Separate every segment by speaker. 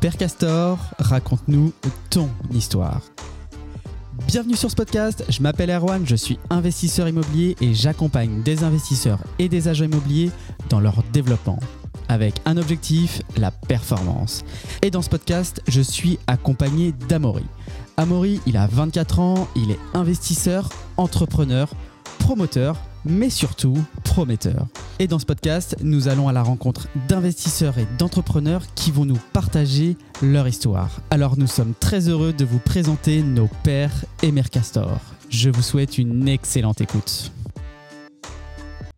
Speaker 1: Père Castor, raconte-nous ton histoire. Bienvenue sur ce podcast, je m'appelle Erwan, je suis investisseur immobilier et j'accompagne des investisseurs et des agents immobiliers dans leur développement avec un objectif, la performance. Et dans ce podcast, je suis accompagné d'Amaury. Amaury, il a 24 ans, il est investisseur, entrepreneur, promoteur, mais surtout prometteur. Et dans ce podcast, nous allons à la rencontre d'investisseurs et d'entrepreneurs qui vont nous partager leur histoire. Alors nous sommes très heureux de vous présenter nos pères et mères castors. Je vous souhaite une excellente écoute.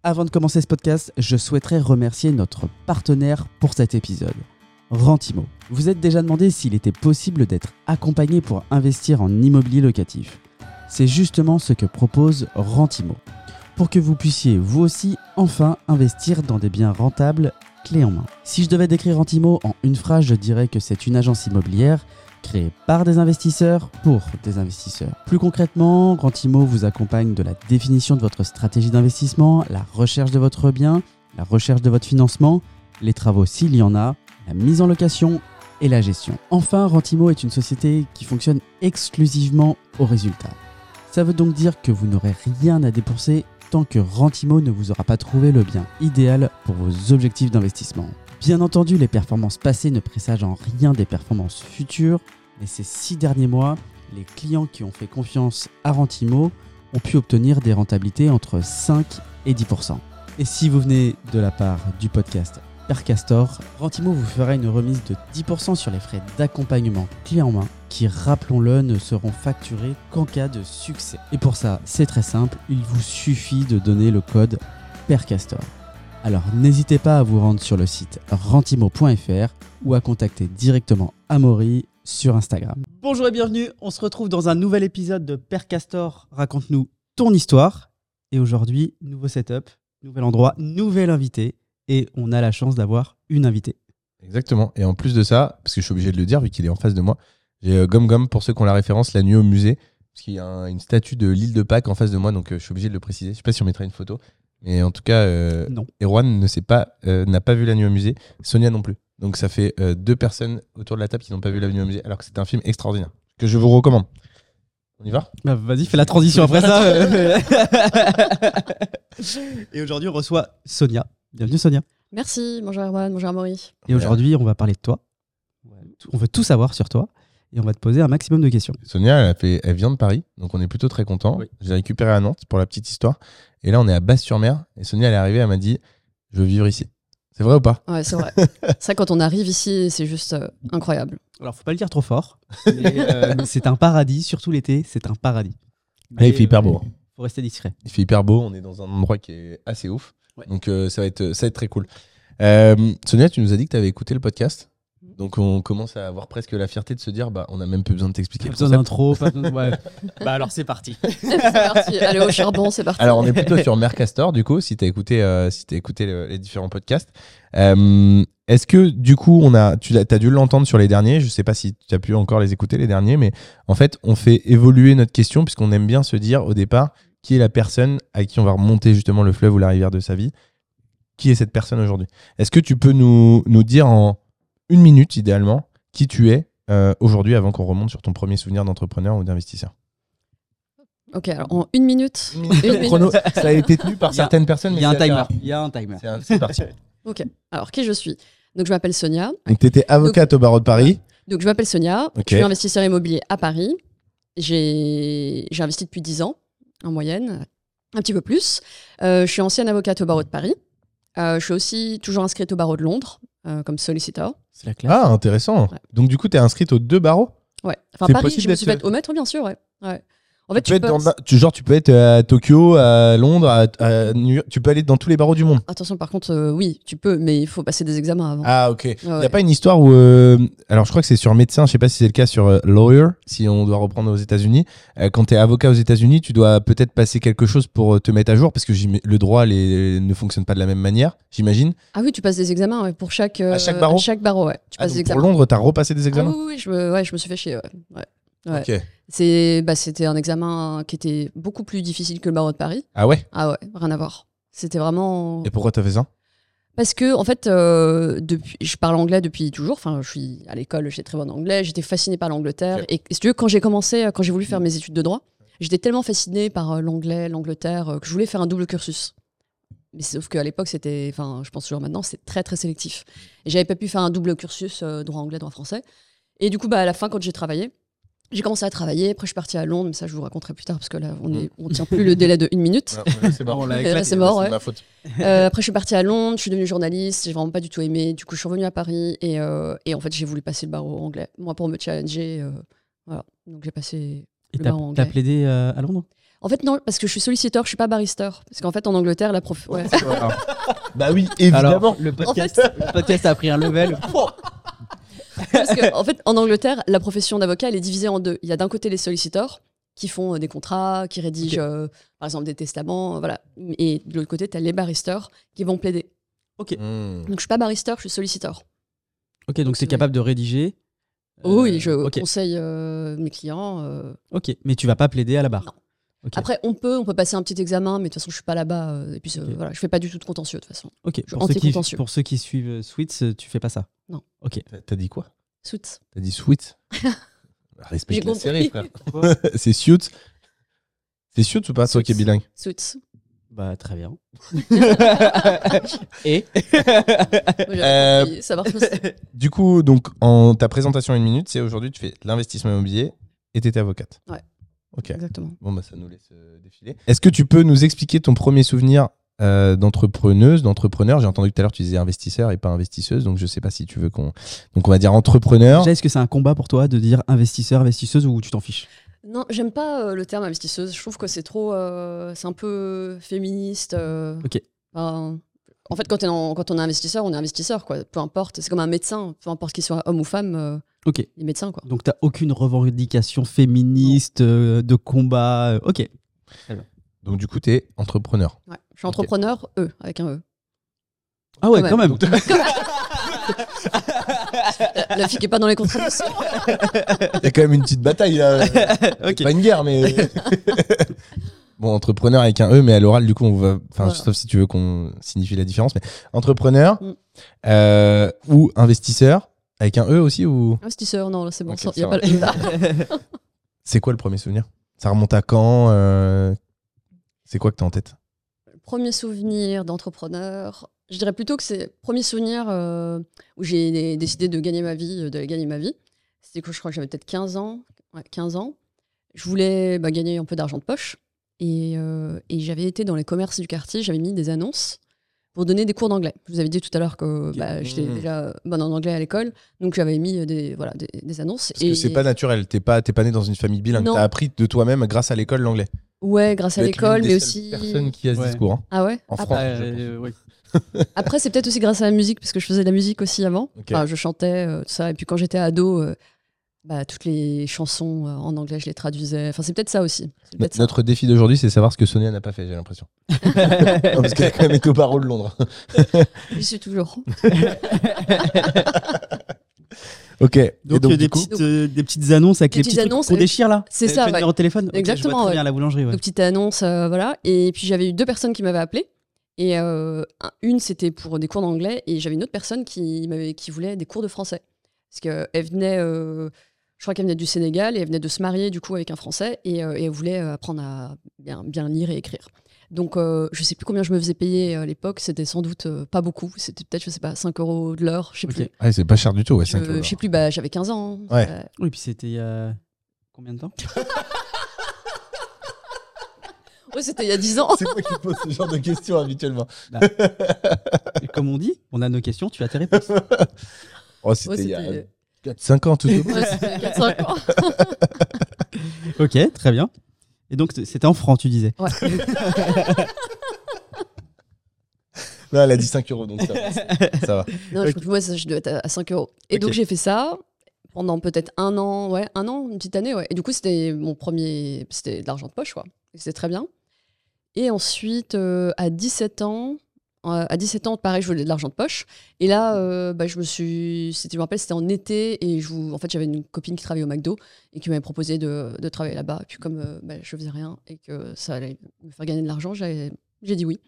Speaker 1: Avant de commencer ce podcast, je souhaiterais remercier notre partenaire pour cet épisode, Rentimo. Vous êtes déjà demandé s'il était possible d'être accompagné pour investir en immobilier locatif. C'est justement ce que propose Rentimo, pour que vous puissiez vous aussi enfin investir dans des biens rentables clés en main. Si je devais décrire Rentimo en une phrase, je dirais que c'est une agence immobilière créé par des investisseurs pour des investisseurs. Plus concrètement, Grantimo vous accompagne de la définition de votre stratégie d'investissement, la recherche de votre bien, la recherche de votre financement, les travaux s'il y en a, la mise en location et la gestion. Enfin, Rentimo est une société qui fonctionne exclusivement au résultat. Ça veut donc dire que vous n'aurez rien à dépenser tant que Rentimo ne vous aura pas trouvé le bien idéal pour vos objectifs d'investissement. Bien entendu, les performances passées ne présagent en rien des performances futures, mais ces six derniers mois, les clients qui ont fait confiance à Rentimo ont pu obtenir des rentabilités entre 5 et 10%. Et si vous venez de la part du podcast Père Castor, Rentimo vous fera une remise de 10% sur les frais d'accompagnement clé en main qui, rappelons-le, ne seront facturés qu'en cas de succès. Et pour ça, c'est très simple, il vous suffit de donner le code Père Castor. Alors n'hésitez pas à vous rendre sur le site rentimo.fr ou à contacter directement Amaury sur Instagram. Bonjour et bienvenue, on se retrouve dans un nouvel épisode de Père Castor, raconte-nous ton histoire. Et aujourd'hui, nouveau setup, nouvel endroit, nouvel invité. Et on a la chance d'avoir une invitée.
Speaker 2: Exactement. Et en plus de ça, parce que je suis obligé de le dire vu qu'il est en face de moi, j'ai euh, Gom Gom pour ceux qui ont la référence la nuit au musée, parce qu'il y a un- une statue de l'île de Pâques en face de moi, donc euh, je suis obligé de le préciser. Je sais pas si on mettra une photo, mais en tout cas, euh,
Speaker 1: Non.
Speaker 2: Erwan ne sait pas, euh, n'a pas vu la nuit au musée, Sonia non plus. Donc ça fait euh, deux personnes autour de la table qui n'ont pas vu la nuit au musée, alors que c'est un film extraordinaire que je vous recommande. On y va
Speaker 1: Bah, vas-y, fais la transition après ça. euh. et aujourd'hui, on reçoit Sonia. Bienvenue Sonia.
Speaker 3: Merci, bonjour Erwan, bonjour Amaury.
Speaker 1: Et aujourd'hui, on va parler de toi. On veut tout savoir sur toi. Et on va te poser un maximum de questions.
Speaker 2: Sonia, elle, a fait- elle vient de Paris, donc on est plutôt très content.
Speaker 1: Oui.
Speaker 2: J'ai récupéré à Nantes pour la petite histoire. Et là, on est à Basse-sur-Mer. Et Sonia, elle est arrivée, elle m'a dit Je veux vivre ici. C'est vrai ou pas
Speaker 3: Ouais, c'est vrai. ça, quand on arrive ici, c'est juste euh, incroyable.
Speaker 1: Alors, faut pas le dire trop fort. mais, euh, c'est un paradis, surtout l'été, c'est un paradis. euh,
Speaker 2: Là, Ah, il fait hyper beau.
Speaker 1: Faut rester discret.
Speaker 2: Il fait hyper beau, on est dans un endroit qui est assez ouf.
Speaker 1: Ouais.
Speaker 2: Donc euh, ça, va être, ça va être très cool. Euh, Sonia, tu nous as dit que tu avais écouté le podcast. Donc on commence à avoir presque la fierté de se dire bah, On n'a même plus besoin de t'expliquer.
Speaker 1: Pas
Speaker 2: le
Speaker 1: besoin
Speaker 2: concept.
Speaker 1: d'intro, pas besoin de- ouais. bah alors, c'est parti.
Speaker 3: c'est parti, allez au charbon, c'est parti.
Speaker 2: Alors on est plutôt sur Mercastor, du coup, si tu as écouté, euh, si t'as écouté le- les différents podcasts. Euh, Est-ce que du coup, on a, tu as, dû l'entendre sur les derniers, je sais pas si tu as pu encore les écouter les derniers, mais en fait, on fait évoluer notre question puisqu'on aime bien se dire au départ qui est la personne à qui on va remonter justement le fleuve ou la rivière de sa vie. Qui est cette personne aujourd'hui Est-ce que tu peux nous, nous dire en une minute idéalement qui tu es euh, aujourd'hui avant qu'on remonte sur ton premier souvenir d'entrepreneur ou d'investisseur
Speaker 3: Ok, alors en une minute. Une minute.
Speaker 2: Chrono, ça a été tenu par
Speaker 1: Il y a-
Speaker 2: certaines personnes.
Speaker 1: Il
Speaker 2: mais
Speaker 1: y a un
Speaker 2: c'est assez
Speaker 1: timer.
Speaker 2: rare.
Speaker 1: Il y a un timer.
Speaker 2: C'est un- C'est parti.
Speaker 3: Alors, qui je suis Donc, je m'appelle Sonia.
Speaker 2: Donc, tu étais avocate au barreau de Paris.
Speaker 3: Donc, je m'appelle Sonia.
Speaker 2: Ok.
Speaker 3: Je suis investisseur immobilier à Paris. J'ai j'ai investi depuis 10 ans, en moyenne, un petit peu plus. Euh, je suis ancienne avocate au barreau de Paris. Euh, je suis aussi toujours inscrite au barreau de Londres, euh, comme solliciteur.
Speaker 1: C'est la classe.
Speaker 2: Ah, intéressant.
Speaker 3: Ouais.
Speaker 2: Donc, du coup, tu es inscrite aux deux barreaux.
Speaker 3: Ouais. Enfin,
Speaker 2: C'est
Speaker 3: Paris,
Speaker 2: possible
Speaker 3: je me suis
Speaker 2: d'être-
Speaker 3: faite au maître, bien sûr, ouais. ouais. En fait,
Speaker 2: tu peux
Speaker 3: peux-
Speaker 2: être dans- tu- genre, tu peux être euh, à Tokyo, à Londres, à, à New York. Tu peux aller dans tous les barreaux du monde.
Speaker 3: Attention, par contre, euh, oui, tu peux, mais il faut passer des examens avant.
Speaker 2: Ah, ok. Il
Speaker 3: Ouais,
Speaker 2: n'y
Speaker 3: ouais.
Speaker 2: a pas une histoire où. euh, alors, je crois que c'est sur médecin. Je sais pas si c'est le cas sur euh, lawyer, si on doit reprendre aux États-Unis. Euh, quand tu es avocat aux États-Unis, tu dois peut-être passer quelque chose pour euh, te mettre à jour parce que j'im- le droit les, ne fonctionne pas de la même manière, j'imagine.
Speaker 3: Ah oui, tu passes des examens ouais, pour chaque, euh,
Speaker 2: chaque barreau
Speaker 3: ouais. Tu
Speaker 2: Ah,
Speaker 3: passes
Speaker 2: donc
Speaker 3: des
Speaker 2: pour
Speaker 3: examens.
Speaker 2: Londres, tu as repassé des
Speaker 3: Ah oui,
Speaker 2: examens
Speaker 3: oui, oui, je me, ouais, je me suis fait chier. ouais. Ouais. ouais.
Speaker 2: Ok.
Speaker 3: C'est, bah, c'était un examen qui était beaucoup plus difficile que le barreau de Paris.
Speaker 2: Ah ouais
Speaker 3: Ah ouais, rien à voir. C'était vraiment.
Speaker 2: Et pourquoi tu as fait ça
Speaker 3: Parce que, en fait, euh, depuis, je parle anglais depuis toujours. Enfin, je suis à l'école, j'étais très bon en anglais. J'étais fascinée par l'Angleterre.
Speaker 2: Ok.
Speaker 3: Et, et si tu veux, quand j'ai commencé, euh, quand j'ai voulu faire mes études de droit, j'étais tellement fascinée par euh, l'anglais, l'Angleterre, euh, que je voulais faire un double cursus. Mais sauf qu'à l'époque, c'était, enfin, je pense toujours maintenant, c'est très très sélectif. Et j'avais pas pu faire un double cursus euh, droit anglais, droit français. Et du coup, bah, à la fin, quand j'ai travaillé, j'ai commencé à travailler. Après, je suis partie à Londres, mais ça, je vous raconterai plus tard parce que là, on, est, on tient plus le délai de une minute.
Speaker 2: c'est
Speaker 1: On l'a
Speaker 3: Euh,
Speaker 1: éclaté.
Speaker 3: c'est mort, ouais.
Speaker 2: ma faute.
Speaker 3: Euh, après, je suis partie à Londres, je suis devenue journaliste, j'ai vraiment pas du tout aimé. Du coup, je suis revenue à Paris et, euh, et en fait, j'ai voulu passer le barreau anglais. Moi, pour me challenger, euh, voilà. Donc, j'ai passé.
Speaker 1: Et
Speaker 2: Ah.
Speaker 3: le
Speaker 1: t'as
Speaker 3: bar en
Speaker 1: t'as
Speaker 3: anglais.
Speaker 1: plaidé euh, à Londres
Speaker 3: En fait, non, parce que je suis solliciteur, je suis pas barrister. Parce qu'en fait, en Angleterre, la prof. ouais.
Speaker 2: bah oui, évidemment.
Speaker 1: le
Speaker 3: podcast-
Speaker 1: le podcast a pris un level.
Speaker 3: Parce que, en fait, en Angleterre, la profession d'avocat, elle est divisée en deux. Il y a d'un côté les solliciteurs qui font euh, des contrats, qui rédigent, euh, par exemple, des testaments, euh, voilà. Et de l'autre côté, tu as les barristers qui vont plaider.
Speaker 2: Hmm.
Speaker 3: Donc, je suis pas barrister, je suis solliciteur.
Speaker 1: ok, donc c'est
Speaker 3: Oui.
Speaker 1: capable de rédiger.
Speaker 3: Oh
Speaker 1: Euh,
Speaker 3: oui, je
Speaker 1: Ok,
Speaker 3: conseille euh, mes clients. euh,
Speaker 1: ok, mais tu vas pas plaider à la barre.
Speaker 3: Non.
Speaker 1: Ok,
Speaker 3: Après, on peut, on peut passer un petit examen, mais de toute façon, je suis pas là-bas. euh, et puis, euh,
Speaker 1: Ok.
Speaker 3: voilà, je fais pas du tout de contentieux de toute façon.
Speaker 1: ok.
Speaker 3: je-
Speaker 1: Pour, ceux qui,
Speaker 3: anti-contentieux.
Speaker 1: pour ceux qui suivent euh, Sweets, euh, tu fais pas ça.
Speaker 2: T'as- T'as dit quoi
Speaker 3: Suits.
Speaker 2: T'as dit Sweet
Speaker 3: J'ai
Speaker 2: Respecte la
Speaker 3: compris.
Speaker 2: série, frère. c'est Suits. C'est Suits ou pas, toi qui es
Speaker 3: Suits.
Speaker 2: bilingue
Speaker 3: Suits.
Speaker 1: Bah très bien. Et
Speaker 3: Moi, j'avais
Speaker 2: Euh,
Speaker 3: compris, Ça marche aussi.
Speaker 2: Du coup, donc, en ta présentation une minute, c'est aujourd'hui, tu fais l'investissement immobilier et t'étais avocate.
Speaker 3: Ouais.
Speaker 2: Ok.
Speaker 3: Exactement.
Speaker 2: Bon, bah, ça nous laisse euh, défiler. Est-ce que tu peux nous expliquer ton premier souvenir euh, d'entrepreneuse, d'entrepreneur J'ai entendu que tout à l'heure, tu disais investisseur et pas investisseuse, donc je sais pas si tu veux qu'on. Donc, on va dire entrepreneur.
Speaker 1: Déjà, est-ce que c'est un combat pour toi de dire investisseur, investisseuse ou tu t'en fiches
Speaker 3: Non, j'aime pas euh, le terme investisseuse. Je trouve que c'est trop. euh, c'est un peu féministe. euh,
Speaker 1: Ok.
Speaker 3: enfin, en fait, quand, t'es en- quand on est investisseur, on est investisseur, quoi. Peu importe. C'est comme un médecin. Peu importe qu'il soit homme ou femme, euh,
Speaker 1: Ok.
Speaker 3: il est médecin, quoi.
Speaker 1: Donc t'as aucune revendication féministe euh, de combat. euh, Ok.
Speaker 2: Donc, du coup, t'es entrepreneur.
Speaker 3: Ouais. Je suis entrepreneur, E, avec un E.
Speaker 1: Ah ouais,
Speaker 3: Quand
Speaker 1: quand même.
Speaker 3: La fille qui est pas dans les contrats.
Speaker 2: Il y a quand même une petite bataille là.
Speaker 1: ok.
Speaker 2: Pas une guerre, mais. bon, entrepreneur avec un E, mais à l'oral, du coup, on va. Enfin,
Speaker 3: Voilà.
Speaker 2: sauf si tu veux qu'on signifie la différence, mais entrepreneur
Speaker 3: Mm.
Speaker 2: euh, ou investisseur avec un E aussi ou.
Speaker 3: Investisseur, non, là, c'est bon.
Speaker 2: Ok,
Speaker 3: ça-
Speaker 2: ça
Speaker 3: y a
Speaker 2: va.
Speaker 3: pas le-
Speaker 2: C'est quoi le premier souvenir Ça remonte à quand euh, C'est quoi que t'as en tête
Speaker 3: Premier souvenir d'entrepreneur, je dirais plutôt que c'est premier souvenir euh, où j'ai décidé de gagner ma vie, euh, de gagner ma vie. C'était que je crois que j'avais peut-être 15 ans. Ouais, 15 ans. Je voulais bah, gagner un peu d'argent de poche. Et, euh, et j'avais été dans les commerces du quartier, j'avais mis des annonces pour donner des cours d'anglais. Je vous avais dit tout à l'heure que bah, j'étais
Speaker 2: Mmh.
Speaker 3: déjà bonne en anglais à l'école, donc j'avais mis euh, des, voilà, des, des annonces.
Speaker 2: Parce que c'est pas naturel. T'es pas, t'es pas né dans une famille bilingue.
Speaker 3: Non.
Speaker 2: T'as appris de toi-même grâce à l'école l'anglais.
Speaker 3: Ouais, grâce à
Speaker 2: D'être
Speaker 3: l'école,
Speaker 2: l'une des
Speaker 3: mais
Speaker 2: seules
Speaker 3: aussi.
Speaker 2: Personne qui a ce
Speaker 1: Ouais.
Speaker 2: discours. hein.
Speaker 3: Ah ouais
Speaker 2: En
Speaker 3: Ah,
Speaker 2: France, je
Speaker 1: Euh,
Speaker 2: pense.
Speaker 3: Après, c'est peut-être aussi grâce à la musique, parce que je faisais de la musique aussi avant.
Speaker 2: Ok.
Speaker 3: Enfin, je chantais, euh, tout ça. Et puis quand j'étais ado, euh, bah, toutes les chansons euh, en anglais, je les traduisais. Enfin, c'est peut-être ça aussi. C'est peut-être ça.
Speaker 2: Notre défi d'aujourd'hui, c'est savoir ce que Sonia n'a pas fait, j'ai l'impression. Non, parce qu'elle a quand même été au barreau de Londres.
Speaker 3: Je suis toujours.
Speaker 2: ok. Et
Speaker 1: donc,
Speaker 2: donc,
Speaker 1: euh, des,
Speaker 2: du coup-
Speaker 1: petites, euh, des petites annonces avec
Speaker 3: Des
Speaker 1: les
Speaker 3: petites
Speaker 1: petites
Speaker 3: annonces
Speaker 1: qu'on
Speaker 3: avec-
Speaker 1: déchire là.
Speaker 3: C'est
Speaker 1: Avec
Speaker 3: ça,
Speaker 1: le
Speaker 3: ouais.
Speaker 1: numéro de téléphone. Ok, je vois
Speaker 3: Exactement,
Speaker 1: très
Speaker 3: ouais.
Speaker 1: bien la boulangerie. ouais.
Speaker 3: Donc, petite annonce, euh, voilà. Et puis j'avais eu deux personnes qui m'avaient appelé. Et euh, un- une, c'était pour des cours d'anglais. Et j'avais une autre personne qui, m'avait- qui voulait des cours de français. Parce qu'elle venait, euh, je crois qu'elle venait du Sénégal et elle venait de se marier du coup avec un français. Et, euh, et elle voulait euh, apprendre à bien, bien lire et écrire. Donc euh, je sais plus combien je me faisais payer euh, à l'époque. C'était sans doute euh, pas beaucoup. C'était peut-être, je sais pas, 5 euros de l'heure. Je sais
Speaker 1: Ok.
Speaker 3: plus.
Speaker 2: Ouais, Ah, c'est pas cher du tout, ouais,
Speaker 3: Je,
Speaker 2: 5 euros.
Speaker 3: je sais plus, bah, j'avais 15 ans.
Speaker 2: Ouais.
Speaker 3: Euh,
Speaker 1: Oui, puis c'était il y a combien de temps
Speaker 3: ouais, c'était il y a 10 ans.
Speaker 2: C'est moi qui pose ce genre de questions habituellement.
Speaker 1: Comme on dit, on a nos questions, tu as tes réponses.
Speaker 2: Oh,
Speaker 3: Ouais,
Speaker 2: c'était il y a
Speaker 3: c'était euh,
Speaker 2: 5 ans tout au plus.
Speaker 3: ouais, c'était 4-5 ans.
Speaker 1: ok, très bien. Et donc t- c'était en francs, tu disais.
Speaker 3: Ouais.
Speaker 2: Non, elle a dit 5 euros, donc ça va. Ça va.
Speaker 3: Non,
Speaker 1: Ok.
Speaker 3: je crois que moi, ça, je devais être à- à 5 euros. Et
Speaker 1: Ok.
Speaker 3: donc, j'ai fait ça pendant peut-être un an, ouais, un an, une petite année, ouais. Et du coup, c'était mon premier. C'était de l'argent de poche, quoi. Et C'était très bien. Et ensuite, euh, à 17 ans. euh, À 17 ans, pareil, je voulais de l'argent de poche. Et là, euh, bah, je me suis. C'était, je me rappelle, c'était en été. Et je, vous- en fait, j'avais une copine qui travaillait au McDo et qui m'avait proposé de, de travailler là-bas. Puis, comme euh, bah, je faisais rien et que ça allait me faire gagner de l'argent, j'avais- j'ai dit oui.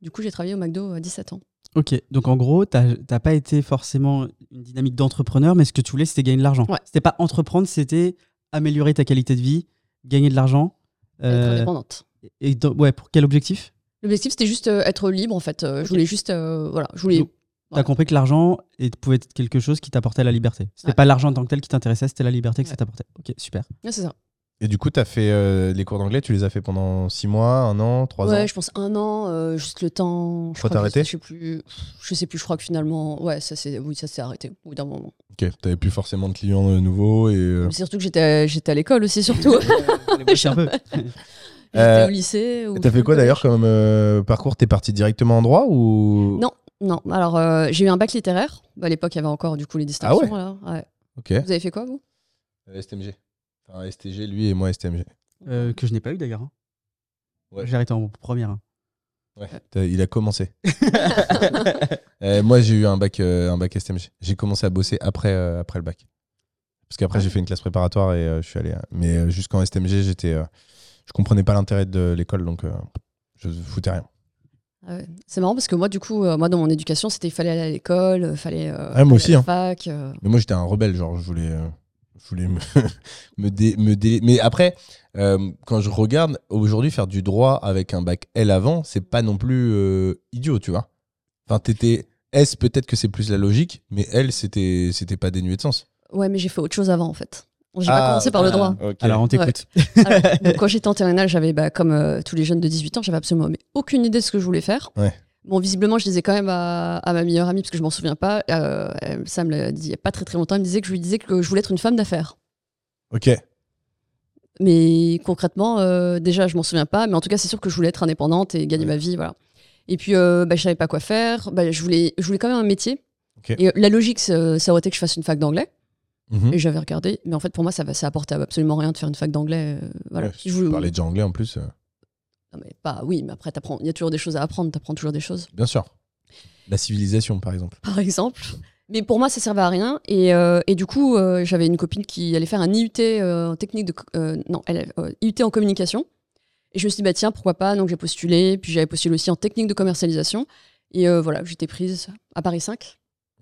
Speaker 3: Du coup, j'ai travaillé au McDo à 17 ans.
Speaker 1: Ok, donc en gros, t'as t'as pas été forcément une dynamique d'entrepreneur, mais ce que tu voulais, c'était gagner de l'argent.
Speaker 3: Ouais.
Speaker 1: C'était pas entreprendre, c'était améliorer ta qualité de vie, gagner de l'argent.
Speaker 3: être
Speaker 1: euh,
Speaker 3: indépendante.
Speaker 1: et dans- ouais, pour quel objectif
Speaker 3: L'objectif, c'était juste euh, être libre, en fait. Euh, Je voulais juste, euh, voilà, je voulais.
Speaker 1: Donc, T'as
Speaker 3: Ouais.
Speaker 1: compris que l'argent et- pouvait être quelque chose qui t'apportait la liberté. C'était
Speaker 3: Ouais.
Speaker 1: pas l'argent en tant que tel qui t'intéressait, c'était la liberté que ça
Speaker 3: Ouais.
Speaker 1: t'apportait. Ok, super.
Speaker 3: Ouais, c'est ça.
Speaker 2: Et du coup, tu as fait euh, les cours d'anglais, tu les as fait pendant 6 mois, 1 an, 3 ans
Speaker 3: Ouais, je pense un an, euh, juste le temps. Je
Speaker 2: Faut
Speaker 3: crois que
Speaker 2: t'arrêter
Speaker 3: Je sais plus. Je sais plus. Je crois que finalement, ouais, ça c'est, oui, ça s'est arrêté au bout d'un moment.
Speaker 2: Ok, t'avais plus forcément de clients euh, nouveaux et. euh,
Speaker 3: Mais Surtout que j'étais, j'étais à l'école aussi, surtout.
Speaker 1: un peu.
Speaker 3: j'étais
Speaker 2: Euh,
Speaker 3: au lycée. ou-
Speaker 2: T'as fait quoi d'ailleurs comme euh, parcours T'es parti directement en droit ou
Speaker 3: Non. Non. Alors, euh, j'ai eu un bac littéraire. Bah, à l'époque, il y avait encore du coup les distinctions.
Speaker 2: Ah ouais
Speaker 3: là. Ouais.
Speaker 2: Ok.
Speaker 3: Vous avez fait quoi vous
Speaker 2: Euh, STMG. Enfin, STG, lui et moi STMG.
Speaker 1: Euh, que je n'ai pas eu d'ailleurs. hein.
Speaker 2: Ouais.
Speaker 1: J'ai arrêté en première. hein.
Speaker 2: T'as- Il a commencé. Euh, moi, j'ai eu un bac, euh, un bac STMG. J'ai commencé à bosser après, euh, après le bac. Parce qu'après, j'ai fait une classe préparatoire et euh, je suis allé. euh, mais euh, jusqu'en STMG, j'étais, euh, je comprenais pas l'intérêt de l'école, donc euh, je foutais rien.
Speaker 3: Ah ouais. C'est marrant parce que moi, du coup, euh, moi dans mon éducation, c'était il fallait aller à l'école, euh, fallait. euh,
Speaker 2: Ah, moi
Speaker 3: aller
Speaker 2: aussi,
Speaker 3: à la
Speaker 2: hein.
Speaker 3: fac. euh.
Speaker 2: Mais moi, j'étais un rebelle, genre, je voulais, euh, je voulais me, me, dé- me dé- Mais après, euh, quand je regarde, aujourd'hui, faire du droit avec un bac L avant, c'est pas non plus euh, idiot, tu vois. Enfin, t'étais. S, peut-être que c'est plus la logique, mais L, c'était c'était pas dénué de sens.
Speaker 3: Ouais, mais j'ai fait autre chose avant en fait. J'ai
Speaker 2: Ah,
Speaker 3: pas commencé par le
Speaker 1: ah.
Speaker 3: droit.
Speaker 1: Alors, on t'écoute.
Speaker 3: Donc, quand j'étais en terminale, j'avais, bah, comme euh, tous les jeunes de 18 ans, j'avais absolument mais aucune idée de ce que je voulais faire.
Speaker 2: Ouais.
Speaker 3: Bon, visiblement, je disais quand même à, à ma meilleure amie, parce que je m'en souviens pas. euh, elle- ça me l'a dit il n'y a pas très très longtemps. Elle me disait que je lui disais que je voulais être une femme d'affaires.
Speaker 2: Ok.
Speaker 3: Mais concrètement, euh, déjà, je m'en souviens pas. Mais en tout cas, c'est sûr que je voulais être indépendante et gagner
Speaker 2: Ouais.
Speaker 3: ma vie. Voilà. Et puis, euh, bah, je savais pas quoi faire. Bah, je, voulais, je voulais quand même un métier.
Speaker 2: Ok.
Speaker 3: Et euh, la logique, c'est- ça aurait été que je fasse une fac d'anglais.
Speaker 2: Mhm.
Speaker 3: Et j'avais regardé. Mais en fait, pour moi, ça, va- ça apportait absolument rien de faire une fac d'anglais. euh, voilà.
Speaker 2: Ouais,
Speaker 3: Je voulais-
Speaker 2: Tu parlais déjà anglais en plus, euh,
Speaker 3: Non, mais pas, oui, mais après, t'apprends- il y a toujours des choses à apprendre, t'apprends toujours des choses,
Speaker 2: bien sûr. La civilisation, par exemple.
Speaker 3: par exemple. Mais pour moi, ça servait à rien. Et, euh, et du coup, euh, j'avais une copine qui allait faire un IUT euh, en technique de. co- euh, non, elle, euh, IUT en communication. Et je me suis dit, bah tiens, pourquoi pas Donc j'ai postulé, puis j'avais postulé aussi en technique de commercialisation. Et euh, voilà, j'étais prise à Paris 5.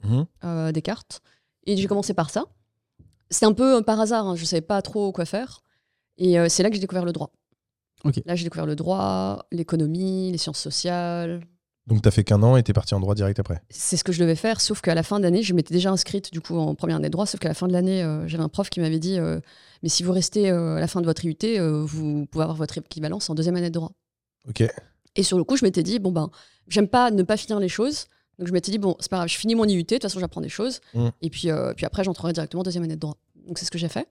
Speaker 2: Mhm.
Speaker 3: euh, des cartes. Et j'ai commencé par ça. C'était un peu euh, par hasard, hein, je savais pas trop quoi faire. Et euh, c'est là que j'ai découvert le droit.
Speaker 1: Ok.
Speaker 3: Là, j'ai découvert le droit, l'économie, les sciences sociales.
Speaker 2: Donc, t'as fait qu'un an et t'es parti en droit direct après.
Speaker 3: C'est ce que je devais faire, sauf qu'à la fin d'année, je m'étais déjà inscrite du coup en première année de droit, sauf qu'à la fin de l'année, euh, j'avais un prof qui m'avait dit euh, Mais si vous restez euh, à la fin de votre IUT, euh, vous pouvez avoir votre équivalence en deuxième année de droit.
Speaker 2: Ok.
Speaker 3: Et sur le coup, je m'étais dit Bon, ben, j'aime pas ne pas finir les choses. Donc je m'étais dit Bon, c'est pas grave, je finis mon IUT, de toute façon, j'apprends des choses.
Speaker 2: Mm.
Speaker 3: Et puis, euh, puis après, j'entrerai directement en deuxième année de droit. Donc c'est ce que j'ai fait.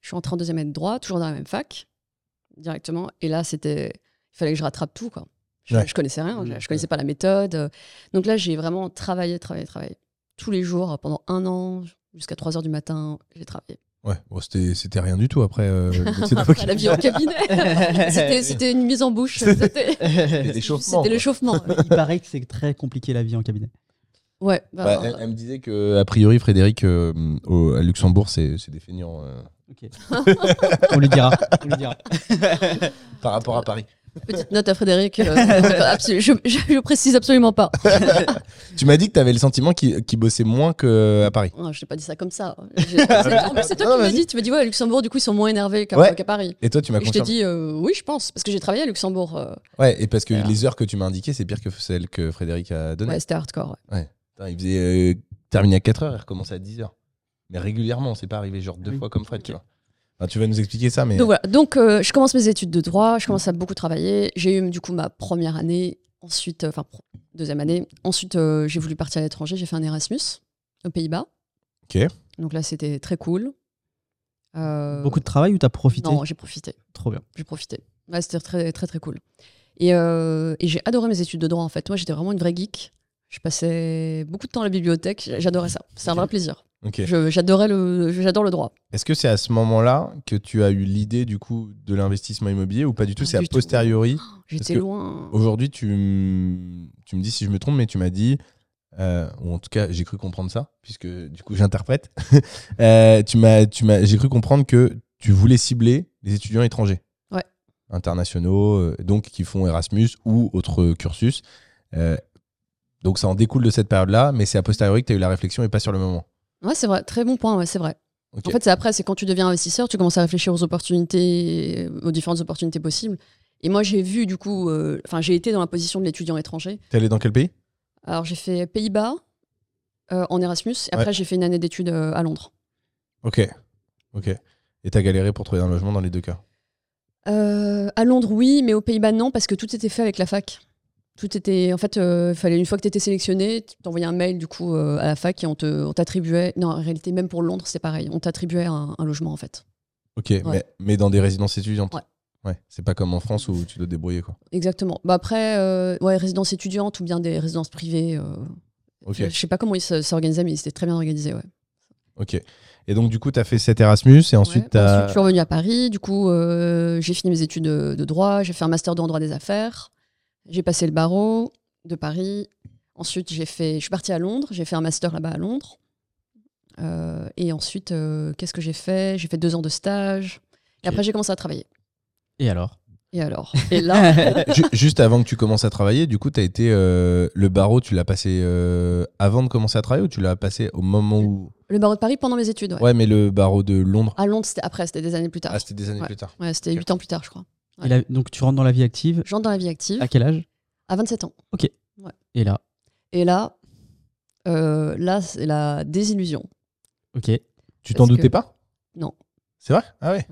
Speaker 3: Je suis entrée en deuxième année de droit, toujours dans la même fac, directement. Et là, c'était. Il fallait que je rattrape tout, quoi. Je,
Speaker 2: Ouais.
Speaker 3: je connaissais rien,
Speaker 1: Mm.
Speaker 3: je, je connaissais pas la méthode. euh, donc là, j'ai vraiment travaillé, travaillé, travaillé. Tous les jours, pendant un an, jusqu'à 3 heures du matin, j'ai travaillé.
Speaker 2: Ouais, bon, c'était c'était rien du tout après. euh, le métier
Speaker 3: Après,
Speaker 2: d'avocat.
Speaker 3: la vie en cabinet. C'était- C'était une mise en bouche. C'était
Speaker 2: Et l'échauffement,
Speaker 3: c'était
Speaker 2: quoi.
Speaker 3: l'échauffement.
Speaker 1: Il paraît que c'est très compliqué la vie en cabinet.
Speaker 3: Ouais. bah,
Speaker 2: Bah,
Speaker 3: bah,
Speaker 2: elle, elle me disait que, a priori, Frédéric, euh, au, à Luxembourg, c'est c'est des feignants euh,
Speaker 1: On lui dira. On lui dira.
Speaker 2: par rapport à Paris.
Speaker 3: petite note à Frédéric. euh, absolu- je, je, je précise absolument pas.
Speaker 2: Tu m'as dit que t'avais le sentiment qu'il qu'il bossait moins qu'à Paris.
Speaker 3: Oh, je t'ai pas dit ça comme ça. J'ai- En plus, c'est
Speaker 2: Non,
Speaker 3: toi qui m'as
Speaker 2: vas-y.
Speaker 3: dit. Tu m'as dit, ouais, à Luxembourg, du coup, ils sont moins énervés qu'à
Speaker 2: Ouais.
Speaker 3: qu'à Paris.
Speaker 2: Et toi, tu m'as
Speaker 3: Et je t'ai
Speaker 2: confirmé.
Speaker 3: dit, euh, oui, je pense. Parce que j'ai travaillé à Luxembourg. euh,
Speaker 2: Ouais, et parce que
Speaker 3: Voilà.
Speaker 2: les heures que tu m'as indiquées, c'est pire que celles que Frédéric a données.
Speaker 3: ouais, c'était hardcore. ouais.
Speaker 2: Putain, il faisait euh, terminer à 4h et recommencer à 10h. Mais régulièrement, c'est pas arrivé genre deux
Speaker 1: oui.
Speaker 2: fois comme Fred, tu vois. Enfin, tu vas nous expliquer ça, mais.
Speaker 3: Donc voilà, donc euh, je commence mes études de droit, je commence à beaucoup travailler. J'ai eu du coup ma première année, ensuite, euh, enfin pro- deuxième année. Ensuite, euh, j'ai voulu partir à l'étranger, j'ai fait un Erasmus aux Pays-Bas.
Speaker 2: Ok.
Speaker 3: Donc là, c'était très cool. Euh,
Speaker 1: Beaucoup de travail ou t'as profité
Speaker 3: Non, j'ai profité.
Speaker 1: Trop bien.
Speaker 3: J'ai profité. Ouais, c'était très, très, très cool. Et, euh, et j'ai adoré mes études de droit en fait. Moi, j'étais vraiment une vraie geek. Je passais beaucoup de temps à la bibliothèque, j'adorais ça. C'est un vrai plaisir.
Speaker 2: Ok.
Speaker 3: Je- J'adorais le, j'adore le droit.
Speaker 2: Est-ce que c'est à ce moment-là que tu as eu l'idée du coup de l'investissement immobilier ou pas du tout
Speaker 3: Pas
Speaker 2: C'est a
Speaker 3: du tout.
Speaker 2: posteriori.
Speaker 3: J'étais
Speaker 2: que-
Speaker 3: loin.
Speaker 2: Aujourd'hui, tu, m- tu me dis si je me trompe, mais tu m'as dit, euh, ou en tout cas, j'ai cru comprendre ça, puisque du coup, j'interprète. Euh, tu m'as, tu m'as, j'ai cru comprendre que tu voulais cibler les étudiants étrangers.
Speaker 3: Ouais.
Speaker 2: Internationaux, euh, donc qui font Erasmus ou autre cursus. Euh, Donc ça en découle de cette période-là, mais c'est a posteriori que tu as eu la réflexion et pas sur le moment.
Speaker 3: Ouais, c'est vrai. Très bon point, ouais, c'est vrai.
Speaker 2: Ok.
Speaker 3: En fait, c'est après, c'est quand tu deviens investisseur, tu commences à réfléchir aux opportunités, euh, aux différentes opportunités possibles. Et moi, j'ai vu, du coup, euh, enfin, j'ai été dans la position de l'étudiant étranger.
Speaker 2: T'es allé dans quel pays
Speaker 3: Alors, j'ai fait Pays-Bas euh, en Erasmus, et après, j'ai fait une année d'études euh, à Londres.
Speaker 2: Ok. Ok. Et t'as galéré pour trouver un logement dans les deux cas.
Speaker 3: Euh, à Londres, oui, mais aux Pays-Bas, non, parce que tout était fait avec la fac. Tout était. En fait, euh, fallait une fois que tu étais sélectionné, tu t'envoyais un mail, du coup, euh, à la fac et on te- on t'attribuait. Non, en réalité, même pour Londres, c'est pareil. On t'attribuait un, un logement, en fait.
Speaker 2: Ok, mais, mais dans des résidences étudiantes.
Speaker 3: Ouais.
Speaker 2: Ouais, c'est pas comme en France où tu dois te débrouiller quoi.
Speaker 3: Exactement. Bah après, euh, ouais, résidence étudiante ou bien des résidences privées. euh,
Speaker 2: Ok,
Speaker 3: Je je sais pas comment ils se- s'organisaient, mais c'était très bien organisé. Ouais.
Speaker 2: ok. Et donc du coup, t'as fait cet Erasmus et ensuite
Speaker 3: Ouais.
Speaker 2: t'as.
Speaker 3: je suis revenue à Paris. Du coup, euh, j'ai fini mes études de, de droit. J'ai fait un master en droit des affaires. J'ai passé le barreau de Paris. Ensuite, j'ai fait. Je suis partie à Londres. J'ai fait un master là-bas à Londres. Euh, et ensuite, euh, qu'est-ce que j'ai fait J'ai fait deux ans de stage. Et
Speaker 1: Ok.
Speaker 3: après, j'ai commencé à travailler.
Speaker 1: Et alors
Speaker 3: Et alors Et là,
Speaker 2: Ju- Juste avant que tu commences à travailler, du coup, t'as été euh, le barreau, tu l'as passé euh, avant de commencer à travailler ou tu l'as passé au moment où.
Speaker 3: le barreau de Paris pendant mes études. ouais.
Speaker 2: Ouais, mais le barreau de Londres.
Speaker 3: À Londres, c'était après. C'était des années plus tard.
Speaker 2: Ah, c'était des années
Speaker 3: Ouais.
Speaker 2: plus tard.
Speaker 3: Ouais, c'était
Speaker 2: Ok.
Speaker 3: huit ans plus tard, je crois. Ouais.
Speaker 1: Et la- Donc tu rentres dans la vie active
Speaker 3: J'entre dans la vie active
Speaker 1: à quel âge
Speaker 3: à 27 ans.
Speaker 1: Et là,
Speaker 3: Et là, euh, là, c'est la désillusion.
Speaker 1: ok.
Speaker 2: Tu t'en
Speaker 3: Parce
Speaker 2: doutais
Speaker 3: que-
Speaker 2: pas
Speaker 3: Non.
Speaker 2: C'est vrai Ah ouais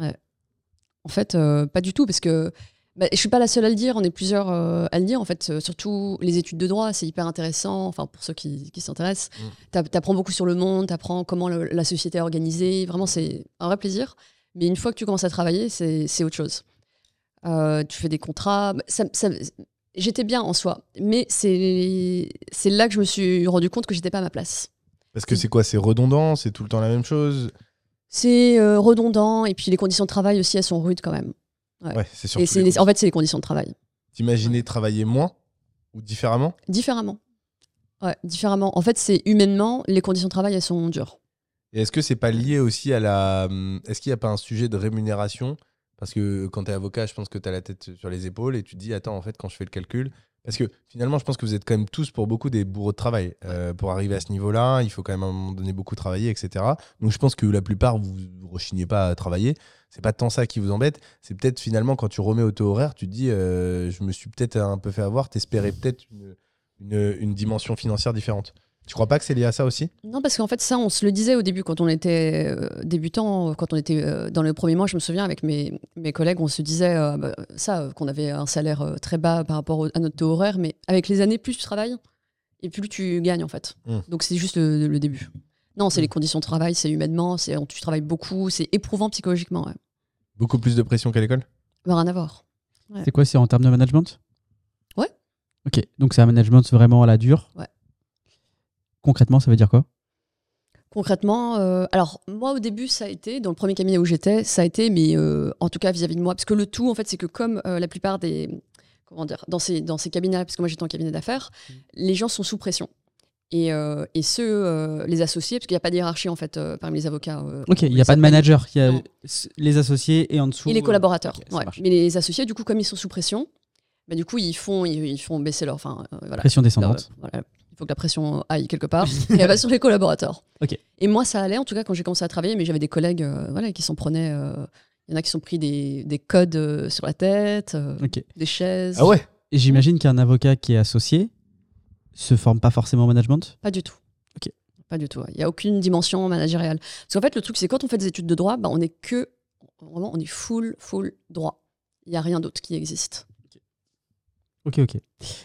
Speaker 3: En fait, euh, pas du tout, parce que bah, je suis pas la seule à le dire. On est plusieurs euh, à le dire. En fait, euh, surtout les études de droit, c'est hyper intéressant. Enfin, pour ceux qui, qui s'intéressent,
Speaker 2: Mm.
Speaker 3: T'a- t'apprends beaucoup sur le monde, t'apprends comment le- la société est organisée. Vraiment, c'est un vrai plaisir. Mais une fois que tu commences à travailler, c'est c'est autre chose. Euh, tu fais des contrats. Bah, ça- ça- j'étais bien en soi, mais c'est c'est là que je me suis rendu compte que j'étais pas à ma place.
Speaker 2: Parce
Speaker 3: Mm.
Speaker 2: que c'est quoi C'est redondant C'est tout le temps la même chose
Speaker 3: C'est euh, redondant et puis les conditions de travail aussi elles sont rudes quand même. Ouais.
Speaker 2: Ouais, c'est sûr.
Speaker 3: et c'est les- en fait c'est les conditions de travail
Speaker 2: T'imaginais travailler moins ou différemment
Speaker 3: différemment. Ouais, différemment. En fait c'est humainement les conditions de travail elles sont dures.
Speaker 2: Et est-ce que c'est pas lié aussi à la. hum, Est-ce qu'il n'y a pas un sujet de rémunération Parce que quand tu es avocat, je pense que tu as la tête sur les épaules et tu te dis, attends, en fait, quand je fais le calcul. Parce que finalement, je pense que vous êtes quand même tous pour beaucoup des bourreaux de travail. Euh, pour arriver à ce niveau-là, il faut quand même à un moment donné beaucoup travailler, etc. Donc je pense que la plupart, vous vous rechignez pas à travailler. C'est pas tant ça qui vous embête. C'est peut-être finalement quand tu remets au taux horaire, tu te dis, euh, je me suis peut-être un peu fait avoir, t'espérais peut-être une, une- une dimension financière différente. Tu crois pas que c'est lié à ça aussi
Speaker 3: Non parce qu'en fait ça on se le disait au début quand on était euh, débutant, euh, quand on était euh, dans le premier mois je me souviens avec mes, mes collègues on se disait euh, bah, ça euh, qu'on avait un salaire euh, très bas par rapport au- à notre taux horaire mais avec les années plus tu travailles et plus tu gagnes en fait.
Speaker 2: Mm.
Speaker 3: Donc c'est juste le, le début. Non, c'est
Speaker 2: Mm.
Speaker 3: les conditions de travail, c'est humainement, c'est tu travailles beaucoup, c'est éprouvant psychologiquement. ouais.
Speaker 2: Beaucoup plus de pression qu'à l'école
Speaker 3: Bah, rien à voir. Ouais.
Speaker 1: C'est quoi C'est en termes de management
Speaker 3: Ouais.
Speaker 1: Ok, donc c'est un management vraiment à la dure.
Speaker 3: Ouais.
Speaker 1: Concrètement, ça veut dire quoi
Speaker 3: Concrètement, euh, alors moi au début ça a été, dans le premier cabinet où j'étais, ça a été, mais euh, en tout cas vis-à-vis de moi, parce que le tout en fait c'est que comme euh, la plupart des, comment dire, dans ces, dans ces cabinets, parce que moi j'étais en cabinet d'affaires,
Speaker 1: Mm.
Speaker 3: les gens sont sous pression. Et, euh, et ceux, euh, les associés, parce qu'il n'y a pas de hiérarchie en fait euh, parmi les avocats. euh,
Speaker 1: Ok, il
Speaker 3: on
Speaker 1: n'y a
Speaker 3: les
Speaker 1: pas de
Speaker 3: appelle.
Speaker 1: manager. Il y a
Speaker 3: Non.
Speaker 1: s- les associés et en dessous.
Speaker 3: Et les
Speaker 1: euh,
Speaker 3: collaborateurs.
Speaker 1: ok, ça
Speaker 3: ouais.
Speaker 1: marche.
Speaker 3: Mais les associés, du coup, comme ils sont sous pression, bah, du coup, ils font, ils, ils font baisser leur. Enfin, euh, voilà.
Speaker 1: Pression descendante.
Speaker 3: Alors, voilà, il faut que la pression aille quelque part et elle va sur les collaborateurs.
Speaker 1: Ok.
Speaker 3: Et moi, ça allait en tout cas quand j'ai commencé à travailler, mais j'avais des collègues euh, voilà, qui s'en prenaient. euh, Il y en a qui se sont pris des, des codes euh, sur la tête, euh,
Speaker 1: Ok. Et
Speaker 3: des chaises.
Speaker 2: Ah ouais
Speaker 1: j'imagine qu'un avocat qui est associé se forme pas forcément au management.
Speaker 3: Pas du tout.
Speaker 1: Ok.
Speaker 3: Pas du tout. ouais. Il n'y a aucune dimension managériale. Parce qu'en fait, le truc, c'est quand on fait des études de droit, bah, on est que. Vraiment, on est full, full droit. Il n'y a rien d'autre qui existe.
Speaker 1: Ok, ok.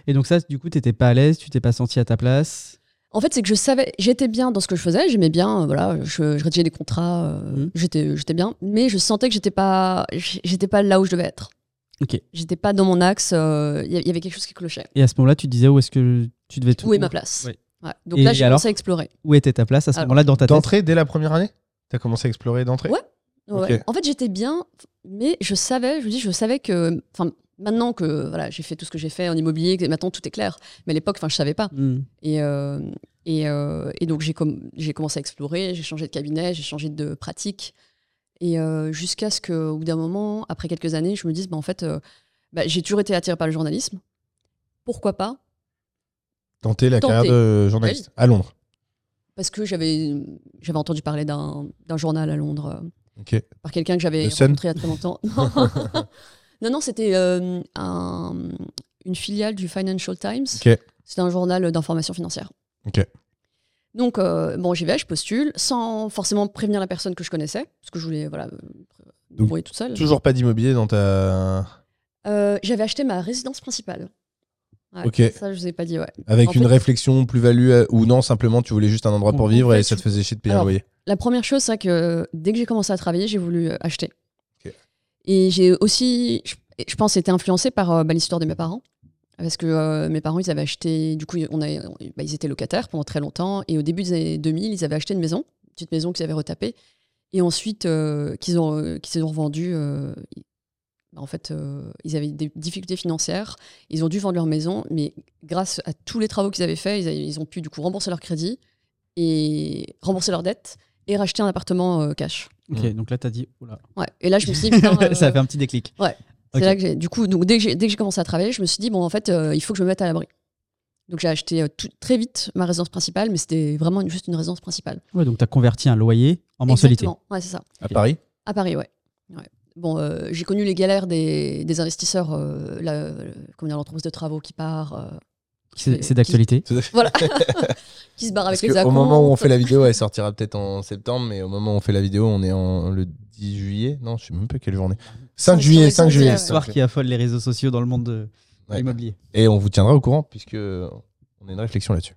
Speaker 1: Et donc ça, du coup, t'étais pas à l'aise, tu t'es pas senti à ta place.
Speaker 3: En fait, c'est que je savais, j'étais bien dans ce que je faisais, j'aimais bien, euh, voilà, je, je rédigeais des contrats, euh,
Speaker 1: Mhm.
Speaker 3: j'étais, j'étais bien, mais je sentais que j'étais pas, j'étais pas là où je devais être.
Speaker 1: Ok.
Speaker 3: J'étais pas dans mon axe, euh, il y a- il y avait quelque chose qui clochait.
Speaker 1: Et à ce moment-là, tu te disais où est-ce que tu devais te
Speaker 3: Où est ma Ah. place
Speaker 1: Ouais.
Speaker 3: Ouais. Donc
Speaker 1: Et
Speaker 3: là, j'ai
Speaker 1: alors
Speaker 3: commencé à explorer.
Speaker 1: Où était ta place à ce
Speaker 3: Alors,
Speaker 1: moment-là dans ta tête
Speaker 2: D'entrée, dès la première année T'as commencé à explorer d'entrée
Speaker 3: Ouais. Ouais.
Speaker 2: Ok.
Speaker 3: En fait, j'étais bien, mais je savais, je vous dis, je savais que, enfin, maintenant que voilà, j'ai fait tout ce que j'ai fait en immobilier, que maintenant tout est clair, mais à l'époque, enfin, je savais pas.
Speaker 1: Hmm.
Speaker 3: Et, euh, et, euh, et donc j'ai com- j'ai commencé à explorer, j'ai changé de cabinet, j'ai changé de pratique. Et euh, jusqu'à ce qu'au bout d'un moment, après quelques années, je me dise, bah, en fait, euh, bah, j'ai toujours été attirée par le journalisme. Pourquoi pas
Speaker 2: Tenter la
Speaker 3: Tenter.
Speaker 2: carrière de euh, journaliste à Londres.
Speaker 3: Parce que j'avais j'avais entendu parler d'un d'un journal à Londres euh,
Speaker 2: Ok.
Speaker 3: par quelqu'un que j'avais
Speaker 2: Le Sun
Speaker 3: rencontré il y a très longtemps. Non, non, non, c'était euh, un- une filiale du Financial Times.
Speaker 2: Ok.
Speaker 3: C'était un journal d'information financière.
Speaker 2: Ok.
Speaker 3: Donc, euh, bon, j'y vais, je postule, sans forcément prévenir la personne que je connaissais, parce que je voulais, voilà, euh, me débrouiller toute seule.
Speaker 2: Toujours pas d'immobilier dans ta.
Speaker 3: Euh, J'avais acheté ma résidence principale. Ouais,
Speaker 2: Ok.
Speaker 3: Ça, je vous ai pas dit, ouais.
Speaker 2: Avec
Speaker 3: En
Speaker 2: une
Speaker 3: fait-
Speaker 2: réflexion plus-value euh, ou non, simplement tu voulais juste un endroit
Speaker 1: En
Speaker 2: pour vivre et
Speaker 3: fait,
Speaker 2: ça te faisait chier de payer un
Speaker 3: Alors,
Speaker 2: loyer.
Speaker 3: La première chose, c'est que dès que j'ai commencé à travailler, j'ai voulu euh, acheter.
Speaker 2: Ok.
Speaker 3: Et j'ai aussi, je, je pense, été influencée par euh, bah, l'histoire de mes parents. Parce que euh, mes parents, ils avaient acheté, du coup, on a- on- bah, ils étaient locataires pendant très longtemps. Et au début des années 2000, ils avaient acheté une maison, une petite maison qu'ils avaient retapée. Et ensuite, euh, qu'ils ont, euh, qu'ils ont revendue. euh, ils- bah, en fait, euh, ils avaient des difficultés financières. Ils ont dû vendre leur maison, mais grâce à tous les travaux qu'ils avaient faits, ils, avaient- ils ont pu du coup rembourser leur crédit et rembourser leurs dettes et racheter un appartement euh, cash.
Speaker 1: Ok,
Speaker 2: Mm.
Speaker 1: donc là, t'as dit. oula.
Speaker 3: Ouais. Et là, je me suis dit, putain, euh,
Speaker 1: Ça a fait un petit déclic.
Speaker 3: c'est
Speaker 1: ok.
Speaker 3: là que j'ai- du coup, donc, dès que j'ai dès que j'ai commencé à travailler, je me suis dit, bon, en fait, euh, il faut que je me mette à l'abri. Donc, j'ai acheté euh, tout- très vite ma résidence principale, mais c'était vraiment une- juste une résidence principale.
Speaker 1: Ouais, donc t'as converti un loyer en mensualité.
Speaker 3: Exactement. Ouais, c'est ça.
Speaker 2: À Paris
Speaker 3: À Paris, ouais. Ouais. Bon, euh, j'ai connu les galères des, des investisseurs, euh, la- euh, comment dire, l'entreprise de travaux qui part, euh,
Speaker 1: C'est
Speaker 3: Qui-
Speaker 1: c'est d'actualité.
Speaker 3: qui se barre
Speaker 2: Parce
Speaker 3: avec les
Speaker 2: que
Speaker 3: acomptes.
Speaker 2: au moment où on fait la vidéo, elle sortira peut-être en septembre, mais au moment où on fait la vidéo, on est en le 10 juillet. Non, je sais même pas quelle journée. 5
Speaker 3: Cinq
Speaker 2: juillet,
Speaker 3: juillet,
Speaker 2: 5
Speaker 3: cinq
Speaker 2: juillet.
Speaker 3: juillet,
Speaker 2: s'il te
Speaker 1: Histoire
Speaker 2: plaît.
Speaker 1: qui affole les réseaux sociaux dans le monde de
Speaker 2: Ouais.
Speaker 1: l'immobilier.
Speaker 2: Et on vous tiendra au courant puisque euh, on a une réflexion là-dessus.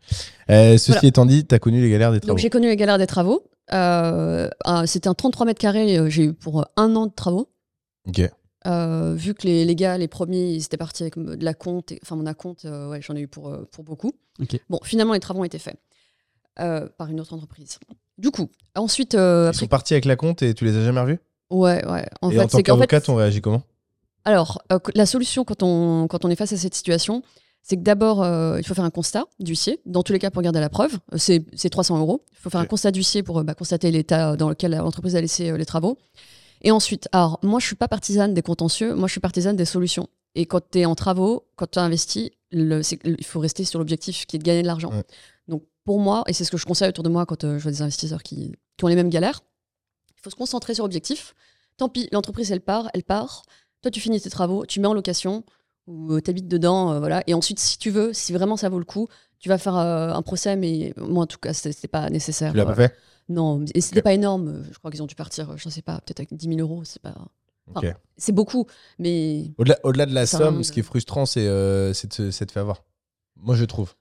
Speaker 2: Euh, ceci
Speaker 3: Voilà.
Speaker 2: étant dit, tu as connu les galères des travaux.
Speaker 3: Donc j'ai connu les galères des travaux. Euh, ah, C'était un 33 mètres carrés, euh, j'ai eu pour euh, un an de travaux.
Speaker 2: Ok.
Speaker 3: Euh, vu que les, les gars, les premiers, ils étaient partis avec de la compte, enfin mon acompte, euh, ouais, j'en ai eu pour, euh, pour beaucoup.
Speaker 1: Ok.
Speaker 3: Bon, finalement, les travaux ont été faits euh, par une autre entreprise. Du coup, ensuite, euh,
Speaker 2: Ils sont
Speaker 3: après,
Speaker 2: partis avec la compte et tu les as jamais revus
Speaker 3: ouais, ouais. En
Speaker 2: Et
Speaker 3: fait,
Speaker 2: en tant
Speaker 3: c'est qu'en fait,
Speaker 2: qu'avocate, on réagit comment
Speaker 3: alors, euh, que- la solution quand on, quand on est face à cette situation, c'est que d'abord, euh, il faut faire un constat d'huissier, dans tous les cas pour garder la preuve. Euh, C'est c'est 300 euros. Il faut faire
Speaker 2: Ok.
Speaker 3: un constat d'huissier pour euh, bah, constater l'état dans lequel l'entreprise a laissé euh, les travaux. Et ensuite, alors, moi, je suis pas partisane des contentieux, moi, je suis partisane des solutions. Et quand tu es en travaux, quand tu as investi, le- c'est- le- il faut rester sur l'objectif qui est de gagner de l'argent.
Speaker 2: Ouais.
Speaker 3: Donc, pour moi, et c'est ce que je conseille autour de moi quand euh, je vois des investisseurs qui, qui ont les mêmes galères, il faut se concentrer sur l'objectif. Tant pis, l'entreprise, elle part, elle part. Toi, tu finis tes travaux, tu mets en location ou tu habites dedans, euh, voilà. Et ensuite, si tu veux, si vraiment ça vaut le coup, tu vas faire euh, un procès, mais moi, en tout cas, c'est- c'était pas nécessaire.
Speaker 2: Tu l'as pas
Speaker 3: Euh,
Speaker 2: fait
Speaker 3: Non, et c'était
Speaker 2: Ok.
Speaker 3: pas énorme. Je crois qu'ils ont dû partir, euh, je sais pas, peut-être avec 10 000 euros, c'est pas. enfin,
Speaker 2: Ok.
Speaker 3: C'est beaucoup, mais
Speaker 2: Au-delà au-delà de la
Speaker 3: ça
Speaker 2: somme,
Speaker 3: rend-
Speaker 2: ce qui est frustrant, c'est euh, c'est de, se- c'est de faire avoir. Moi, je trouve.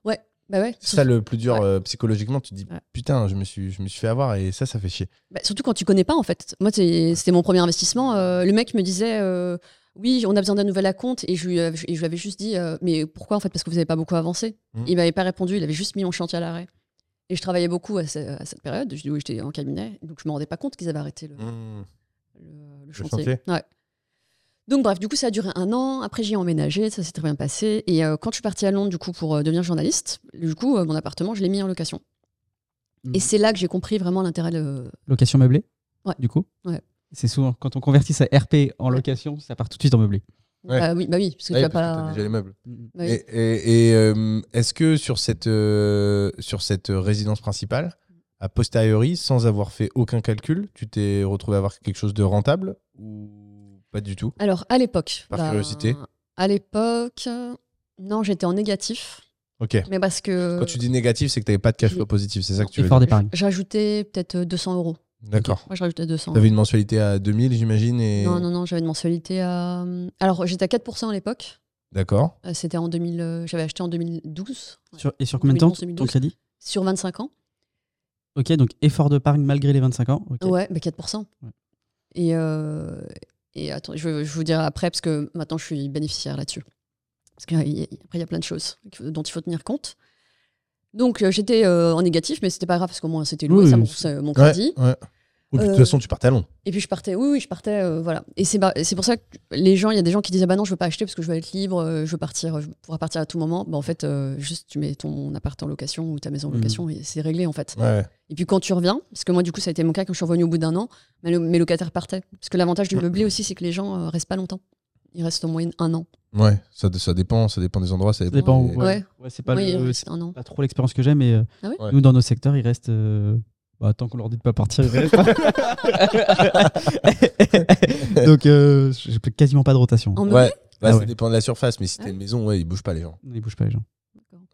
Speaker 3: bah ouais.
Speaker 2: C'est ça
Speaker 3: surtout,
Speaker 2: le plus dur
Speaker 3: Ouais.
Speaker 2: euh, psychologiquement. Tu te dis
Speaker 3: Ouais.
Speaker 2: putain, je me, suis, je me suis fait avoir et ça, ça fait chier.
Speaker 3: bah, surtout quand tu connais pas en fait. Moi, c'est- c'était mon premier investissement. euh, le mec me disait. euh, oui, on a besoin d'un nouvel acompte. Et je lui, av- et je lui avais juste dit, euh, mais pourquoi en fait Parce que vous n'avez pas beaucoup avancé.
Speaker 2: Mhm.
Speaker 3: Il m'avait pas répondu, il avait juste mis mon chantier à l'arrêt. Et je travaillais beaucoup à, ce- à cette période, je- où j'étais en cabinet, donc je me rendais pas compte qu'ils avaient arrêté le,
Speaker 2: Mmh.
Speaker 3: le, le chantier.
Speaker 2: chantier.
Speaker 3: Ouais. Donc bref, du coup ça a duré un an. Après j'ai emménagé, ça s'est très bien passé. Et euh, quand je suis partie à Londres du coup pour euh, devenir journaliste, du coup euh, mon appartement je l'ai mis en location.
Speaker 1: Mhm.
Speaker 3: Et c'est là que j'ai compris vraiment l'intérêt de.
Speaker 1: Location meublée
Speaker 3: Ouais.
Speaker 1: Du coup
Speaker 3: Ouais.
Speaker 1: C'est souvent, quand on convertit sa RP en
Speaker 3: Ouais.
Speaker 1: location, ça part tout de suite en meublé.
Speaker 2: Ouais.
Speaker 3: Bah oui, bah oui, parce que
Speaker 2: Ouais,
Speaker 3: tu vas
Speaker 2: parce que
Speaker 3: pas.
Speaker 2: t'as déjà les meubles.
Speaker 1: Mm,
Speaker 3: Bah oui.
Speaker 2: Et, et- et, euh, est-ce que sur cette, euh, sur cette résidence principale, a posteriori, sans avoir fait aucun calcul, tu t'es retrouvé à avoir quelque chose de rentable ou pas du tout
Speaker 3: Alors à l'époque. bah,
Speaker 2: Par curiosité.
Speaker 3: À l'époque, euh, non j'étais en négatif,
Speaker 2: Ok.
Speaker 3: mais parce que.
Speaker 2: Quand tu dis négatif, c'est que t'avais pas de cash flow positif, c'est ça que tu veux
Speaker 1: Effort
Speaker 2: dire
Speaker 1: d'épargne.
Speaker 3: J'ajoutais peut-être 200 euros.
Speaker 2: D'accord.
Speaker 3: Moi, je rajoutais 200.
Speaker 2: T'avais une mensualité à 2000, j'imagine, et
Speaker 3: Non, non, non, j'avais une mensualité à. hum, Alors, j'étais à 4% à l'époque.
Speaker 2: d'accord.
Speaker 3: Euh, C'était en 2000. euh, J'avais acheté en 2012. ouais,
Speaker 1: Sur- et sur combien de temps
Speaker 3: 2011,
Speaker 1: ton
Speaker 3: 2012.
Speaker 1: crédit
Speaker 3: Sur 25 ans.
Speaker 1: Ok, donc effort d'épargne malgré les 25 ans. ok.
Speaker 3: Ouais, bah 4%.
Speaker 1: Ouais.
Speaker 3: Et, euh, et attends, je, je vous dirai après, parce que maintenant, je suis bénéficiaire là-dessus. Parce qu'après, il y a plein de choses qu'il faut- dont il faut tenir compte. Donc, euh, j'étais euh, en négatif, mais c'était pas grave, parce qu'au moins, c'était loué,
Speaker 1: Oui,
Speaker 3: ça, mon,
Speaker 1: c'est-
Speaker 3: ça, mon
Speaker 2: Ouais,
Speaker 3: crédit.
Speaker 2: ouais. Ou puis, de
Speaker 3: Euh,
Speaker 2: toute façon, tu pars talon.
Speaker 3: Et puis je partais, oui, oui, je partais, euh, voilà. Et c'est ba- c'est pour ça que les gens, il y a des gens qui disent, ah bah non, je veux pas acheter parce que je veux être libre, euh, je veux partir, je pourrais partir à tout moment. Bah en fait, euh, juste tu mets ton appart en location ou ta maison en
Speaker 1: Mhm.
Speaker 3: location et c'est réglé en fait.
Speaker 2: Ouais.
Speaker 3: Et puis quand tu reviens, parce que moi du coup ça a été mon cas quand je suis revenue au bout d'un an, mes, lo- mes locataires partaient. Parce que l'avantage du meublé aussi, c'est que les gens euh, restent pas longtemps. Ils restent en moyenne un an.
Speaker 2: Ouais, ça, ça dépend, ça dépend des endroits, ça dépend.
Speaker 1: dépend
Speaker 2: des-
Speaker 1: où, Ouais.
Speaker 3: Ouais.
Speaker 1: Ouais, c'est pas,
Speaker 3: oui,
Speaker 2: euh,
Speaker 1: le-
Speaker 3: c'est un an.
Speaker 1: c'est pas trop l'expérience que j'ai, mais euh,
Speaker 3: Ah oui
Speaker 2: Ouais.
Speaker 1: nous, dans nos secteurs, ils restent. euh, bah, tant qu'on leur dit de pas partir, ils restent. Donc, euh, j'ai quasiment pas de rotation.
Speaker 3: En
Speaker 2: Ouais, bah,
Speaker 1: Ah
Speaker 2: ça
Speaker 1: ouais.
Speaker 2: dépend de la surface, mais si t'as
Speaker 3: Ouais.
Speaker 2: une maison, ouais, ils bougent pas les gens.
Speaker 1: Ils bougent pas, les gens.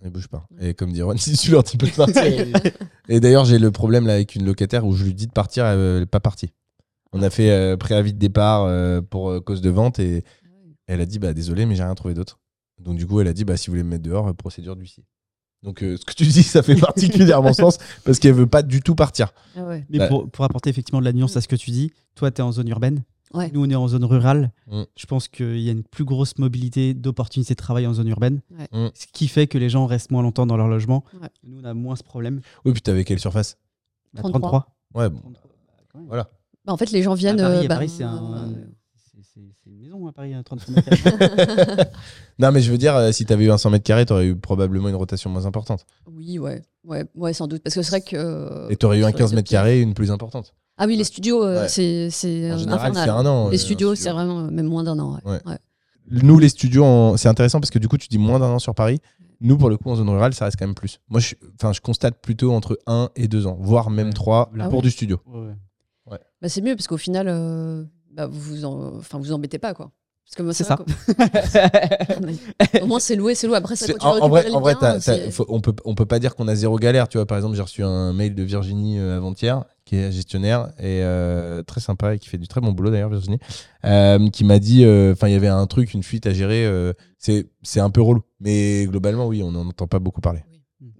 Speaker 2: Ils bougent pas. Et comme dit Juan, si tu leur dis pas de partir. et d'ailleurs, j'ai le problème là avec une locataire où je lui dis de partir, elle n'est pas partie. On a fait euh, préavis de départ euh, pour euh, cause de vente et elle a dit bah désolé, mais j'ai rien trouvé d'autre. Donc du coup, elle a dit bah si vous voulez me mettre dehors, euh, procédure d'huissier. Donc euh, ce que tu dis, ça fait particulièrement sens parce qu'elle veut pas du tout partir.
Speaker 3: Ah ouais.
Speaker 1: Mais
Speaker 2: Bah.
Speaker 1: pour, pour apporter effectivement de la nuance à ce que tu dis, toi, tu es en zone urbaine.
Speaker 3: Ouais.
Speaker 1: Nous, on est en zone rurale.
Speaker 2: Mm.
Speaker 1: Je pense qu'il y a une plus grosse mobilité d'opportunités de travail en zone urbaine.
Speaker 3: Ouais.
Speaker 2: Mm.
Speaker 1: Ce qui fait que les gens restent moins longtemps dans leur logement.
Speaker 3: Ouais.
Speaker 1: Nous, on a moins ce problème.
Speaker 2: Oui, puis t'avais quelle surface
Speaker 1: Bah,
Speaker 3: 33.
Speaker 1: 33.
Speaker 2: Ouais, bon,
Speaker 1: 33.
Speaker 2: voilà.
Speaker 3: Bah, en fait, les gens
Speaker 1: À
Speaker 3: viennent.
Speaker 1: Paris,
Speaker 3: euh,
Speaker 1: à
Speaker 3: bah,
Speaker 1: Paris, c'est un-
Speaker 3: euh,
Speaker 1: c'est- c'est- c'est une maison hein, à Paris, à 35 mètres carrés.
Speaker 2: Non, mais je veux dire, euh, si t'avais eu un 100 mètres carrés, t'aurais eu probablement une rotation moins importante.
Speaker 3: Oui, ouais. ouais. Ouais, sans doute. Parce que c'est vrai que. euh,
Speaker 2: Et t'aurais eu un
Speaker 3: sur les
Speaker 2: 15
Speaker 3: deux
Speaker 2: mètres
Speaker 3: pieds.
Speaker 2: carrés, une plus importante.
Speaker 3: Ah oui, les studios, euh,
Speaker 2: Ouais.
Speaker 3: c'est c'est,
Speaker 2: En
Speaker 3: euh,
Speaker 2: général, c'est
Speaker 3: infernal.
Speaker 2: un an. euh,
Speaker 3: Les studios,
Speaker 2: un
Speaker 3: c'est vraiment euh, même moins d'un an. ouais.
Speaker 2: Ouais.
Speaker 3: Ouais.
Speaker 2: Nous, les studios, en- c'est intéressant parce que du coup, tu dis moins d'un an sur Paris. Nous, pour le coup, en zone rurale, ça reste quand même plus. Moi, je, enfin, je constate plutôt entre 1 et 2 ans, voire même
Speaker 1: Ouais.
Speaker 2: 3
Speaker 1: Ah
Speaker 2: pour
Speaker 1: ouais.
Speaker 2: du studio.
Speaker 1: Ouais, ouais.
Speaker 3: Bah, c'est mieux parce qu'au final, euh, bah, vous vous en- enfin, vous vous embêtez pas quoi. Parce que moi,
Speaker 1: C'est
Speaker 3: ça.
Speaker 1: ça.
Speaker 3: va, quoi. Au moins, c'est loué, c'est loué. Après, ça
Speaker 2: C'est-
Speaker 3: quand tu
Speaker 2: en,
Speaker 3: vas
Speaker 2: en vrai,
Speaker 3: récupérer
Speaker 2: en
Speaker 3: le
Speaker 2: vrai,
Speaker 3: bien,
Speaker 2: t'as- t'as-
Speaker 3: c'est-
Speaker 2: faut- on peut, on peut pas dire qu'on a zéro galère. Tu vois, par exemple, j'ai reçu un mail de Virginie euh, avant-hier, qui est gestionnaire et euh, très sympa et qui fait du très bon boulot d'ailleurs, Virginie, euh, qui m'a dit, enfin, il y avait un truc, une fuite à gérer. euh, c'est, c'est un peu relou, mais globalement, oui, on n'en entend pas beaucoup parler.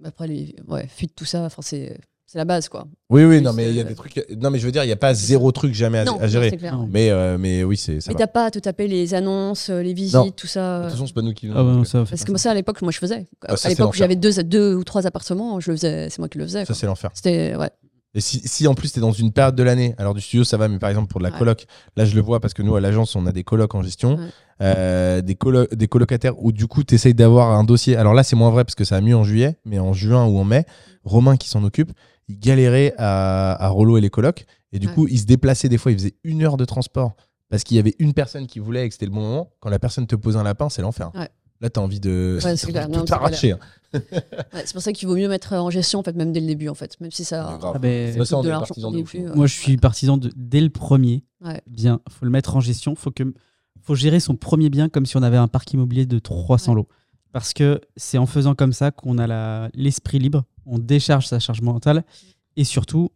Speaker 3: Après, les... ouais, fuite tout ça. Enfin, c'est c'est la base quoi.
Speaker 2: Oui, oui, non,
Speaker 3: Juste,
Speaker 2: mais il y a
Speaker 3: euh,
Speaker 2: des trucs. Non, mais je veux dire, il y a pas zéro truc jamais à,
Speaker 3: non,
Speaker 2: à gérer.
Speaker 3: non, c'est clair.
Speaker 1: Non.
Speaker 2: Mais, euh, mais oui, c'est ça.
Speaker 3: Mais
Speaker 2: va.
Speaker 3: t'as pas à te taper les annonces, euh, les visites,
Speaker 2: Non.
Speaker 3: tout ça.
Speaker 2: De
Speaker 3: euh,
Speaker 2: toute façon, c'est pas nous qui
Speaker 1: Ah bah non, ça, on fait
Speaker 3: Parce
Speaker 1: pas
Speaker 3: que moi,
Speaker 1: ça.
Speaker 3: ça à l'époque, moi je faisais.
Speaker 2: Ah, ça,
Speaker 3: à
Speaker 2: c'est
Speaker 3: l'époque,
Speaker 2: l'enfer.
Speaker 3: j'avais deux, deux ou trois appartements, je le faisais, c'est moi qui le faisais.
Speaker 2: Ça,
Speaker 3: quoi.
Speaker 2: c'est l'enfer.
Speaker 3: C'était ouais.
Speaker 2: Et si, si en plus t'es dans une période de l'année, alors du studio ça va, mais par exemple pour de la
Speaker 3: Ouais.
Speaker 2: coloc, là je le vois parce que nous à l'agence on a des colocs en gestion,
Speaker 3: Ouais.
Speaker 2: euh, des, colo- des colocataires où du coup t'essayes d'avoir un dossier. Alors là c'est moins vrai parce que ça a mieux en juillet, mais en juin ou en mai, Romain qui s'en occupe, il galérait à, à relouer les colocs et du
Speaker 3: Ouais.
Speaker 2: coup il se déplaçait des fois, il faisait une heure de transport parce qu'il y avait une personne qui voulait et que c'était le bon moment. Quand la personne te pose un lapin, c'est l'enfer.
Speaker 3: Ouais.
Speaker 2: Là t'as envie de,
Speaker 3: Ouais,
Speaker 2: t'as
Speaker 3: c'est clair.
Speaker 2: envie de
Speaker 3: Non,
Speaker 2: tout
Speaker 3: c'est
Speaker 2: arracher. hein.
Speaker 3: Ouais, c'est pour ça qu'il vaut mieux mettre en gestion en fait, même dès le début en fait, même si
Speaker 2: Mais
Speaker 3: ça.
Speaker 2: grave.
Speaker 1: Ah ben,
Speaker 2: Ça, ça, on
Speaker 3: de
Speaker 2: est
Speaker 3: l'argent
Speaker 2: partisans
Speaker 3: au
Speaker 2: de
Speaker 3: début, euh.
Speaker 2: ouf. hein.
Speaker 3: ouais.
Speaker 1: Moi, je suis partisan de dès le premier.
Speaker 3: Ouais.
Speaker 1: Bien, faut le mettre en gestion. Faut que, faut gérer son premier bien comme si on avait un parc immobilier de 300
Speaker 3: Ouais.
Speaker 1: lots. Parce que c'est en faisant comme ça qu'on a la- l'esprit libre, on décharge sa charge mentale et surtout,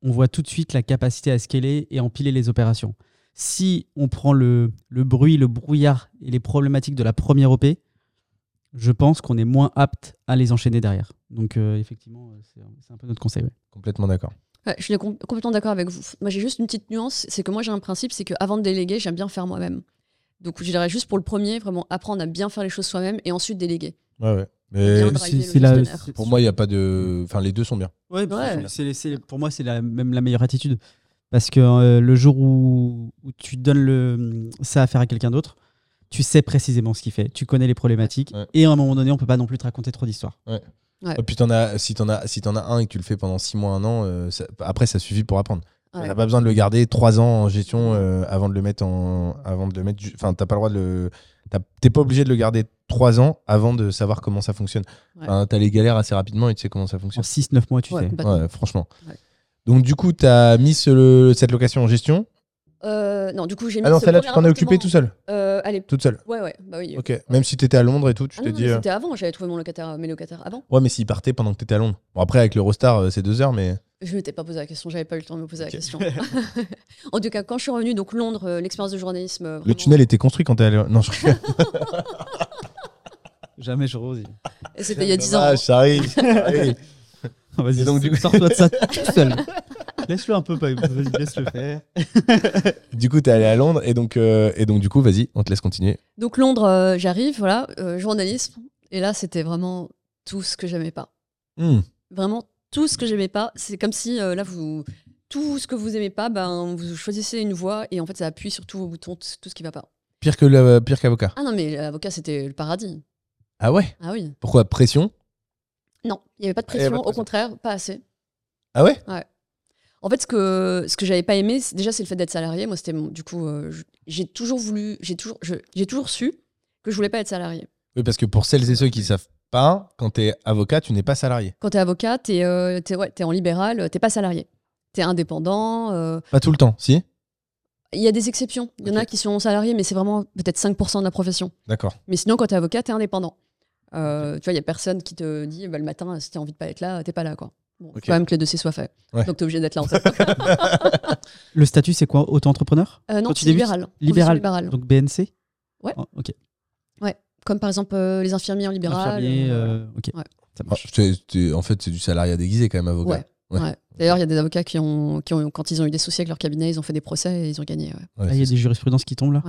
Speaker 1: on voit tout de suite la capacité à scaler et empiler les opérations. Si on prend le, le bruit, le brouillard et les problématiques de la première OP, je pense qu'on est moins apte à les enchaîner derrière. Donc, euh, effectivement, euh, c'est c'est un peu notre conseil. ouais.
Speaker 2: Complètement d'accord.
Speaker 3: Ouais, je suis com- complètement d'accord avec vous. Moi, j'ai juste une petite nuance, c'est que moi, j'ai un principe, c'est qu'avant de déléguer, j'aime bien faire moi-même. Donc, je dirais juste pour le premier, vraiment apprendre à bien faire les choses soi-même et ensuite déléguer.
Speaker 2: Ouais, ouais.
Speaker 3: Bien
Speaker 2: Mais
Speaker 3: driver
Speaker 1: Euh, C'est-
Speaker 3: le
Speaker 1: c'est la-
Speaker 3: gestionnaire.
Speaker 1: c'est-
Speaker 2: pour moi il y a pas de, enfin les deux sont bien.
Speaker 1: Ouais, puis
Speaker 3: Ouais.
Speaker 1: c'est- c'est- pour moi, c'est la, même la meilleure attitude. Parce que euh, le jour où, où tu donnes le, ça à faire à quelqu'un d'autre, tu sais précisément ce qu'il fait, tu connais les problématiques,
Speaker 2: Ouais.
Speaker 1: et à un moment donné, on peut pas non plus te raconter trop d'histoires.
Speaker 2: Et puis t'en as, si t'en as, si t'en as un et que tu le fais pendant 6 mois, 1 an, euh, ça- après ça suffit pour apprendre.
Speaker 3: Ouais.
Speaker 2: T'as pas besoin de le garder 3 ans en gestion euh, avant de le mettre en, avant de le mettre, ju- enfin t'as pas le droit de le, t'as- t'es pas obligé de le garder 3 ans avant de savoir comment ça fonctionne.
Speaker 3: Ouais.
Speaker 2: Enfin, t'as les galères assez rapidement et tu sais comment ça
Speaker 1: En
Speaker 2: fonctionne.
Speaker 1: 6-9 mois, tu
Speaker 3: Ouais,
Speaker 1: sais.
Speaker 3: complètement.
Speaker 2: Ouais, franchement.
Speaker 3: Ouais.
Speaker 2: Donc du coup t'as mis ce- le- cette location en gestion.
Speaker 3: Euh, non, du coup, j'ai mis.
Speaker 2: Ah non,
Speaker 3: ce
Speaker 2: celle-là tu
Speaker 3: premier
Speaker 2: t'en es occupé tout seul,
Speaker 3: appartement- Euh, allez,
Speaker 2: toute seule.
Speaker 3: ouais, ouais, bah oui.
Speaker 2: Ok. Même si t'étais à Londres et tout, tu
Speaker 3: Ah
Speaker 2: t'es
Speaker 3: non, non,
Speaker 2: dit.
Speaker 3: mais
Speaker 2: euh,
Speaker 3: c'était avant, j'avais trouvé mon locataire, euh, mes locataires avant.
Speaker 2: Ouais, mais s'il partait pendant que t'étais à Londres. Bon après avec l'Eurostar euh, c'est 2 heures, mais.
Speaker 3: Je m'étais pas posé la question, j'avais pas eu le temps de me poser
Speaker 2: Ok.
Speaker 3: la question. en tout cas, quand je suis revenue, donc Londres, euh, l'expérience de journalisme. euh,
Speaker 2: Le
Speaker 3: vraiment-
Speaker 2: tunnel était construit quand t'es allé. Non, je rigole.
Speaker 1: Jamais je rose.
Speaker 3: Et C'était il y a 10 ans.
Speaker 2: Ah, Dommage, ça arrive, ça arrive.
Speaker 1: Vas-y,
Speaker 2: Et donc,
Speaker 1: donc,
Speaker 2: du coup-
Speaker 1: sors-toi de ça tout seul. Laisse-le un peu, pas- vas-y, laisse-le faire.
Speaker 2: Du coup, t'es allé à Londres et donc, euh, et donc du coup, vas-y, on te laisse continuer.
Speaker 3: Donc Londres, euh, j'arrive, voilà, euh, journalisme. Et là, c'était vraiment tout ce que j'aimais pas.
Speaker 2: Hmm.
Speaker 3: Vraiment tout ce que j'aimais pas. C'est comme si euh, là, vous, tout ce que vous aimez pas, ben vous choisissez une voie et en fait, ça appuie sur tous vos boutons, t- tout ce qui va pas.
Speaker 2: Pire que le, euh, pire qu'avocat.
Speaker 3: Ah non, mais l'avocat, c'était le paradis.
Speaker 2: Ah ouais
Speaker 3: Ah oui.
Speaker 2: Pourquoi Pression
Speaker 3: Non, il y avait pas de
Speaker 2: Ah, il y avait
Speaker 3: pression.
Speaker 2: pas de
Speaker 3: au
Speaker 2: pression.
Speaker 3: contraire, pas assez.
Speaker 2: Ah ouais
Speaker 3: En fait, ce que ce que j'avais pas aimé, c'est- déjà, c'est le fait d'être salarié. Moi, c'était mon- du coup, euh, je- j'ai toujours voulu, j'ai toujours, je- j'ai toujours su que je voulais pas être salarié.
Speaker 2: Oui, parce que pour celles et ceux qui savent pas, quand tu es avocat, tu n'es pas salarié.
Speaker 3: Quand t'es avocat, t'es euh, t'es- ouais, t'es en libéral, euh, t'es pas salarié. T'es indépendant. euh,
Speaker 2: Pas tout le temps, si
Speaker 3: Il y a des exceptions. Il y en
Speaker 2: Ok.
Speaker 3: a qui sont salariés, mais c'est vraiment peut-être 5% de la profession.
Speaker 2: D'accord.
Speaker 3: Mais sinon, quand t'es avocat, t'es indépendant. Euh, tu vois, il y a personne qui te dit bah, le matin, si t'as envie de pas être là, t'es pas là, quoi. Bon,
Speaker 2: Ok.
Speaker 3: faut quand même que les dossiers soient faits.
Speaker 2: Ouais.
Speaker 3: Donc t'es obligé d'être là en fait.
Speaker 1: Le statut, c'est quoi Auto-entrepreneur
Speaker 3: Euh, non,
Speaker 1: Quand tu
Speaker 3: c'est
Speaker 1: débutes,
Speaker 3: libéral.
Speaker 1: libéral.
Speaker 3: Profession libérale.
Speaker 1: Donc BNC
Speaker 3: Ouais.
Speaker 1: Oh, ok.
Speaker 3: Comme par exemple euh, les infirmiers en libéral.
Speaker 1: Infirmier,
Speaker 3: euh,
Speaker 1: euh, ok.
Speaker 3: Ouais.
Speaker 1: Ça marche.
Speaker 2: en fait, c'est du salariat déguisé quand même, avocat.
Speaker 3: Ouais. euh, ouais. D'ailleurs, il y a des avocats qui ont, qui ont, quand ils ont eu des soucis avec leur cabinet, ils ont fait des procès et ils ont gagné. ouais.
Speaker 2: Ouais,
Speaker 1: Ah, il y a
Speaker 2: c'est-
Speaker 1: des jurisprudences qui tombent là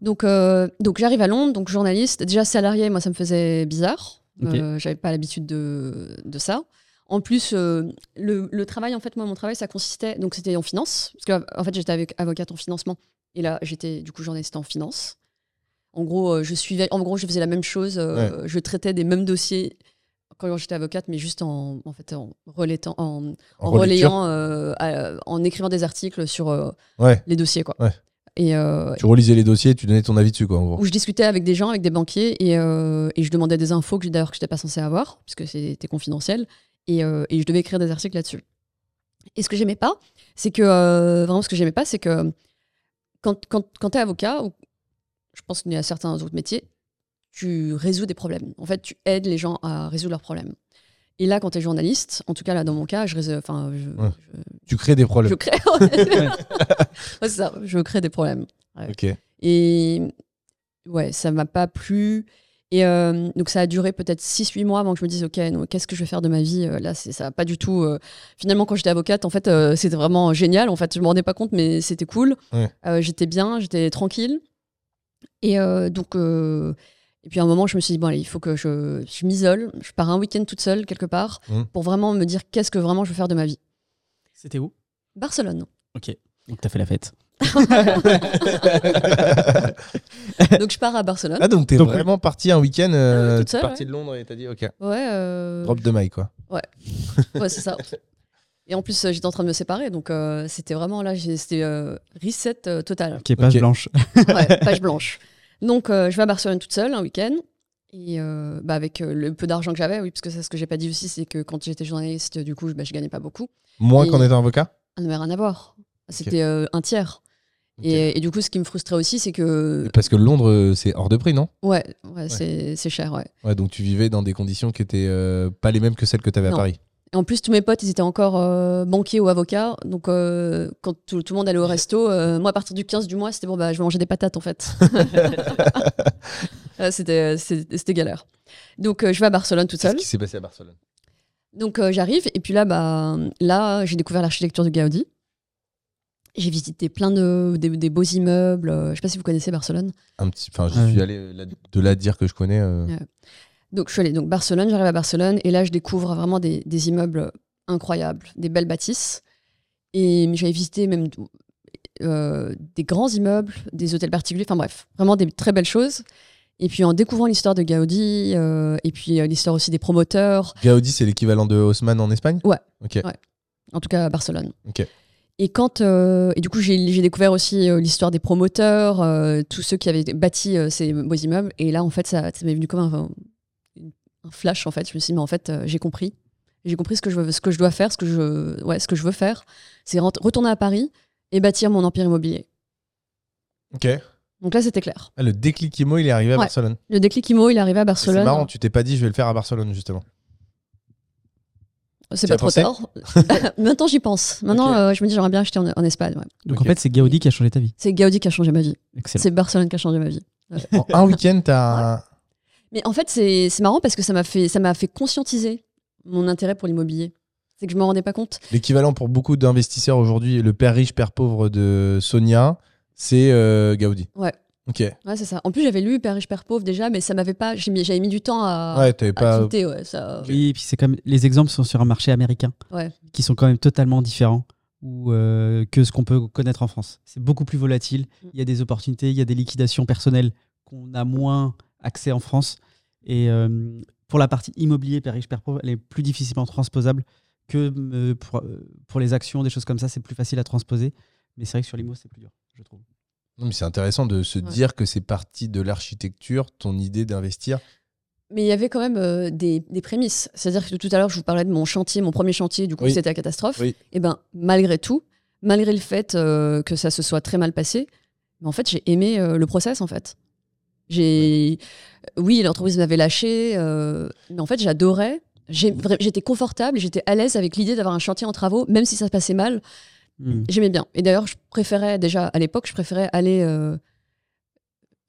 Speaker 3: Donc, euh, donc j'arrive à Londres, donc journaliste, déjà salarié, moi ça me faisait bizarre.
Speaker 1: Ok.
Speaker 3: Euh, J'avais pas l'habitude de, de ça. En plus, euh, le, le travail, en fait, moi, mon travail, ça consistait, donc c'était en finance, parce que en fait, j'étais avec avocate en financement, et là, j'étais du coup journaliste en finance. En gros, euh, je suivais, en gros, je faisais la même chose, euh, je traitais des mêmes dossiers quand j'étais avocate, mais juste en, en fait, en relayant, en, en
Speaker 2: relecture.
Speaker 3: relayant, euh, à- en écrivant des articles sur euh,
Speaker 2: Ouais.
Speaker 3: les dossiers, quoi.
Speaker 2: Ouais.
Speaker 3: Et, euh,
Speaker 2: Tu relisais les dossiers, tu donnais ton avis dessus, quoi, en gros.
Speaker 3: où je discutais avec des gens, avec des banquiers, et, euh, et je demandais des infos que j'ai- d'ailleurs que je n'étais pas censée avoir, puisque c'était confidentiel, et, euh, et je devais écrire des articles là-dessus. Et ce que j'aimais pas, c'est que, euh, vraiment ce que j'aimais pas, c'est que quand, quand, quand tu es avocat, ou je pense qu'il y a certains autres métiers, tu résous des problèmes. En fait, tu aides les gens à résoudre leurs problèmes. Et là, quand tu es journaliste, en tout cas là dans mon cas, je, résous- enfin, je-
Speaker 2: Ouais.
Speaker 3: je,
Speaker 2: Tu crées des
Speaker 3: je
Speaker 2: problèmes.
Speaker 3: crée. Ouais, c'est ça, je crée des problèmes.
Speaker 2: Ok.
Speaker 3: Et ouais, ça m'a pas plu. Et euh, donc ça a duré peut-être 6-8 mois avant que je me dise, ok, non, qu'est-ce que je vais faire de ma vie Euh, Là, c'est- ça va pas du tout. euh. Finalement, quand j'étais avocate, en fait, euh, c'était vraiment génial. En fait, je me rendais pas compte, mais c'était cool.
Speaker 2: Ouais.
Speaker 3: Euh, j'étais bien, j'étais tranquille. Et euh, donc, euh, et puis à un moment, je me suis dit, bon, allez, il faut que je, je m'isole. Je pars un week-end toute seule quelque part
Speaker 2: Mhm.
Speaker 3: pour vraiment me dire qu'est-ce que vraiment je veux faire de ma vie.
Speaker 1: C'était où
Speaker 3: Barcelone.
Speaker 1: Ok. Donc t'as fait la fête.
Speaker 3: donc je pars à Barcelone.
Speaker 2: Ah, donc t'es
Speaker 1: Donc-
Speaker 2: vraiment parti un week-end, euh,
Speaker 3: Ah, toute
Speaker 2: t'es
Speaker 3: seule,
Speaker 2: parti de Londres et t'as dit, ok,
Speaker 3: Ouais. euh,
Speaker 2: drop de maille, quoi.
Speaker 3: Ouais, c'est ça. Et en plus, euh, j'étais en train de me séparer, donc euh, c'était vraiment là, j'ai- c'était euh, reset euh, total.
Speaker 1: Ok, page
Speaker 2: Ok.
Speaker 1: blanche.
Speaker 3: Ouais, page blanche. Donc, euh, je vais à Barcelone toute seule un week-end. Et euh, bah, avec euh, le peu d'argent que j'avais, oui, parce que c'est ce que j'ai pas dit aussi, c'est que quand j'étais journaliste, du coup, je, bah, je gagnais pas beaucoup.
Speaker 2: Moins
Speaker 3: Et-
Speaker 2: qu'en étant avocat
Speaker 3: Ah, Non, mais rien à voir. C'était euh, un tiers.
Speaker 2: Ok.
Speaker 3: Et, et du coup, ce qui me frustrait aussi, c'est que.
Speaker 2: Parce que Londres, euh, c'est hors de prix, non
Speaker 3: Ouais, ouais, c'est c'est cher, ouais.
Speaker 2: Ouais, donc tu vivais dans des conditions qui étaient euh, pas les mêmes que celles que t'avais à
Speaker 3: Non.
Speaker 2: Paris.
Speaker 3: Et en plus, tous mes potes, ils étaient encore euh, banquiers ou avocats. Donc, euh, quand tout, tout le monde allait au resto, euh, moi, à partir du 15 du mois, c'était bon, bah, je vais manger des patates, en fait. Euh, c'était c'était c'était galère. Donc, euh, je vais à Barcelone toute
Speaker 2: Qu'est-ce
Speaker 3: seule.
Speaker 2: qui s'est passé à Barcelone
Speaker 3: Donc, euh, j'arrive. Et puis là, bah, là j'ai découvert l'architecture de Gaudi. J'ai visité plein de des, des beaux immeubles. Euh, Je sais pas si vous connaissez Barcelone.
Speaker 2: Un petit, enfin, je
Speaker 1: Ouais.
Speaker 2: suis allé euh, là- de là à dire que je connais. euh,
Speaker 3: Ouais. Donc je suis allée donc Barcelone, j'arrive à Barcelone et là je découvre vraiment des, des immeubles incroyables, des belles bâtisses. Et j'avais visité même euh, des grands immeubles, des hôtels particuliers, enfin bref, vraiment des très belles choses. Et puis en découvrant l'histoire de Gaudi euh, et puis euh, l'histoire aussi des promoteurs,
Speaker 2: Gaudi, c'est l'équivalent de Haussmann en Espagne
Speaker 3: Ouais.
Speaker 2: Ok.
Speaker 3: Ouais. en tout cas à Barcelone.
Speaker 2: Ok.
Speaker 3: Et quand euh, et du coup j'ai j'ai découvert aussi euh, l'histoire des promoteurs, euh, tous ceux qui avaient bâti euh, ces beaux immeubles. Et là en fait ça, ça m'est venu comme un, un flash en fait. Je me suis dit mais en fait euh, j'ai compris, j'ai compris ce que je veux, ce que je dois faire, ce que je ouais ce que je veux faire, c'est rent- retourner à Paris et bâtir mon empire immobilier.
Speaker 2: Ok.
Speaker 3: Donc là c'était clair.
Speaker 2: Ah, le déclic IMO, il est arrivé à
Speaker 3: Ouais.
Speaker 2: Barcelone.
Speaker 3: Le déclic IMO il est arrivé à
Speaker 2: Et C'est
Speaker 3: Barcelone.
Speaker 2: marrant, tu t'es pas dit je vais le faire à Barcelone, justement.
Speaker 3: C'est
Speaker 2: T'y as
Speaker 3: pas trop tard. Maintenant j'y pense. Maintenant
Speaker 2: Ok.
Speaker 3: euh, je me dis j'aimerais bien acheter en, en Espagne. ouais.
Speaker 1: Donc
Speaker 2: Ok.
Speaker 1: en fait, c'est Gaudi qui a changé ta vie.
Speaker 3: C'est Gaudi qui a changé ma vie.
Speaker 1: Excellent.
Speaker 3: C'est Barcelone qui a changé ma vie.
Speaker 2: En un week-end, t'as.
Speaker 3: Mais en fait, c'est c'est marrant parce que ça m'a fait, ça m'a fait conscientiser mon intérêt pour l'immobilier. C'est que je m'en rendais pas compte.
Speaker 2: L'équivalent pour beaucoup d'investisseurs aujourd'hui, le père riche, père pauvre de Sonia, c'est euh, Gaudi.
Speaker 3: Ouais.
Speaker 2: Ok.
Speaker 3: Ouais, c'est ça. En plus, j'avais lu Père riche, père pauvre déjà, mais ça m'avait pas. j'ai mis- J'avais mis du temps à,
Speaker 2: ouais, t'avais
Speaker 3: à
Speaker 2: pas.
Speaker 3: tilter, ouais, ça.
Speaker 1: Oui, et puis c'est comme les exemples sont sur un marché américain
Speaker 3: Ouais.
Speaker 1: qui sont quand même totalement différents ou euh, que ce qu'on peut connaître en France. C'est beaucoup plus volatile.
Speaker 3: Mm.
Speaker 1: Il y a des opportunités, il y a des liquidations personnelles qu'on a moins accès en France. Et euh, pour la partie immobilier, père riche, père pauvre, elle est plus difficilement transposable que euh, pour, euh, pour les actions, des choses comme ça. C'est plus facile à transposer. Mais c'est vrai que sur l'IMO, c'est plus dur, je trouve.
Speaker 2: Non, mais c'est intéressant de se
Speaker 3: Ouais.
Speaker 2: dire que c'est parti de l'architecture, ton idée d'investir.
Speaker 3: Mais il y avait quand même euh, des, des prémices. C'est-à-dire que tout à l'heure, je vous parlais de mon chantier, mon premier chantier, du coup,
Speaker 2: Oui.
Speaker 3: c'était la catastrophe.
Speaker 2: Oui.
Speaker 3: Et ben malgré tout, malgré le fait euh, que ça se soit très mal passé, mais en fait, j'ai aimé euh, le process, en fait. J'ai, Oui, l'entreprise m'avait lâché, euh, mais en fait, j'adorais. J'ai- vra- J'étais confortable, j'étais à l'aise avec l'idée d'avoir un chantier en travaux, même si ça se passait mal.
Speaker 1: Hmm.
Speaker 3: J'aimais bien. Et d'ailleurs, je préférais, déjà à l'époque, je préférais aller euh,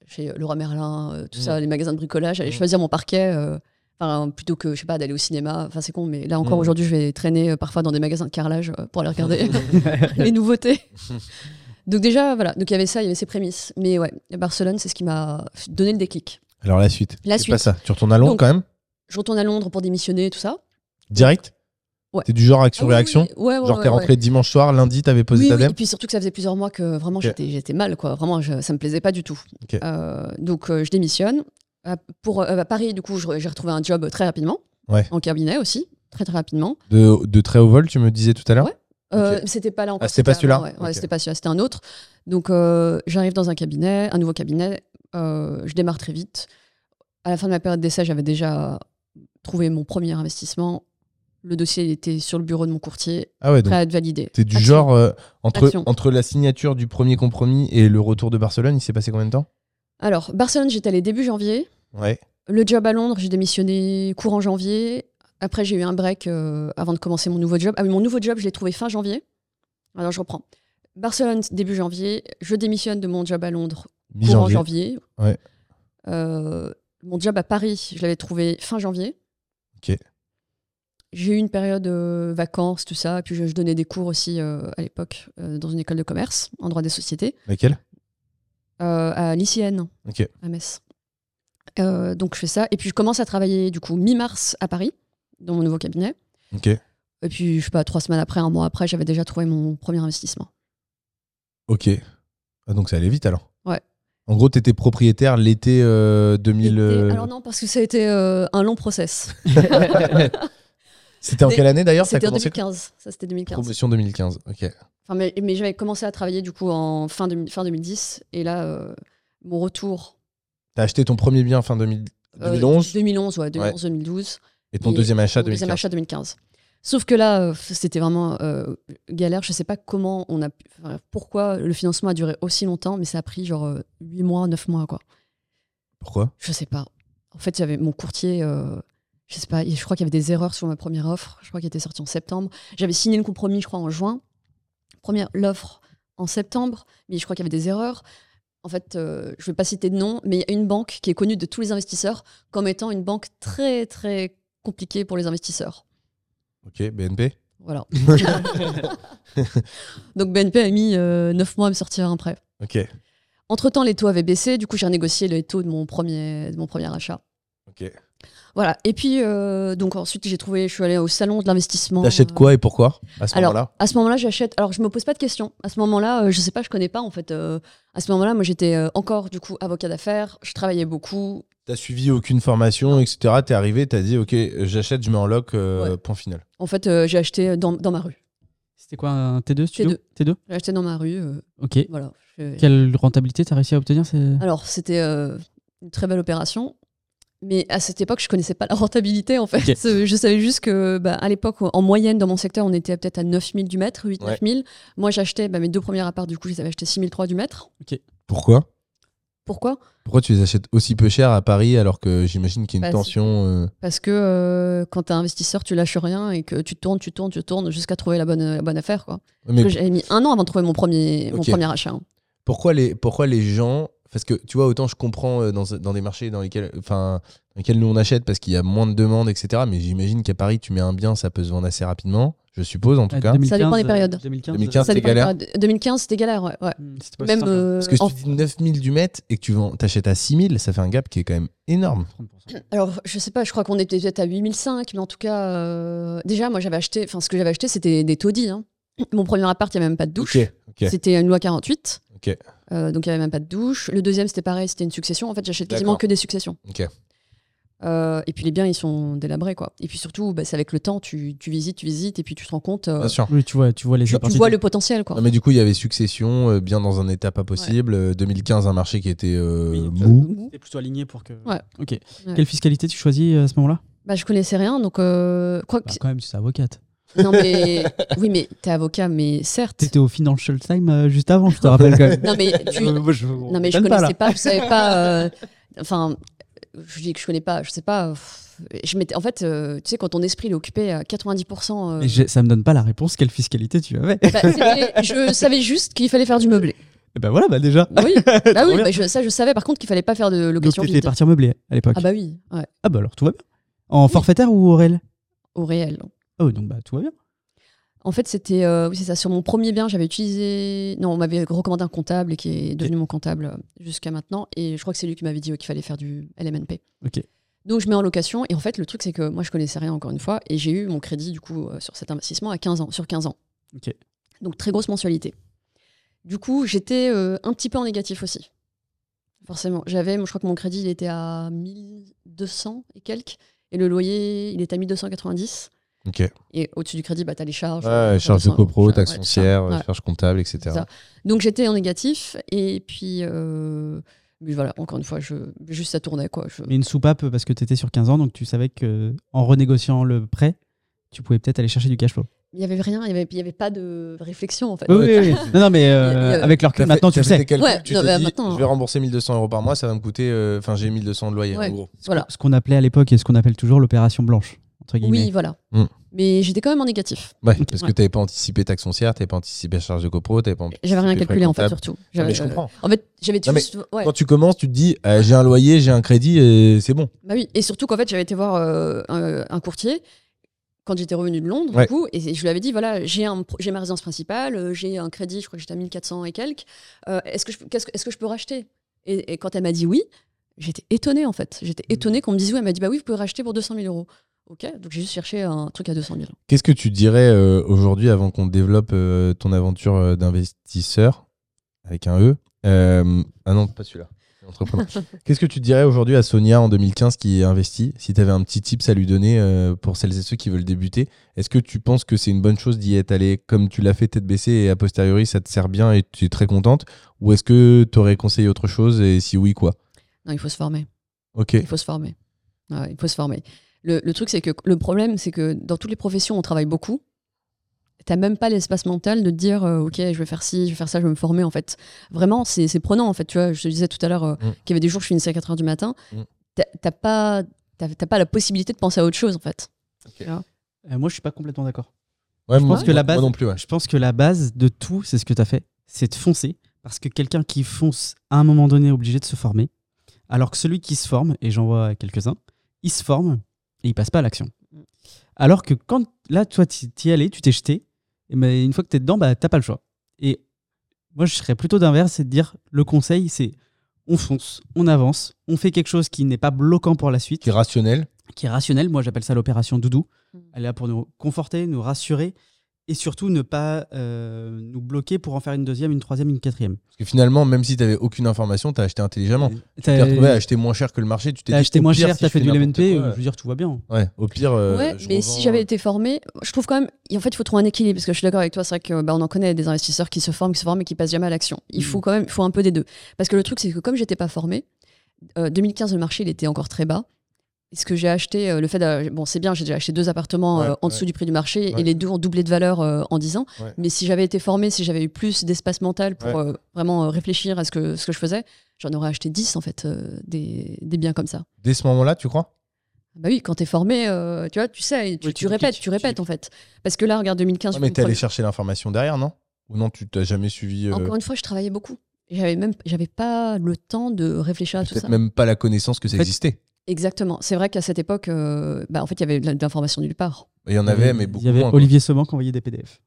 Speaker 3: chez Leroy Merlin, euh, tout ça, les magasins de bricolage, aller
Speaker 2: Mm.
Speaker 3: choisir mon parquet, euh, enfin, plutôt que, je sais pas, d'aller au cinéma. Enfin, c'est con, mais là encore,
Speaker 2: Mm.
Speaker 3: aujourd'hui, je vais traîner euh, parfois dans des magasins de carrelage euh, pour aller regarder
Speaker 1: Mm.
Speaker 3: les nouveautés. Donc, déjà, voilà. Donc, il y avait ça, il y avait ces prémices. Mais ouais, Barcelone, c'est ce qui m'a donné le déclic.
Speaker 2: Alors la suite.
Speaker 3: La
Speaker 2: C'est
Speaker 3: suite.
Speaker 2: Pas ça. Tu retournes à Londres
Speaker 3: Donc-
Speaker 2: quand même
Speaker 3: Je retourne à Londres pour démissionner, tout ça.
Speaker 2: Direct
Speaker 3: Ouais.
Speaker 2: T'es du genre
Speaker 3: Ah oui,
Speaker 2: action-réaction
Speaker 3: oui, oui. Ouais, ouais,
Speaker 2: Genre
Speaker 3: ouais,
Speaker 2: t'es
Speaker 3: ouais.
Speaker 2: rentré dimanche soir, lundi t'avais posé
Speaker 3: Oui,
Speaker 2: ta
Speaker 3: oui,
Speaker 2: dème
Speaker 3: et puis surtout que ça faisait plusieurs mois que vraiment
Speaker 2: Ok.
Speaker 3: j'étais j'étais mal, quoi. Vraiment, je- ça me plaisait pas du tout.
Speaker 2: Ok.
Speaker 3: Euh, donc euh, je démissionne. À- Pour euh, à Paris, du coup, je re- j'ai retrouvé un job très rapidement,
Speaker 2: Ouais.
Speaker 3: en cabinet aussi, très très rapidement.
Speaker 2: de, de très haut vol, tu me disais tout à l'heure
Speaker 3: Ouais. Euh, C'était pas là encore.
Speaker 2: Ah, c'était pas celui-là
Speaker 3: avant, ouais, ouais,
Speaker 2: Ok.
Speaker 3: c'était pas celui-là, c'était un autre. Donc euh, j'arrive dans un cabinet, un nouveau cabinet. euh, je démarre très vite. À la fin de ma période d'essai, j'avais déjà trouvé mon premier investissement. Le dossier était sur le bureau de mon courtier,
Speaker 2: Ah ouais, donc
Speaker 3: prêt à être validé.
Speaker 2: t'es du
Speaker 3: Action.
Speaker 2: genre euh, entre,
Speaker 3: Action.
Speaker 2: entre la signature du premier compromis et le retour de Barcelone, il s'est passé combien de temps
Speaker 3: Alors, Barcelone, j'étais allée début janvier.
Speaker 2: Ouais.
Speaker 3: Le job à Londres, j'ai démissionné courant janvier. Après, j'ai eu un break euh, avant de commencer mon nouveau job. Ah oui, mon nouveau job, je l'ai trouvé fin janvier. Alors, je reprends. Barcelone, début janvier. Je démissionne de mon job à Londres courant
Speaker 2: Mi-janvier.
Speaker 3: janvier.
Speaker 2: Ouais.
Speaker 3: Euh, mon job à Paris, je l'avais trouvé fin janvier.
Speaker 2: Ok.
Speaker 3: J'ai eu une période euh, vacances, tout ça. Puis, je, je donnais des cours aussi euh, à l'époque euh, dans une école de commerce, en droit des sociétés,
Speaker 2: Laquelle
Speaker 3: euh, à l'ICN
Speaker 2: Ok.
Speaker 3: à Metz. Euh, donc je fais ça. Et puis je commence à travailler du coup mi-mars à Paris, dans mon nouveau cabinet.
Speaker 2: Ok.
Speaker 3: Et puis, je sais pas, trois semaines après, un mois après, j'avais déjà trouvé mon premier investissement.
Speaker 2: Ok. Ah, donc ça allait vite alors
Speaker 3: Ouais.
Speaker 2: En gros, t'étais propriétaire l'été euh, 2000.
Speaker 3: Et-
Speaker 2: euh,
Speaker 3: Alors non, parce que ça a été euh, un long process.
Speaker 2: C'était en
Speaker 3: C'était-
Speaker 2: quelle année d'ailleurs Ça a
Speaker 3: C'était en
Speaker 2: commencé
Speaker 3: 2015. Ça, c'était 2015.
Speaker 2: Promotion 2015. Ok.
Speaker 3: Enfin, mais mais j'avais commencé à travailler du coup en fin, 2000 fin 2010. Et là, euh, mon retour.
Speaker 2: T'as acheté ton premier bien fin 2000
Speaker 3: euh,
Speaker 2: 2011
Speaker 3: 2011, ouais, 2011, 2012.
Speaker 2: et ton
Speaker 3: et
Speaker 2: deuxième achat
Speaker 3: Mon deuxième
Speaker 2: 2015.
Speaker 3: achat 2015. Sauf que là, euh, c'était vraiment euh, galère. Je sais pas comment on a, pu- enfin, pourquoi le financement a duré aussi longtemps, mais ça a pris genre 8 mois, 9 mois, quoi.
Speaker 2: Pourquoi
Speaker 3: Je sais pas. En fait, j'avais mon courtier, euh, je sais pas, et je crois qu'il y avait des erreurs sur ma première offre. Je crois qu'elle était sortie en septembre. J'avais signé le compromis, je crois, en juin. Première l'offre en septembre, mais je crois qu'il y avait des erreurs. En fait, euh, je vais pas citer de nom, mais il y a une banque qui est connue de tous les investisseurs comme étant une banque très très compliquée pour les investisseurs.
Speaker 2: Ok, BNP.
Speaker 3: Voilà. Donc BNP a mis 9 mois à me sortir un prêt.
Speaker 2: Ok.
Speaker 3: Entre-temps, les taux avaient baissé, du coup j'ai renégocié les taux de mon premier, de mon premier achat.
Speaker 2: Ok.
Speaker 3: Voilà. Et puis, euh, donc ensuite, j'ai trouvé, je suis allée au salon de l'investissement.
Speaker 2: T'achètes
Speaker 3: euh,
Speaker 2: quoi et pourquoi à ce
Speaker 3: alors,
Speaker 2: moment-là
Speaker 3: À ce moment-là, j'achète. Alors, je me pose pas de questions. À ce moment-là, euh, je sais pas, je connais pas en fait. euh, à ce moment-là, moi, j'étais euh, encore du coup avocat d'affaires. Je travaillais beaucoup.
Speaker 2: T'as suivi aucune formation, etc. T'es arrivé, t'as dit, ok, euh, j'achète, je mets en loc, euh,
Speaker 3: Ouais.
Speaker 2: point final.
Speaker 3: En fait, euh, j'ai acheté dans, dans ma rue.
Speaker 1: C'était quoi un T2 studio
Speaker 3: T2. J'ai acheté dans ma rue. euh,
Speaker 1: Ok.
Speaker 3: voilà. Je-
Speaker 1: Quelle rentabilité t'as réussi à obtenir c'est-
Speaker 3: Alors, c'était euh, une très belle opération. Mais à cette époque, je connaissais pas la rentabilité, en fait. Euh, Je savais juste que, bah, à l'époque, en moyenne, dans mon secteur, on était peut-être à 9000 du mètre, 8
Speaker 2: Ouais.
Speaker 3: 9000. Moi, j'achetais bah, mes deux premiers apparts, du coup, je les avais achetés 6003 du mètre.
Speaker 2: Pourquoi
Speaker 3: Pourquoi
Speaker 2: Pourquoi tu les achètes aussi peu cher à Paris alors que j'imagine qu'il y a une
Speaker 3: Parce-
Speaker 2: tension euh,
Speaker 3: Parce que euh, quand t'es investisseur, tu lâches rien et que tu tournes, tu tournes, tu tournes jusqu'à trouver la bonne, euh, la bonne affaire, quoi.
Speaker 2: mais
Speaker 3: Parce que J'avais mis un an avant de trouver mon premier, mon
Speaker 2: Ok.
Speaker 3: premier achat. hein.
Speaker 2: pourquoi les pourquoi les gens parce que tu vois autant je comprends euh, dans, dans des marchés dans lesquels enfin dans lesquels nous on achète parce qu'il y a moins de demandes etc mais j'imagine qu'à Paris tu mets un bien ça peut se vendre assez rapidement je suppose en tout
Speaker 1: Ah,
Speaker 2: cas
Speaker 1: 2015,
Speaker 3: Ça dépend des périodes.
Speaker 1: 2015,
Speaker 2: 2015,
Speaker 1: euh,
Speaker 2: C'était
Speaker 3: dépend Ah, des
Speaker 2: galère
Speaker 3: périodes. 2015, c'était galère, ouais. ouais.
Speaker 1: hmm, c'était pas
Speaker 3: Même
Speaker 1: si simple,
Speaker 3: euh,
Speaker 2: parce que si
Speaker 3: en-
Speaker 2: tu dis 9000 du mètre et que tu vends t'achètes à 6000 ça fait un gap qui est quand même énorme
Speaker 1: 30%.
Speaker 3: Alors, je sais pas, je crois qu'on était peut-être à 8005, mais en tout cas, euh, déjà, moi, j'avais acheté, enfin, ce que j'avais acheté, c'était des taudis. hein. Mon premier appart, il n'y avait même pas de douche.
Speaker 2: ok ok
Speaker 3: C'était une loi 48.
Speaker 2: Ok.
Speaker 3: Euh, donc, il n'y avait même pas de douche. Le deuxième, c'était pareil, c'était une succession. En fait, j'achète quasiment
Speaker 2: D'accord.
Speaker 3: que des successions.
Speaker 2: Ok.
Speaker 3: Euh, et puis les biens, ils sont délabrés, quoi. Et puis surtout, bah, c'est avec le temps, tu, tu visites, tu visites, et puis tu te rends compte, euh,
Speaker 2: Bien sûr.
Speaker 1: Oui, tu vois, tu vois les
Speaker 3: tu, tu
Speaker 1: opportunités.
Speaker 3: vois le potentiel, quoi.
Speaker 2: Non, Ah, mais du coup, il y avait Succession, euh, bien dans un état pas possible. Euh, 2015, un marché qui était euh,
Speaker 1: Oui,
Speaker 2: mou.
Speaker 3: Mmh.
Speaker 1: C'était plutôt aligné pour que.
Speaker 3: Ouais.
Speaker 1: Ok. Quelle fiscalité tu choisis euh, à ce moment-là
Speaker 3: Bah, je connaissais rien, donc euh, quoi que-
Speaker 1: Bah, Quand même, tu es avocate.
Speaker 2: Bah.
Speaker 3: Non mais oui, mais t'es avocat, mais certes.
Speaker 1: T'étais au Financial Times euh, juste avant, je te rappelle quand même.
Speaker 3: Non mais tu,
Speaker 1: Euh, moi, je,
Speaker 3: non mais je connaissais pas, je savais pas. euh, Enfin, je dis que je connais pas, je sais pas. pff, Je m'étais, en fait, euh, tu sais, quand ton esprit il est occupé à 90%. euh,
Speaker 1: Et j'ai- ça me donne pas la réponse quelle fiscalité tu avais.
Speaker 3: bah, c'était- je savais juste qu'il fallait faire du meublé.
Speaker 1: Et ben voilà, bah déjà.
Speaker 3: Oui, bah oui,
Speaker 1: bien.
Speaker 3: bah, je- ça je savais. Par contre, qu'il fallait pas faire de
Speaker 1: Donc
Speaker 3: location
Speaker 1: t'étais
Speaker 3: vide.
Speaker 1: parti en meublé à l'époque.
Speaker 3: Ah bah oui, ouais,
Speaker 1: Ah bah alors tout va bien. En forfaitaire ou au réel
Speaker 3: au réel.
Speaker 1: Ah oui, donc bah tout va bien.
Speaker 3: En fait, c'était euh, oui, c'est ça. Sur mon premier bien, j'avais utilisé. Non, on m'avait recommandé un comptable et qui est devenu mon comptable euh, jusqu'à maintenant. Et je crois que c'est lui qui m'avait dit euh, qu'il fallait faire du LMNP.
Speaker 1: Ok.
Speaker 3: Donc je mets en location. Et en fait, le truc, c'est que moi, je connaissais rien encore une fois. Et j'ai eu mon crédit, du coup, euh, sur cet investissement à 15 ans, sur 15 ans.
Speaker 1: Ok.
Speaker 3: Donc très grosse mensualité. Du coup, j'étais euh, un petit peu en négatif aussi. Forcément. J'avais, je crois que mon crédit, il était à 1200 et quelques. Et le loyer, il était à 1290.
Speaker 2: Ok. Ouais,
Speaker 3: Et au-dessus du crédit, bah, tu as les charges. euh,
Speaker 2: charge de
Speaker 3: enfin,
Speaker 2: copro,
Speaker 3: ouais,
Speaker 2: taxe
Speaker 3: ouais, tout ça.
Speaker 2: foncière,
Speaker 3: Ouais.
Speaker 2: charge comptable, etc.
Speaker 3: C'est ça. Donc j'étais en négatif. Et puis, euh, mais voilà, encore une fois, je, juste ça tournait. Quoi. Je-
Speaker 1: Mais une soupape euh, parce que t'étais sur 15 ans, donc tu savais que euh, en renégociant le prêt, tu pouvais peut-être aller chercher du cash flow.
Speaker 3: Il n'y avait rien, il n'y avait, il y avait pas de réflexion en fait.
Speaker 1: non, non, mais euh,
Speaker 3: Il y a- il y a-
Speaker 1: avec leur
Speaker 2: T'as
Speaker 1: recul, maintenant
Speaker 2: fait-
Speaker 1: tu le
Speaker 2: t'as fait tes
Speaker 1: sais.
Speaker 2: calculs,
Speaker 3: Ouais,
Speaker 2: tu
Speaker 3: non,
Speaker 2: t'es
Speaker 3: mais
Speaker 2: dit,
Speaker 3: maintenant- hein.
Speaker 2: je vais rembourser 1200 euros par mois, ça va me coûter. euh, Enfin, j'ai 1200 de loyer
Speaker 3: Ouais.
Speaker 2: en gros.
Speaker 3: Voilà.
Speaker 1: Ce qu'on appelait à l'époque et ce qu'on appelle toujours l'opération blanche, entre guillemets.
Speaker 3: Oui, voilà.
Speaker 2: Hmm.
Speaker 3: Mais j'étais quand même en négatif.
Speaker 2: Ouais, parce que
Speaker 3: Ouais.
Speaker 2: t'avais pas anticipé taxe foncière, t'avais pas anticipé charge de copro, t'avais pas.
Speaker 3: J'avais rien
Speaker 2: anticipé frais
Speaker 3: calculé en fait,
Speaker 2: comptables.
Speaker 3: surtout.
Speaker 2: Non,
Speaker 3: J'avais,
Speaker 2: mais je
Speaker 3: euh,
Speaker 2: comprends.
Speaker 3: En fait, j'avais
Speaker 2: Non, mais
Speaker 3: juste. ouais.
Speaker 2: Quand tu commences, tu te dis, euh, j'ai un loyer, j'ai un crédit, et c'est bon.
Speaker 3: Bah oui. Et surtout qu'en fait, j'avais été voir euh, un, un courtier quand j'étais revenue de Londres,
Speaker 2: Ouais.
Speaker 3: du coup, et je lui avais dit voilà, j'ai un pro- j'ai ma résidence principale, euh, j'ai un crédit, je crois que j'étais à 1400 et quelques. euh, est-ce que je peux- qu'est-ce que est-ce que je peux racheter et, et quand elle m'a dit oui, j'étais étonnée en fait.
Speaker 2: Mm.
Speaker 3: J'étais étonnée qu'on me dise oui. Elle m'a dit bah oui, vous pouvez racheter pour 200 000 euros. Ok, donc j'ai juste cherché un truc à 200 000.
Speaker 2: Qu'est-ce que tu dirais euh, aujourd'hui, avant qu'on développe euh, ton aventure euh, d'investisseur avec un E Euh, Ah non, pas celui-là. c'est entrepreneur. Qu'est-ce que tu dirais aujourd'hui à Sonia en 2015 qui investit Si tu avais un petit tips à lui donner euh, pour celles et ceux qui veulent débuter, est-ce que tu penses que c'est une bonne chose d'y être allé comme tu l'as fait tête baissée et a posteriori ça te sert bien et tu es très contente Ou est-ce que tu aurais conseillé autre chose et si oui, quoi
Speaker 3: Non, il faut se former.
Speaker 2: Ok.
Speaker 3: Il faut se former. Ouais, il faut se former. Le, le truc, c'est que le problème, c'est que dans toutes les professions, on travaille beaucoup. T'as même pas l'espace mental de te dire, euh, ok, je vais faire ci, je vais faire ça, je vais me former. En fait, vraiment, c'est c'est prenant. En fait, tu vois, je te disais tout à l'heure euh,
Speaker 2: Mm.
Speaker 3: qu'il y avait des jours, je finissais à 4 heures du matin.
Speaker 2: Mm.
Speaker 3: T'as- T'as pas, t'as t'as pas la possibilité de penser à autre chose, en fait.
Speaker 1: Euh, moi, je suis pas complètement d'accord.
Speaker 2: Ouais,
Speaker 1: Je
Speaker 2: moi-
Speaker 1: pense que la
Speaker 2: moi-
Speaker 1: base-
Speaker 2: Moi non plus, ouais.
Speaker 1: Je pense que la base de tout, c'est ce que tu as fait, c'est de foncer. Parce que quelqu'un qui fonce, à un moment donné, est obligé de se former. Alors que celui qui se forme, et j'en vois quelques-uns, il se forme et il passe pas à l'action.
Speaker 2: Mm.
Speaker 1: Alors que quand, là, toi, tu y allé, tu t'es jeté, et mais une fois que tu es dedans, bah, t'as pas le choix. Et moi, je serais plutôt d'inverse, c'est de dire le conseil, c'est on fonce, on avance, on fait quelque chose qui n'est pas bloquant pour la suite
Speaker 2: Qui est rationnel.
Speaker 1: qui est rationnelle. Moi, j'appelle ça l'opération doudou.
Speaker 3: Mm.
Speaker 1: Elle est là pour nous conforter, nous rassurer et surtout ne pas euh, nous bloquer pour en faire une deuxième, une troisième, une quatrième.
Speaker 2: Parce que finalement, même si tu n'avais aucune information, tu as acheté intelligemment. Tu t'es retrouvé à
Speaker 1: T'as
Speaker 2: acheter moins cher que le marché. Tu t'es
Speaker 1: t'as
Speaker 2: dit,
Speaker 1: acheté
Speaker 2: au
Speaker 1: moins
Speaker 2: pire,
Speaker 1: cher,
Speaker 2: si
Speaker 1: t'as
Speaker 2: je
Speaker 1: fait
Speaker 2: fais
Speaker 1: du
Speaker 2: n'importe
Speaker 1: LMNP,
Speaker 2: quoi,
Speaker 1: euh, je veux dire, tout va bien.
Speaker 2: Ouais, au pire. euh,
Speaker 3: ouais,
Speaker 2: je
Speaker 3: mais
Speaker 2: revends,
Speaker 3: si j'avais
Speaker 2: euh,
Speaker 3: été formé, je trouve quand même, et en fait, il faut trouver un équilibre parce que je suis d'accord avec toi, c'est vrai que bah, on en connaît des investisseurs qui se forment, qui se forment et qui passent jamais à l'action. Il
Speaker 1: Mhm.
Speaker 2: Mm.
Speaker 3: faut quand même, il faut un peu des deux. Parce que le truc, c'est que comme j'étais pas euh, formé, 2015 le marché il était encore très bas. Et ce que j'ai acheté, euh, le fait, d'a- bon, c'est bien, j'ai déjà acheté deux appartements
Speaker 2: Ouais,
Speaker 3: euh, en
Speaker 2: ouais.
Speaker 3: dessous du prix du marché
Speaker 2: Ouais.
Speaker 3: et les deux ont doublé de valeur euh, en 10 ans.
Speaker 2: Ouais.
Speaker 3: Mais si j'avais été formé, si j'avais eu plus d'espace mental pour
Speaker 2: Ouais.
Speaker 3: euh, vraiment euh, réfléchir à ce que ce que je faisais, j'en aurais acheté 10 en fait euh, des, des biens comme ça.
Speaker 2: euh, Dès ce moment-là, tu crois
Speaker 3: Bah oui, quand t'es formé, euh, tu vois, tu sais, tu,
Speaker 1: Oui,
Speaker 3: tu
Speaker 1: tu
Speaker 3: répètes,
Speaker 1: cliques,
Speaker 3: tu
Speaker 1: tu
Speaker 3: répètes en fait. Parce que là, regarde 2015,
Speaker 2: Non,
Speaker 3: je
Speaker 2: mais
Speaker 3: me
Speaker 2: t'es allé
Speaker 3: prenais-
Speaker 2: chercher l'information derrière, non Ou non, tu t'as jamais suivi. euh,
Speaker 3: encore une fois, je travaillais beaucoup. J'avais même, j'avais pas le temps de réfléchir à tout ça.
Speaker 2: Peut-être même pas la connaissance que ça
Speaker 1: En fait-
Speaker 2: existait.
Speaker 3: Exactement. C'est vrai qu'à cette époque, euh, bah, en fait, il y avait de la- de l'information nulle part.
Speaker 2: Il y en avait, mais beaucoup
Speaker 1: Il y avait
Speaker 2: moins. quoi.
Speaker 1: Olivier Seman qui envoyait des PDF.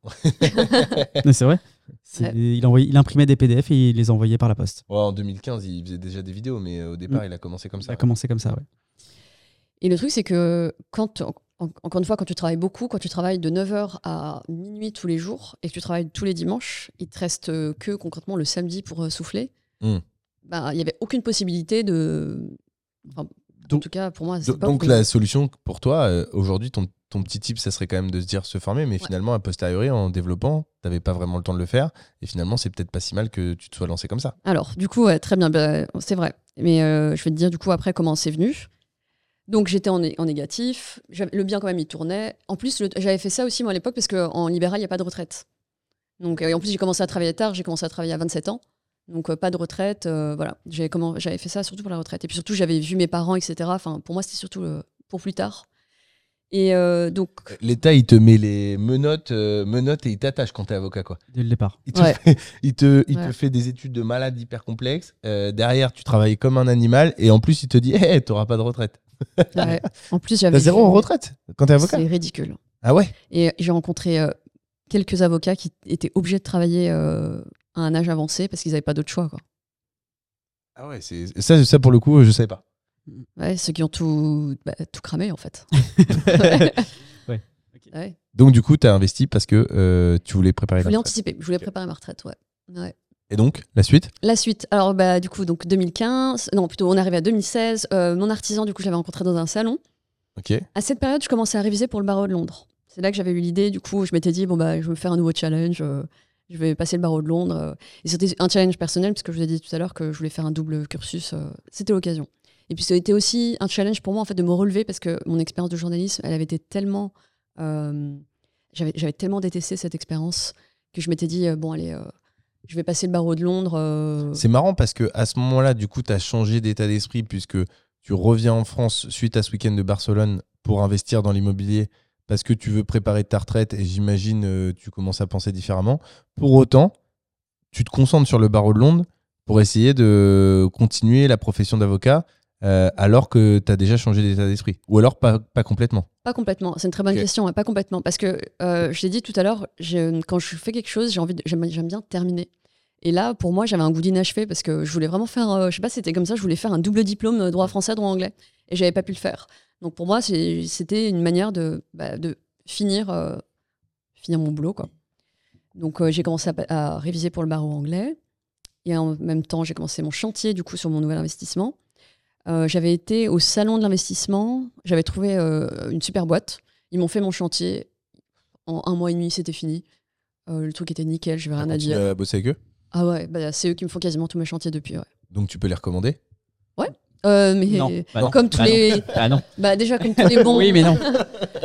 Speaker 1: Non, c'est vrai. C'est-
Speaker 3: Ouais.
Speaker 1: Il, envoyait, il imprimait des PDF et il les envoyait par la poste.
Speaker 2: Ouais, en 2015, il faisait déjà des vidéos, mais euh, au départ, il a commencé comme
Speaker 1: Ça
Speaker 2: ça.
Speaker 1: Mm. a commencé comme ça, ouais.
Speaker 3: Et le truc, c'est que quand, en- en- encore une fois, quand tu travailles beaucoup, quand tu travailles de 9h à minuit tous les jours et que tu travailles tous les dimanches, il te reste euh, que concrètement le samedi pour euh, souffler.
Speaker 2: Hmm.
Speaker 3: Bah, il y avait aucune possibilité de. enfin, en
Speaker 2: Donc-
Speaker 3: tout cas, pour moi, c'est
Speaker 2: Do-
Speaker 3: pas
Speaker 2: Donc
Speaker 3: obligatoire.
Speaker 2: la solution pour toi, euh, aujourd'hui, ton, ton petit tip, ça serait quand même de se dire se former, mais finalement, a posteriori, en développant, t'avais pas vraiment le temps de le faire, et finalement, c'est peut-être pas si mal que tu te sois lancé comme ça.
Speaker 3: Alors, du coup, ouais, très bien, bah, c'est vrai. Mais euh, je vais te dire, du coup, après, comment c'est venu. Donc, j'étais en, né- en négatif. J'avais- Le bien, quand même, il tournait. En plus, le- j'avais fait ça aussi, moi, à l'époque, parce qu'en libéral, il n'y a pas de retraite. Donc, euh, et en plus, j'ai commencé à travailler tard. J'ai commencé à travailler à 27 ans. Donc, euh, pas de retraite. euh, voilà. J'avais comment- j'avais fait ça surtout pour la retraite. Et puis, surtout, j'avais vu mes parents, etc. Enfin, pour moi, c'était surtout euh, pour plus tard. Et euh, donc,
Speaker 2: L'État, il te met les menottes, euh, menottes et il t'attache quand t'es avocat, quoi.
Speaker 1: dès le départ.
Speaker 2: Il te,
Speaker 3: Ouais.
Speaker 2: fait, il te, il
Speaker 3: Ouais.
Speaker 2: te fait des études de malade hyper complexes. euh, derrière, tu travailles comme un animal, et en plus, il te dit, hé, t'auras pas de retraite.
Speaker 3: Ah, ouais, en plus, j'avais.
Speaker 2: T'as zéro
Speaker 3: vu-
Speaker 2: en retraite quand t'es avocat.
Speaker 3: C'est ridicule.
Speaker 2: Ah ouais
Speaker 3: Et j'ai rencontré euh, quelques avocats qui étaient obligés de travailler euh, à un âge avancé parce qu'ils n'avaient pas d'autre choix. Quoi.
Speaker 2: Ah ouais, c'est- ça, ça, pour le coup, je savais pas.
Speaker 3: Ouais, ceux qui ont tout, bah, tout cramé, en fait.
Speaker 1: Ouais.
Speaker 3: Ouais.
Speaker 2: Donc, du coup, t'as investi parce que euh, tu voulais préparer
Speaker 3: Je voulais
Speaker 2: la retraite.
Speaker 3: anticiper, je voulais préparer ma retraite. Ouais. Ouais.
Speaker 2: Et donc, la suite
Speaker 3: La suite, alors bah, du coup, donc 2015, non, plutôt on est arrivé à 2016. Euh, mon artisan, du coup, je l'avais rencontré dans un salon.
Speaker 2: Ok.
Speaker 3: À cette période, je commençais à réviser pour le barreau de Londres. C'est là que j'avais eu l'idée, du coup, je m'étais dit, bon, bah, je vais me faire un nouveau challenge, euh, je vais passer le barreau de Londres. euh. Et c'était un challenge personnel, parce que je vous ai dit tout à l'heure que je voulais faire un double cursus, euh, c'était l'occasion. Et puis, c'était aussi un challenge pour moi, en fait, de me relever, parce que mon expérience de journalisme, elle avait été tellement. euh, j'avais j'avais tellement détesté cette expérience que je m'étais dit, euh, bon, allez, euh, je vais passer le barreau de Londres. euh,
Speaker 2: C'est marrant parce que à ce moment-là, du coup, tu as changé d'état d'esprit puisque tu reviens en France suite à ce week-end de Barcelone pour investir dans l'immobilier parce que tu veux préparer ta retraite et j'imagine euh, tu commences à penser différemment. Pour autant, tu te concentres sur le barreau de Londres pour essayer de continuer la profession d'avocat euh, alors que tu as déjà changé d'état d'esprit. Ou alors pas, pas complètement.
Speaker 3: Pas complètement. C'est une très bonne
Speaker 2: Ok.
Speaker 3: question. hein, Pas complètement. Parce que euh, je l'ai dit tout à l'heure, je- quand je fais quelque chose, j'ai envie de- j'aime j'aime bien terminer. Et là, pour moi, j'avais un goût d'inachevé parce que je voulais vraiment faire, euh, je sais pas, c'était comme ça, je voulais faire un double diplôme euh, droit français, droit anglais. Et j'avais pas pu le faire. Donc pour moi, c'est- c'était une manière de, bah, de finir, euh, finir mon boulot. Quoi. Donc euh, j'ai commencé à, à réviser pour le barreau anglais. Et en même temps, j'ai commencé mon chantier du coup sur mon nouvel investissement. Euh, j'avais été au salon de l'investissement, j'avais trouvé euh, une super boîte. Ils m'ont fait mon chantier. En un mois et demi, c'était fini. Euh, le truc était nickel, je vais rien à
Speaker 2: Continue
Speaker 3: dire.
Speaker 2: à bosser avec eux.
Speaker 3: Ah ouais, bah, c'est eux qui me font quasiment tous mes chantiers depuis. ouais.
Speaker 2: Donc tu peux les recommander.
Speaker 3: Euh, mais
Speaker 1: Non, bah non.
Speaker 3: comme tous
Speaker 1: Bah non.
Speaker 3: les,
Speaker 1: Ah non.
Speaker 3: bah déjà comme tous les bons,
Speaker 1: Oui, mais non.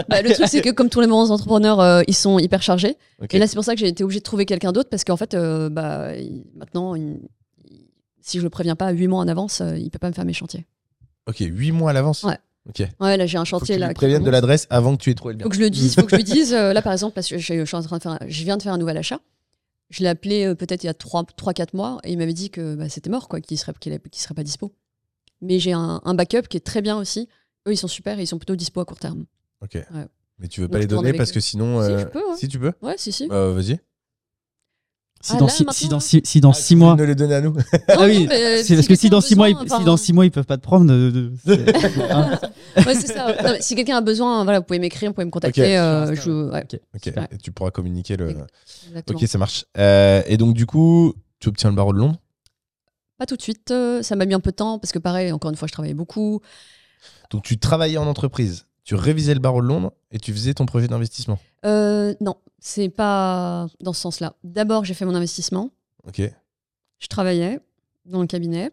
Speaker 3: Bah, le truc c'est que comme tous les bons entrepreneurs, euh, ils sont hyper chargés.
Speaker 2: Ok.
Speaker 3: Et là c'est pour ça que j'ai été obligée de trouver quelqu'un d'autre parce qu'en fait, euh, bah il- maintenant, il- il- si je le préviens pas huit mois en avance, euh, il peut pas me faire mes chantiers.
Speaker 2: Ok, 8 mois à l'avance.
Speaker 3: Ouais.
Speaker 2: Ok.
Speaker 3: Ouais, là j'ai un
Speaker 2: Faut que tu
Speaker 3: chantier là.
Speaker 2: lui
Speaker 3: qui
Speaker 2: préviennes de
Speaker 3: commence.
Speaker 2: l'adresse avant que tu aies trouvé le bien.
Speaker 3: Faut que je le dise, faut que je lui dise. euh, là, par exemple, parce que je, je suis en train de faire, un- je viens de faire un nouvel achat. Je l'ai appelé euh, peut-être il y a 3-4 mois et il m'avait dit que bah, c'était mort, quoi, qu'il serait, qu'il qu'il serait pas dispo. Mais j'ai un, un backup qui est très bien aussi. Eux, ils sont super et ils sont plutôt dispo à court terme.
Speaker 2: Ok.
Speaker 3: Ouais.
Speaker 2: Mais tu veux
Speaker 3: Donc
Speaker 2: pas les
Speaker 3: je tourne
Speaker 2: donner
Speaker 3: avec
Speaker 2: parce
Speaker 3: eux.
Speaker 2: que sinon.
Speaker 3: Si,
Speaker 2: euh,
Speaker 3: je peux, ouais.
Speaker 2: si tu peux.
Speaker 3: Ouais, si, si.
Speaker 2: Euh, Vas-y.
Speaker 1: Si
Speaker 3: Ah,
Speaker 1: dans
Speaker 3: là,
Speaker 1: six-
Speaker 3: maintenant,
Speaker 1: si dans
Speaker 3: là.
Speaker 1: six- si
Speaker 2: Ah,
Speaker 1: dans six mois.
Speaker 2: Ne les donner à nous.
Speaker 1: Ah oui,
Speaker 3: non, mais euh,
Speaker 1: c'est parce que si
Speaker 3: quelqu'un
Speaker 1: dans
Speaker 3: a
Speaker 1: 6 mois, ils-
Speaker 3: besoin,
Speaker 1: si
Speaker 3: enfin,
Speaker 1: dans six mois ils peuvent pas te prendre, de- de- c'est- hein.
Speaker 3: ouais, c'est ça. Non, mais si quelqu'un a besoin, voilà, vous pouvez m'écrire, vous pouvez me contacter. euh,
Speaker 1: Sur Insta,
Speaker 3: je, ouais,
Speaker 1: Ok.
Speaker 2: Ok.
Speaker 3: Super.
Speaker 2: Et tu pourras communiquer le.
Speaker 3: exactement.
Speaker 2: Ok, ça marche. Euh, et donc du coup, tu obtiens le barreau de Londres.
Speaker 3: Pas tout de suite. euh, ça m'a mis un peu de temps parce que pareil, encore une fois, je travaillais beaucoup.
Speaker 2: Donc tu travaillais en entreprise, tu révisais le barreau de Londres et tu faisais ton projet d'investissement.
Speaker 3: Euh, non, c'est pas dans ce sens-là. D'abord, j'ai fait mon investissement.
Speaker 2: Ok.
Speaker 3: Je travaillais dans le cabinet.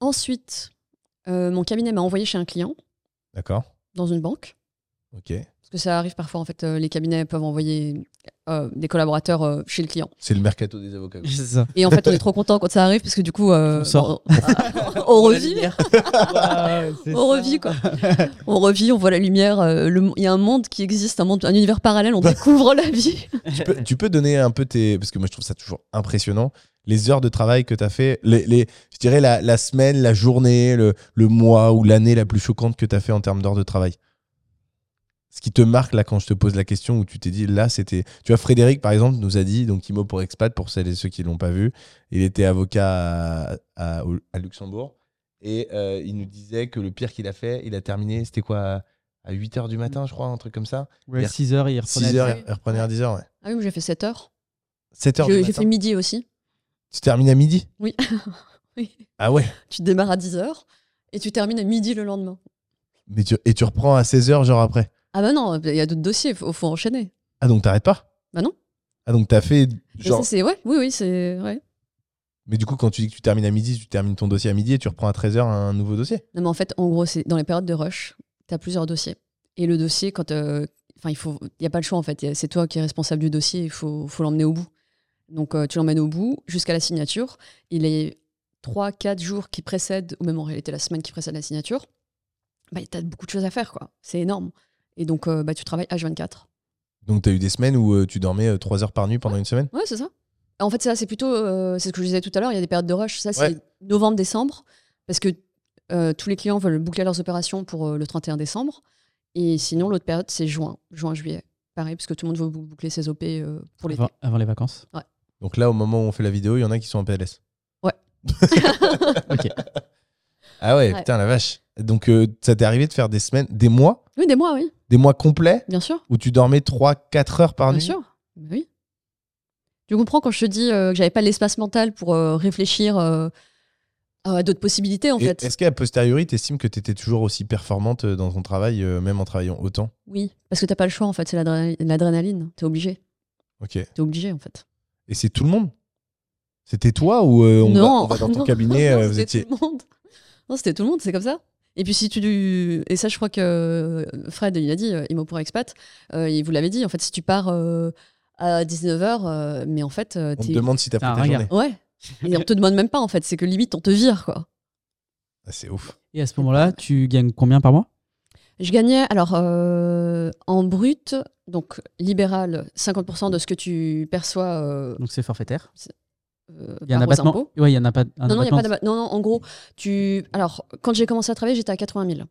Speaker 3: Ensuite, euh, mon cabinet m'a envoyé chez un client
Speaker 2: D'accord.
Speaker 3: dans une banque.
Speaker 2: Ok.
Speaker 3: Parce que ça arrive parfois, en fait, euh, les cabinets peuvent envoyer euh, des collaborateurs euh, chez le client.
Speaker 2: C'est le mercato des avocats. quoi.
Speaker 1: C'est ça.
Speaker 3: Et en fait, on est trop content quand ça arrive, parce que du coup, euh,
Speaker 1: On sort.
Speaker 3: on, on revit. On revit, quoi. On revit, on voit la lumière. euh, le- Il y a un monde qui existe, un monde, un univers parallèle. On découvre la vie.
Speaker 2: tu, peux, tu peux donner un peu tes. Parce que moi, je trouve ça toujours impressionnant. Les heures de travail que tu as fait, les, les- je dirais la, la semaine, la journée, le, le mois ou l'année la plus choquante que tu as fait en termes d'heures de travail. Ce qui te marque là quand je te pose la question où tu t'es dit là, c'était. Tu vois, Frédéric par exemple nous a dit, donc Imo pour Expat, pour celles et ceux qui l'ont pas vu, il était avocat à, à- au- à Luxembourg et euh, il nous disait que le pire qu'il a fait, il a terminé, c'était quoi À 8 h du matin, je crois, un truc comme ça.
Speaker 1: 6 heures, ils
Speaker 2: 6
Speaker 1: reprenaient.
Speaker 3: heures.
Speaker 2: h, il reprenait à 10 h, ouais.
Speaker 3: Ah oui, mais j'ai fait 7 heures.
Speaker 2: 7 h
Speaker 3: J'ai
Speaker 2: du
Speaker 3: j'ai
Speaker 2: matin.
Speaker 3: fait midi aussi.
Speaker 2: Tu termines à midi
Speaker 3: Oui. Oui.
Speaker 2: Ah ouais
Speaker 3: Tu démarres à 10 heures. Et tu termines à midi le lendemain.
Speaker 2: Mais tu, et tu reprends à 16h, genre après.
Speaker 3: Ah bah non, il y a d'autres dossiers, il faut, faut enchaîner.
Speaker 2: Ah, donc t'arrêtes pas
Speaker 3: Bah non.
Speaker 2: Ah, donc t'as fait.
Speaker 3: Et
Speaker 2: Genre...
Speaker 3: ça, c'est. Ouais, oui, oui, c'est. Ouais.
Speaker 2: Mais du coup, quand tu dis que tu termines à midi, tu termines ton dossier à midi et tu reprends à 13h un nouveau dossier.
Speaker 3: Non, mais en fait, en gros, c'est dans les périodes de rush, tu as plusieurs dossiers. Et le dossier, quand. euh, Enfin, il faut, il y a pas le choix, en fait. C'est toi qui es responsable du dossier, il faut, faut l'emmener au bout. Donc, euh, tu l'emmènes au bout jusqu'à la signature. Il est 3-4 jours qui précèdent, ou même en réalité la semaine qui précède la signature. Bah, tu as beaucoup de choses à faire, quoi. C'est énorme. Et donc, euh, bah, tu travailles H24.
Speaker 2: Donc t'as eu des semaines où euh, tu dormais 3 heures par nuit pendant une semaine
Speaker 3: Ouais, c'est ça. En fait, ça, c'est plutôt. euh, c'est ce que je disais tout à l'heure, il y a des périodes de rush. Ça, c'est
Speaker 2: Ouais.
Speaker 3: novembre-décembre, parce que euh, tous les clients veulent boucler leurs opérations pour euh, le 31 décembre. Et sinon, l'autre période, c'est juin, juin-juillet. Pareil, parce que tout le monde veut bou- boucler ses OP euh, pour l'été.
Speaker 1: avant, avant les vacances.
Speaker 2: Donc là, au moment où on fait la vidéo, il y en a qui sont en PLS.
Speaker 3: Ouais.
Speaker 1: Ok.
Speaker 2: Ah ouais,
Speaker 3: Ouais.
Speaker 2: putain, la vache. Donc euh, ça t'est arrivé de faire des semaines, des mois,
Speaker 3: Oui, des mois, oui,
Speaker 2: des mois complets
Speaker 3: bien sûr.
Speaker 2: où tu dormais 3-4 heures par
Speaker 3: bien
Speaker 2: nuit
Speaker 3: sûr. Bah oui. Tu comprends quand je te dis euh, que j'avais pas l'espace mental pour euh, réfléchir euh, à d'autres possibilités, en
Speaker 2: Et
Speaker 3: fait.
Speaker 2: Est-ce qu'à posteriori, t'estimes que t'étais toujours aussi performante euh, dans ton travail, euh, même en travaillant autant
Speaker 3: Oui, parce que t'as pas le choix, en fait. C'est l'adré- l'adrénaline. T'es obligé.
Speaker 2: Ok.
Speaker 3: T'es obligé, en fait.
Speaker 2: Et c'est tout le monde C'était toi ou euh, on, va,
Speaker 3: Non.
Speaker 2: on va dans ton
Speaker 3: Non.
Speaker 2: cabinet euh,
Speaker 3: Non,
Speaker 2: vous
Speaker 3: c'était
Speaker 2: étiez...
Speaker 3: tout le monde. Non, c'était tout le monde, c'est comme ça. Et puis si tu et ça je crois que Fred il a dit euh, Imo pour expat, euh, il vous l'avait dit en fait si tu pars euh, à 19h mais en fait euh,
Speaker 2: On te
Speaker 3: t'es-
Speaker 2: demande si t'as
Speaker 1: Ah,
Speaker 2: pris ta
Speaker 1: regarde.
Speaker 2: journée.
Speaker 3: Ouais. Et on te demande même pas en fait, c'est que limite on te vire quoi.
Speaker 2: Ah, c'est ouf.
Speaker 1: Et à ce moment-là, tu gagnes combien par mois
Speaker 3: Je gagnais alors euh, en brut donc libéral 50% de ce que tu perçois euh,
Speaker 1: Donc c'est forfaitaire.
Speaker 3: euh,
Speaker 1: Il y a un
Speaker 3: par aux
Speaker 1: abattement.
Speaker 3: impôts.
Speaker 1: Ouais, il y en a pas.
Speaker 2: Ah,
Speaker 1: un
Speaker 3: Non, non, il y a pas
Speaker 1: abattement.
Speaker 3: d'abat- non, non, en gros, tu. Alors, quand j'ai commencé à travailler, j'étais à 80 000.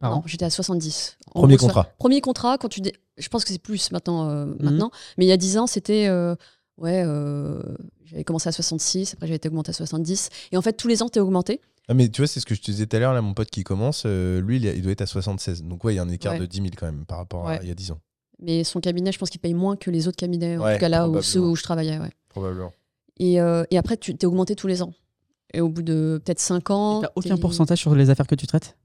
Speaker 1: Par
Speaker 3: non,
Speaker 1: an
Speaker 3: j'étais à 70. En
Speaker 2: Ah Premier
Speaker 3: gros, ça-
Speaker 2: contrat. Mhm.
Speaker 3: Premier contrat, quand tu. dé- Je pense que c'est plus maintenant, euh, maintenant. Mais il y a 10 ans, c'était. euh, ouais, euh, j'avais commencé à 66, après j'avais été augmenté à 70. Et en fait, tous les ans, t'es augmenté.
Speaker 2: Ah, mais tu vois, c'est ce que je te disais tout à l'heure, là, mon pote qui commence, euh, lui, il, est- il doit être à 76. Donc, ouais, il y a un écart
Speaker 3: Ouais.
Speaker 2: de 10 000 quand même par rapport à
Speaker 3: Ouais.
Speaker 2: il y a 10 ans,
Speaker 3: Mais son cabinet, je pense qu'il paye moins que les autres cabinets, en
Speaker 2: Ouais,
Speaker 3: tout cas là, où,
Speaker 2: probablement.
Speaker 3: ceux où je travaillais. ouais.
Speaker 2: probablement.
Speaker 3: Et, euh, et après, tu t'es augmenté tous les ans. Et au bout de peut-être 5 ans.
Speaker 1: T'as
Speaker 3: t'es-
Speaker 1: aucun pourcentage sur les affaires que tu traites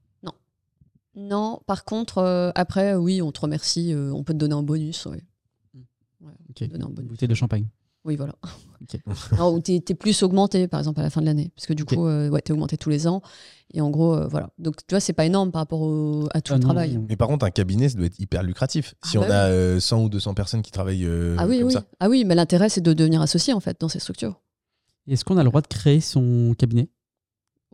Speaker 3: Non, par contre, euh, après, oui, on te remercie, euh, on peut te donner un bonus. ouais.
Speaker 1: Ok.
Speaker 3: Donner un
Speaker 1: Une
Speaker 3: bonus.
Speaker 1: bouteille de champagne.
Speaker 3: Oui, voilà.
Speaker 1: Ok.
Speaker 3: Alors, où t'es t'es plus augmenté, par exemple, à la fin de l'année. Parce que du
Speaker 1: Ok.
Speaker 3: coup, euh, ouais, t'es augmenté tous les ans. Et en gros, euh, voilà. Donc, tu vois, c'est pas énorme par rapport au- à tout
Speaker 1: Ah
Speaker 3: le
Speaker 1: non,
Speaker 3: travail.
Speaker 1: non.
Speaker 2: Mais par contre, un cabinet, ça doit être hyper lucratif. Si
Speaker 3: Ah
Speaker 2: on
Speaker 3: bah
Speaker 2: a euh, 100 ou 200 personnes qui travaillent euh,
Speaker 3: ah oui,
Speaker 2: comme
Speaker 3: oui.
Speaker 2: ça.
Speaker 3: Ah oui, mais l'intérêt, c'est de devenir associé, en fait, dans ces structures.
Speaker 1: Est-ce qu'on a le droit de créer son cabinet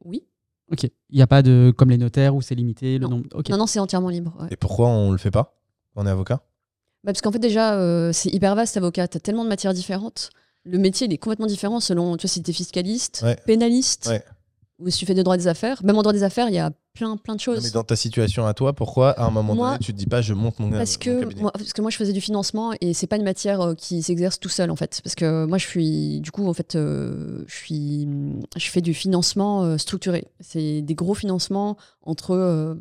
Speaker 3: Oui.
Speaker 1: Ok. Il n'y a pas de. Comme les notaires où c'est limité, le
Speaker 3: Non.
Speaker 1: nombre. Ok.
Speaker 3: Non, non, c'est entièrement libre. ouais.
Speaker 2: Et pourquoi on le fait pas On est avocat
Speaker 3: Bah, parce qu'en fait, déjà, euh, c'est hyper vaste, avocat. T'as tellement de matières différentes. Le métier, il est complètement différent selon, tu vois, si t'es fiscaliste,
Speaker 2: Ouais.
Speaker 3: pénaliste,
Speaker 2: Ouais.
Speaker 3: ou si tu fais des droits des affaires. Même en droit des affaires, il y a plein, plein de
Speaker 2: Non,
Speaker 3: choses.
Speaker 2: mais dans ta situation à toi, pourquoi à un moment
Speaker 3: Moi-
Speaker 2: donné, tu te dis pas, je monte mon, Euh,
Speaker 3: Parce
Speaker 2: mon
Speaker 3: que,
Speaker 2: cabinet
Speaker 3: moi, parce que moi, je faisais du financement et c'est pas une matière euh, qui s'exerce tout seul en fait. Parce que moi, je suis, du coup, en fait, euh, je suis, je fais du financement euh, structuré. C'est des gros financements entre euh,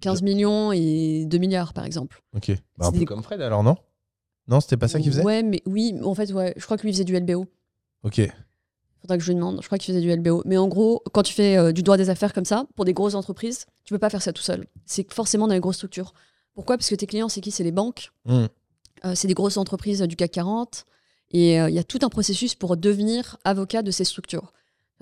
Speaker 3: 15 millions et 2 milliards, par exemple.
Speaker 2: Ok. Bah, un
Speaker 3: C'est
Speaker 2: peu
Speaker 3: des-
Speaker 2: comme Fred alors, non Non, c'était pas ça qu'il faisait
Speaker 3: Ouais, mais oui, en fait, ouais. Je crois que lui faisait du LBO.
Speaker 2: Ok.
Speaker 3: Faudra que je lui demande. Je crois qu'il faisait du LBO. Mais en gros, quand tu fais euh, du droit des affaires comme ça, pour des grosses entreprises, tu peux pas faire ça tout seul. C'est forcément dans les grosses structures. Pourquoi Parce que tes clients, c'est qui C'est les banques.
Speaker 2: Hmm.
Speaker 3: Euh, c'est des grosses entreprises euh, du CAC 40. Et euh, il y a tout un processus pour devenir avocat de ces structures.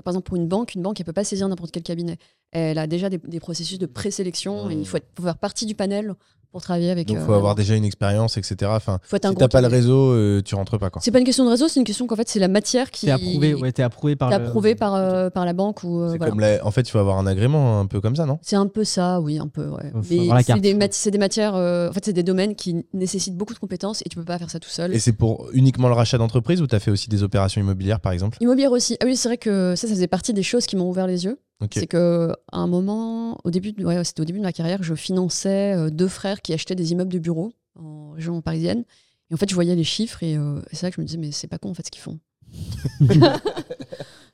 Speaker 3: Par exemple, pour une banque, une banque, elle peut pas saisir n'importe quel cabinet. Elle a déjà des, des processus de présélection. et
Speaker 2: Mm.
Speaker 3: Il faut, être, faut faire partie du panel pour travailler avec.
Speaker 2: Donc,
Speaker 3: euh,
Speaker 2: faut avoir
Speaker 3: la banque.
Speaker 2: déjà une expérience, etc. Enfin,
Speaker 3: Faut être un
Speaker 2: si
Speaker 3: gros
Speaker 2: t'as pas le
Speaker 3: cabinet.
Speaker 2: réseau, euh, tu rentres pas, quoi.
Speaker 3: C'est pas une question de réseau, c'est une question qu'en fait, c'est la matière qui
Speaker 1: T'es approuvé, ouais, t'es approuvé par.
Speaker 3: t'es
Speaker 1: le-
Speaker 3: approuvée par,
Speaker 1: Ok.
Speaker 3: euh, par la banque. ou euh,
Speaker 2: C'est
Speaker 3: voilà.
Speaker 2: comme la- En fait, il faut avoir un agrément un peu comme ça, non
Speaker 3: C'est un peu ça, oui, un peu. ouais.
Speaker 1: Faut
Speaker 3: Mais
Speaker 1: avoir la
Speaker 3: c'est
Speaker 1: carte.
Speaker 3: des, mat- c'est des matières, euh, en fait, c'est des domaines qui nécessitent beaucoup de compétences et tu peux pas faire ça tout seul.
Speaker 2: Et c'est pour uniquement le rachat d'entreprise ou t'as fait aussi des opérations immobilières, par exemple
Speaker 3: Immobilière aussi. Ah oui, c'est vrai que ça, ça faisait partie des choses qui m'ont ouvert les yeux.
Speaker 2: Ok.
Speaker 3: C'est que à un moment, au début, de, ouais, c'était au début de ma carrière, je finançais euh, deux frères qui achetaient des immeubles de bureaux en région parisienne. Et en fait, je voyais les chiffres et, euh, et c'est là que je me disais, mais c'est pas con en fait ce qu'ils font.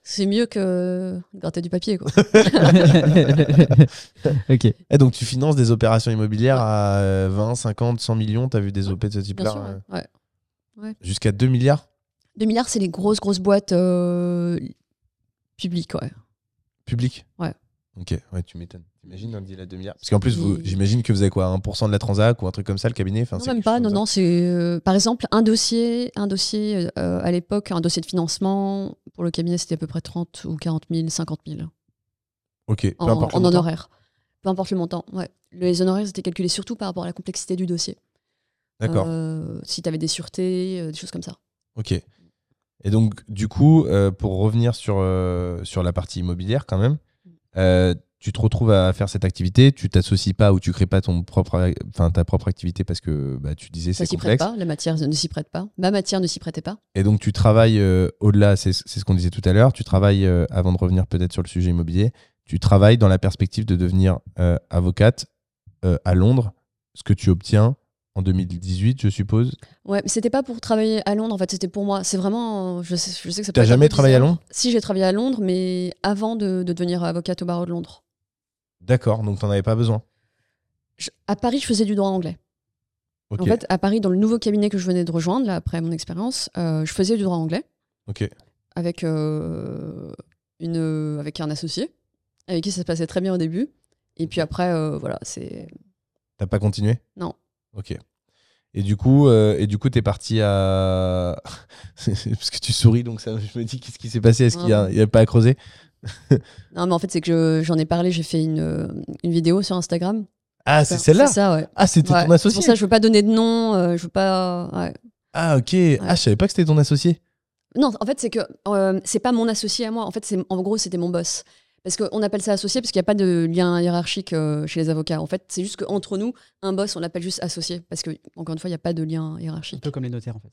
Speaker 3: c'est mieux que de gratter du papier. Quoi.
Speaker 1: ok.
Speaker 2: Eh, donc, tu finances des opérations immobilières à euh, 20, 50, 100 millions. T'as vu des OP de ce
Speaker 3: Bien
Speaker 2: type-là
Speaker 3: sûr. hein.
Speaker 2: euh,
Speaker 3: ouais. Ouais.
Speaker 2: Jusqu'à 2 milliards
Speaker 3: 2 milliards, c'est les grosses, grosses boîtes euh, publiques. Ouais.
Speaker 2: public
Speaker 3: Ouais.
Speaker 2: Ok, ouais, tu m'étonnes. T'imagines, on dit la demi-heure. Parce qu'en plus, vous, j'imagine que vous avez quoi 1% de la transac ou un truc comme ça, le cabinet enfin,
Speaker 3: Non,
Speaker 2: c'est
Speaker 3: même
Speaker 2: quelque
Speaker 3: pas.
Speaker 2: chose hein.
Speaker 3: Non,
Speaker 2: comme
Speaker 3: non, c'est euh, par exemple un dossier, un dossier euh, à l'époque, un dossier de financement pour le cabinet, c'était à peu près 30 ou 40 000, 50 000
Speaker 2: ça. Ok, peu
Speaker 3: en,
Speaker 2: importe.
Speaker 3: en
Speaker 2: le montant.
Speaker 3: honoraires. Peu importe le montant. Ouais. Les honoraires étaient calculés surtout par rapport à la complexité du dossier.
Speaker 2: D'accord,
Speaker 3: Euh, si tu avais des sûretés, euh, des choses comme ça.
Speaker 2: ok. Et donc, du coup, euh, pour revenir sur, euh, sur la partie immobilière quand même, euh, tu te retrouves à faire cette activité, tu t'associes pas ou tu crées pas ton propre, enfin, ta propre activité parce que bah, tu disais
Speaker 3: Ça
Speaker 2: c'est
Speaker 3: s'y prête
Speaker 2: complexe.
Speaker 3: pas. La matière ne s'y prête pas. Ma matière ne s'y prêtait pas.
Speaker 2: Et donc tu travailles euh, au-delà, c'est c'est ce qu'on disait tout à l'heure, tu travailles, euh, avant de revenir peut-être sur le sujet immobilier, tu travailles dans la perspective de devenir euh, avocate euh, à Londres, ce que tu obtiens en 2018, je suppose.
Speaker 3: Ouais, mais c'était pas pour travailler à Londres, en fait, c'était pour moi. C'est vraiment. euh, Je sais, je sais que ça peut
Speaker 2: T'as
Speaker 3: être un
Speaker 2: jamais
Speaker 3: peu
Speaker 2: travaillé à
Speaker 3: bizarre.
Speaker 2: Londres
Speaker 3: Si, j'ai travaillé à Londres, mais avant de, de devenir avocate au barreau de Londres.
Speaker 2: D'accord, donc t'en avais pas besoin.
Speaker 3: Je- à Paris, je faisais du droit anglais.
Speaker 2: Ok,
Speaker 3: En fait, à Paris, dans le nouveau cabinet que je venais de rejoindre, là, après mon expérience, euh, je faisais du droit anglais
Speaker 2: ok,
Speaker 3: avec, euh, une, euh, avec un associé, avec qui ça se passait très bien au début. Et puis après, euh, voilà, c'est.
Speaker 2: t'as pas continué
Speaker 3: Non.
Speaker 2: Ok. Et du coup, euh, et du coup, t'es parti à parce que tu souris, donc ça, je me dis qu'est-ce qui s'est passé Est-ce qu'il y a, il y a pas à creuser
Speaker 3: Non, mais en fait, c'est que je- j'en ai parlé, j'ai fait une, euh, une vidéo sur Instagram.
Speaker 2: Ah, c'est celle-là.
Speaker 3: Bah, ça, ouais.
Speaker 2: Ah, c'était
Speaker 3: Ouais,
Speaker 2: ton
Speaker 3: C'est
Speaker 2: associé.
Speaker 3: pour ça, je veux pas donner de nom, euh, je veux pas. ouais.
Speaker 2: Ah, ok. Ah, je savais pas que c'était ton associé.
Speaker 3: Non, en fait, c'est que euh, c'est pas mon associé à moi. En fait, c'est en gros, c'était mon boss. Parce qu'on appelle ça associé parce qu'il n'y a pas de lien hiérarchique euh, chez les avocats. En fait, c'est juste qu'entre nous, un boss, on l'appelle juste associé. Parce que, encore une fois, il n'y a pas de lien
Speaker 1: Un
Speaker 3: hiérarchique.
Speaker 1: peu comme les notaires, en fait.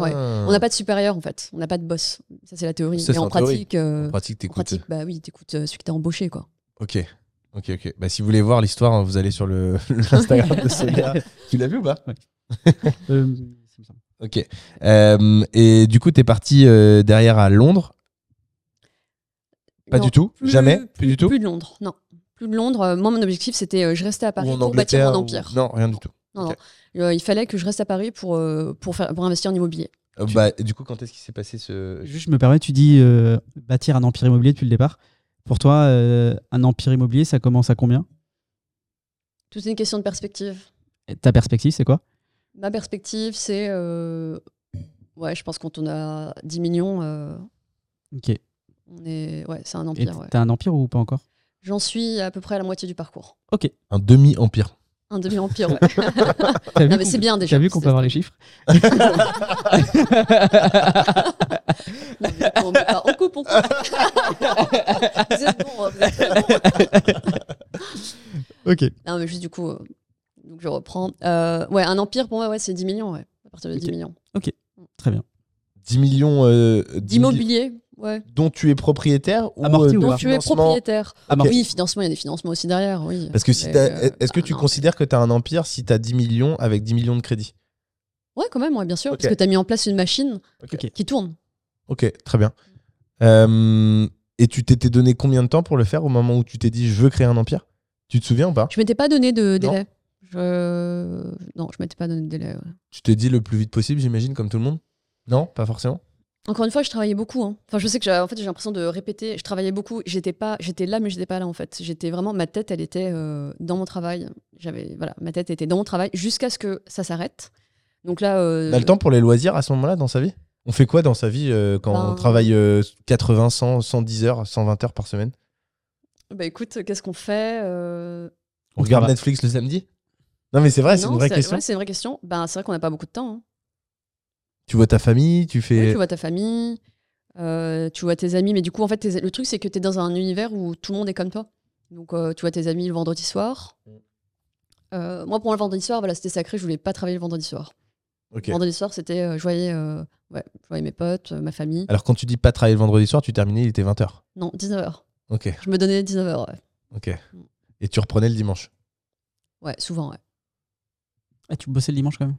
Speaker 3: Ouais.
Speaker 2: Ah.
Speaker 3: On n'a pas de supérieur, en fait. On n'a pas de boss. Ça, c'est la théorie.
Speaker 2: Ça,
Speaker 3: Mais
Speaker 2: c'est en
Speaker 3: en
Speaker 2: théorie.
Speaker 3: pratique, euh,
Speaker 2: En pratique,
Speaker 3: en
Speaker 2: t'écoutes.
Speaker 3: pratique bah oui, t'écoutes euh, celui que t'as embauché, quoi.
Speaker 2: Ok. Ok, ok. Bah, si vous voulez voir l'histoire, hein, vous allez sur le- l'Instagram de Sonia. tu l'as vu ou pas
Speaker 1: Euh, ça me semble.
Speaker 2: Ok. Euh, et du coup, t'es parti euh, derrière à Londres Pas
Speaker 3: Non,
Speaker 2: du tout
Speaker 3: plus-
Speaker 2: Jamais Plus du tout
Speaker 3: Plus de Londres, non. Plus de Londres. Euh, Moi, mon objectif, c'était euh, je restais à Paris
Speaker 2: Ou en
Speaker 3: pour bâtir
Speaker 2: Angleterre
Speaker 3: mon
Speaker 2: ou-
Speaker 3: empire.
Speaker 2: Non, rien du tout.
Speaker 3: Non,
Speaker 2: Ok.
Speaker 3: non. Euh, il fallait que je reste à Paris pour, euh, pour, faire, pour investir en immobilier.
Speaker 2: Euh, bah, et du coup, quand est-ce qu'il s'est passé ce.
Speaker 1: Juste, je me permets, tu dis euh, bâtir un empire immobilier depuis le départ. Pour toi, euh, un empire immobilier, ça commence à combien
Speaker 3: Tout est une question de perspective.
Speaker 1: Et Ta perspective, c'est quoi
Speaker 3: Ma perspective, c'est. euh, Ouais, je pense quand on a 10 millions, euh,
Speaker 1: Ok. Et
Speaker 3: on est... ouais, c'est un
Speaker 1: t-
Speaker 3: empire. ouais.
Speaker 1: t'as un empire ou pas encore
Speaker 3: J'en suis à peu près à la moitié du parcours.
Speaker 2: Un demi-empire.
Speaker 3: Un demi-empire, ouais.
Speaker 1: T'as vu
Speaker 3: non, mais
Speaker 1: qu'on-
Speaker 3: c'est bien déjà.
Speaker 1: T'as vu qu'on peut avoir les chiffres
Speaker 3: Non, mais on peut pas- On coupe, on coupe. vous êtes bons, hein, vous êtes très bons.
Speaker 1: Ok.
Speaker 3: Non, mais juste du coup, euh, donc je reprends. Euh, ouais, un empire pour moi, ouais, c'est 10 millions, ouais. À partir de
Speaker 1: Ok.
Speaker 3: 10 millions.
Speaker 1: Très bien.
Speaker 2: 10 millions. euh, 10 millions
Speaker 3: D'immobilier, ouais.
Speaker 2: Dont tu es propriétaire ou,
Speaker 1: Amorti
Speaker 2: euh,
Speaker 1: ou
Speaker 2: dont
Speaker 1: pas Ah,
Speaker 3: Tu es
Speaker 2: financement
Speaker 3: propriétaire.
Speaker 1: Amorti.
Speaker 3: Oui, financement, il y a des financements aussi derrière, oui.
Speaker 2: Parce que si
Speaker 3: Mais,
Speaker 2: t'as-
Speaker 3: euh,
Speaker 2: est-ce que
Speaker 3: bah,
Speaker 2: tu
Speaker 3: non.
Speaker 2: considères que tu as un empire si tu as 10 millions avec 10 millions de crédits
Speaker 3: Ouais, quand même, ouais, bien sûr.
Speaker 2: Ok.
Speaker 3: Parce que tu as mis en place une machine
Speaker 1: Ok.
Speaker 3: qui tourne.
Speaker 2: Ok, très bien. Euh, et tu t'étais donné combien de temps pour le faire au moment où tu t'es dit je veux créer un empire Tu te souviens ou pas
Speaker 3: Je m'étais pas donné de délai. Je... Non, je m'étais pas donné de délai. ouais.
Speaker 2: Tu t'es dit le plus vite possible, j'imagine, comme tout le monde Non, pas forcément.
Speaker 3: Encore une fois, je travaillais beaucoup. hein. Enfin, je sais que j'ai en fait, j'ai l'impression de répéter. Je travaillais beaucoup. J'étais pas, j'étais là, mais j'étais pas là en fait. J'étais vraiment, ma tête, elle était euh, dans mon travail. J'avais, voilà, ma tête était dans mon travail jusqu'à ce que ça s'arrête. Donc là, euh,
Speaker 2: On a Bah, le temps pour les loisirs à ce moment-là dans sa vie On fait quoi dans sa vie euh, quand
Speaker 3: Ben-
Speaker 2: on travaille euh, 80, 100, 110 heures, 120 heures par semaine
Speaker 3: bah écoute, qu'est-ce qu'on fait euh,
Speaker 2: On, regarde
Speaker 1: travaille.
Speaker 2: Netflix le samedi Non, mais Ah, c'est vrai, c'est
Speaker 3: non,
Speaker 2: une vraie question.
Speaker 3: ouais, c'est une vraie question. Ben, c'est vrai qu'on n'a pas beaucoup de temps. hein.
Speaker 2: Tu vois ta famille, tu
Speaker 3: Oui,
Speaker 2: fais.
Speaker 3: tu vois ta famille, euh, tu vois tes amis, mais du coup, en fait, tes- le truc, c'est que tu es dans un univers où tout le monde est comme toi. Donc, euh, tu vois tes amis le vendredi soir. Euh, moi, pour moi, le vendredi soir, voilà, c'était sacré, je voulais pas travailler le vendredi soir.
Speaker 2: Ok.
Speaker 3: Le vendredi soir, c'était, euh, je, voyais, euh, ouais, je voyais mes potes, euh, ma famille.
Speaker 2: Alors quand tu dis pas travailler le vendredi soir, tu terminais, il était 20 heures.
Speaker 3: Non, 19h.
Speaker 2: Ok,
Speaker 3: Je me donnais 19h, ouais.
Speaker 2: ok. Et tu reprenais le dimanche.
Speaker 3: Ouais, souvent, ouais.
Speaker 1: Ah, tu bossais le dimanche quand même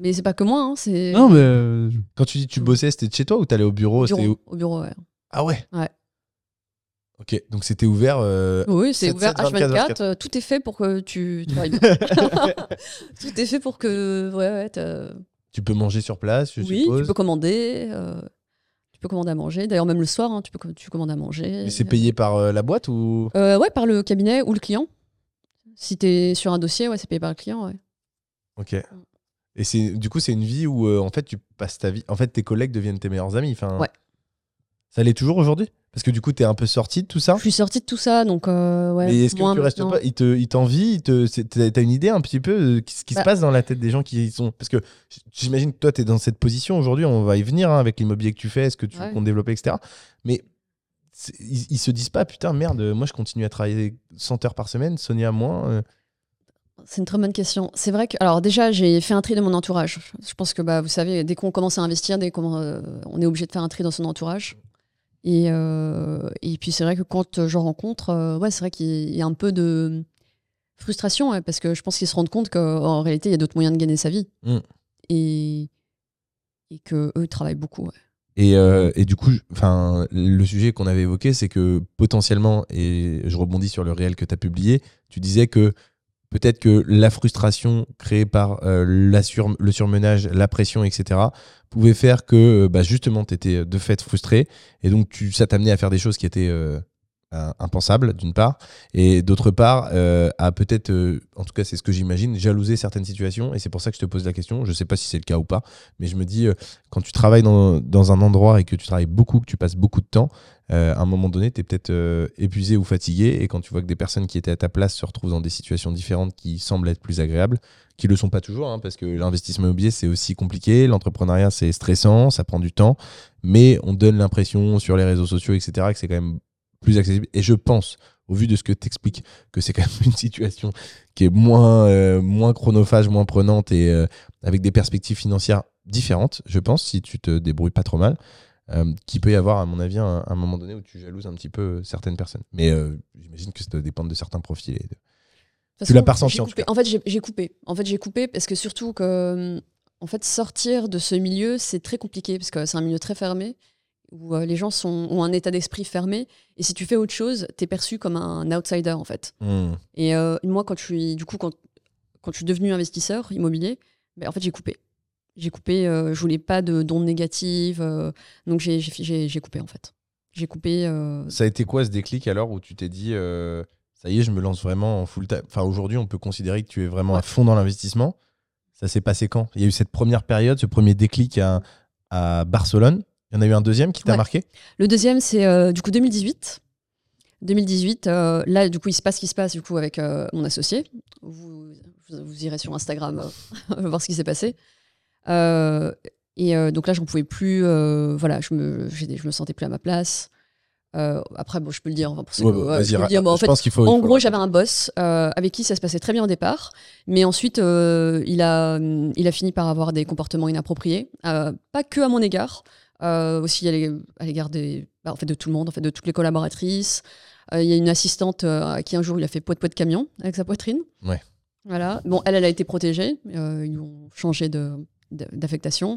Speaker 3: Mais c'est pas que moi, hein, c'est
Speaker 1: Non, mais. euh,
Speaker 2: Quand tu dis tu bossais, c'était de chez toi ou t'allais au bureau,
Speaker 3: au
Speaker 2: c'était
Speaker 3: Mm. bureau.
Speaker 2: où
Speaker 3: Au bureau ouais.
Speaker 2: Ah ouais
Speaker 3: Ouais.
Speaker 2: Ok, donc c'était ouvert. euh,
Speaker 3: Oui, c'est
Speaker 2: 7,
Speaker 3: ouvert
Speaker 2: 7, 24,
Speaker 3: H24, euh, tout est fait pour que tu travailles bien. tout est fait pour que, ouais, ouais, t'as-
Speaker 2: Tu peux manger sur place, je
Speaker 3: oui, tu
Speaker 2: suppose.
Speaker 3: peux commander. euh, Tu peux commander à manger. D'ailleurs, même le soir, hein, tu, peux, tu commandes à manger.
Speaker 2: Mais c'est payé par euh, la boîte ou
Speaker 3: Euh, Ouais, par le cabinet ou le client. Si tu es sur un dossier, ouais, c'est payé par le client. ouais.
Speaker 2: Ok. Et c'est du coup c'est une vie où euh, en fait tu passes ta vie. En fait tes collègues deviennent tes meilleurs amis. Enfin.
Speaker 3: Ouais.
Speaker 2: Ça l'est toujours aujourd'hui Parce que du coup t'es un peu sorti de tout ça.
Speaker 3: Je suis sortie de tout ça, donc euh, ouais.
Speaker 2: Mais est-ce que
Speaker 3: moins
Speaker 2: tu restes
Speaker 3: maintenant.
Speaker 2: pas Ils te- ils t'envient ils te, c'est- T'as t'as une idée un petit peu de ce qui se
Speaker 3: Bah.
Speaker 2: passe dans la tête des gens qui y sont Parce que j- j'imagine que toi, tu es dans cette position aujourd'hui, on va y venir hein, avec l'immobilier que tu fais, ce que tu
Speaker 3: Ouais.
Speaker 2: comptes développer, etc. Mais c'est- ils, ils se disent pas, putain, merde, moi je continue à travailler 100 heures par semaine, Sonia moins. euh.
Speaker 3: C'est une très bonne question. C'est vrai que, alors déjà, j'ai fait un tri de mon entourage. Je pense que, bah, vous savez, dès qu'on commence à investir, dès qu'on euh, on est obligé de faire un tri dans son entourage. Et, euh, et puis c'est vrai que quand je rencontre, euh, ouais, c'est vrai qu'il y a un peu de frustration, ouais, parce que je pense qu'ils se rendent compte qu'en réalité, il y a d'autres moyens de gagner sa vie.
Speaker 2: Mm.
Speaker 3: Et, et que eux, ils travaillent beaucoup. ouais.
Speaker 2: Et, euh, et du coup, je- enfin, le sujet qu'on avait évoqué, c'est que potentiellement, et je rebondis sur le réel que tu as publié, tu disais que peut-être que la frustration créée par euh, la sur- le surmenage, la pression, etc., pouvait faire que euh, bah, justement, tu étais de fait frustré. Et donc, tu, ça t'amenait à faire des choses qui étaient euh, euh, impensables, d'une part. Et d'autre part, euh, à peut-être, euh, en tout cas, c'est ce que j'imagine, jalouser certaines situations. Et c'est pour ça que je te pose la question. Je sais pas si c'est le cas ou pas, mais je me dis, euh, quand tu travailles dans, dans un endroit et que tu travailles beaucoup, que tu passes beaucoup de temps, euh, à un moment donné, tu es peut-être euh, épuisé ou fatigué. Et quand tu vois que des personnes qui étaient à ta place se retrouvent dans des situations différentes qui semblent être plus agréables, qui ne le sont pas toujours, hein, parce que l'investissement immobilier, c'est aussi compliqué. L'entrepreneuriat, c'est stressant, ça prend du temps. Mais on donne l'impression sur les réseaux sociaux, etc., que c'est quand même plus accessible. Et je pense, au vu de ce que tu expliques, que c'est quand même une situation qui est moins, euh, moins chronophage, moins prenante et. euh, avec des perspectives financières différentes, je pense, si tu te débrouilles pas trop mal, euh, qu'il peut y avoir, à mon avis, un, un moment donné où tu jalouses un petit peu certaines personnes. Mais euh, j'imagine que ça doit dépendre de certains profils. et de-
Speaker 3: De toute
Speaker 2: Tu l'as
Speaker 3: façon,
Speaker 2: pas ressenti,
Speaker 3: j'ai
Speaker 2: en tout
Speaker 3: coupé. En fait, j'ai j'ai coupé. En fait, j'ai coupé parce que surtout que, en fait, sortir de ce milieu, c'est très compliqué parce que c'est un milieu très fermé où euh, les gens sont, ont un état d'esprit fermé et si tu fais autre chose, t'es perçu comme un outsider en fait. Et euh, moi, quand je suis, du coup, quand, quand je suis devenu investisseur immobilier, ben, en fait, j'ai coupé. J'ai coupé. euh, je voulais pas de d'ondes négatives, euh, donc j'ai- j'ai j'ai- j'ai coupé en fait. J'ai coupé. euh,
Speaker 2: Ça a été quoi ce déclic alors où tu t'es dit, euh, ça y est, je me lance vraiment en full time Enfin, aujourd'hui, on peut considérer que tu es vraiment à fond dans l'investissement. Ça s'est passé quand Il y a eu cette première période, ce premier déclic à, à Barcelone. Il y en a eu un deuxième qui t'a
Speaker 3: Ouais.
Speaker 2: marqué
Speaker 3: Le deuxième, c'est euh, du coup 2018. 2018, euh, là, du coup, il se passe ce qui se passe du coup avec euh, mon associé. Vous, vous, vous irez sur Instagram euh, voir ce qui s'est passé. Euh, et euh, donc là, j'en pouvais plus. euh, voilà, je me, j'ai- je me sentais plus à ma place. Euh, après, bon, je peux le dire. Enfin, pour ceux
Speaker 2: Ouais,
Speaker 3: que-
Speaker 2: bah,
Speaker 3: ouais, je peux
Speaker 2: ra-
Speaker 3: le dire, mais en fait,
Speaker 2: pense qu'il faut. il
Speaker 3: en
Speaker 2: faut-
Speaker 3: gros, j'avais un boss euh, avec qui ça se passait très bien au départ, mais ensuite, euh, il, a, hum, il a fini par avoir des comportements inappropriés, euh, pas que à mon égard, euh, aussi à l'é- à l'égard des, bah, en fait, de tout le monde, en fait, de toutes les collaboratrices. Euh, Il y a une assistante euh, à qui un jour il a fait poids de poids de camion avec sa poitrine.
Speaker 2: Ouais.
Speaker 3: Voilà. Bon, elle, elle a été protégée. euh, ils ont changé de- de- d'affectation.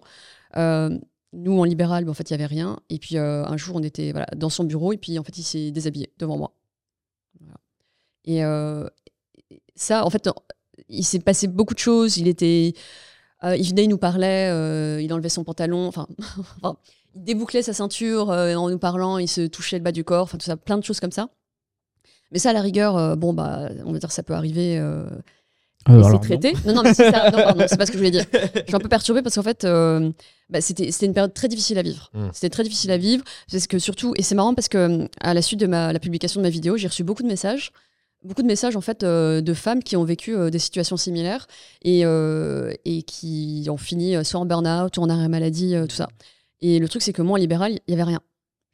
Speaker 3: Euh, nous, en libéral, bah, en fait, il n'y avait rien. Et puis, euh, un jour, on était voilà, dans son bureau et puis, en fait, il s'est déshabillé devant moi. Et euh, ça, en fait, il s'est passé beaucoup de choses. Il était, euh, il venait, il nous parlait, euh, il enlevait son pantalon, enfin, enfin, il débouclait sa ceinture euh, en nous parlant, il se touchait le bas du corps, enfin tout ça, plein de choses comme ça. Mais ça, à la rigueur, euh, bon bah, on va dire, ça peut arriver. euh,
Speaker 1: Euh,
Speaker 3: et
Speaker 1: alors,
Speaker 3: c'est
Speaker 1: non.
Speaker 3: traité. Non, non, mais c'est ça. Non, pardon, c'est pas ce que je voulais dire. Je suis un peu perturbée parce qu'en fait, euh, bah, c'était c'était une période très difficile à vivre.
Speaker 1: Hmm.
Speaker 2: Mm.
Speaker 3: C'était très difficile à vivre parce que surtout, et c'est marrant parce que euh, à la suite de ma, la publication de ma vidéo, j'ai reçu beaucoup de messages, beaucoup de messages en fait euh, de femmes qui ont vécu euh, des situations similaires et, euh, et qui ont fini euh, soit en burn-out, soit en arrêt maladie, euh, tout ça. Et le truc, c'est que moi, en libéral, il y avait rien.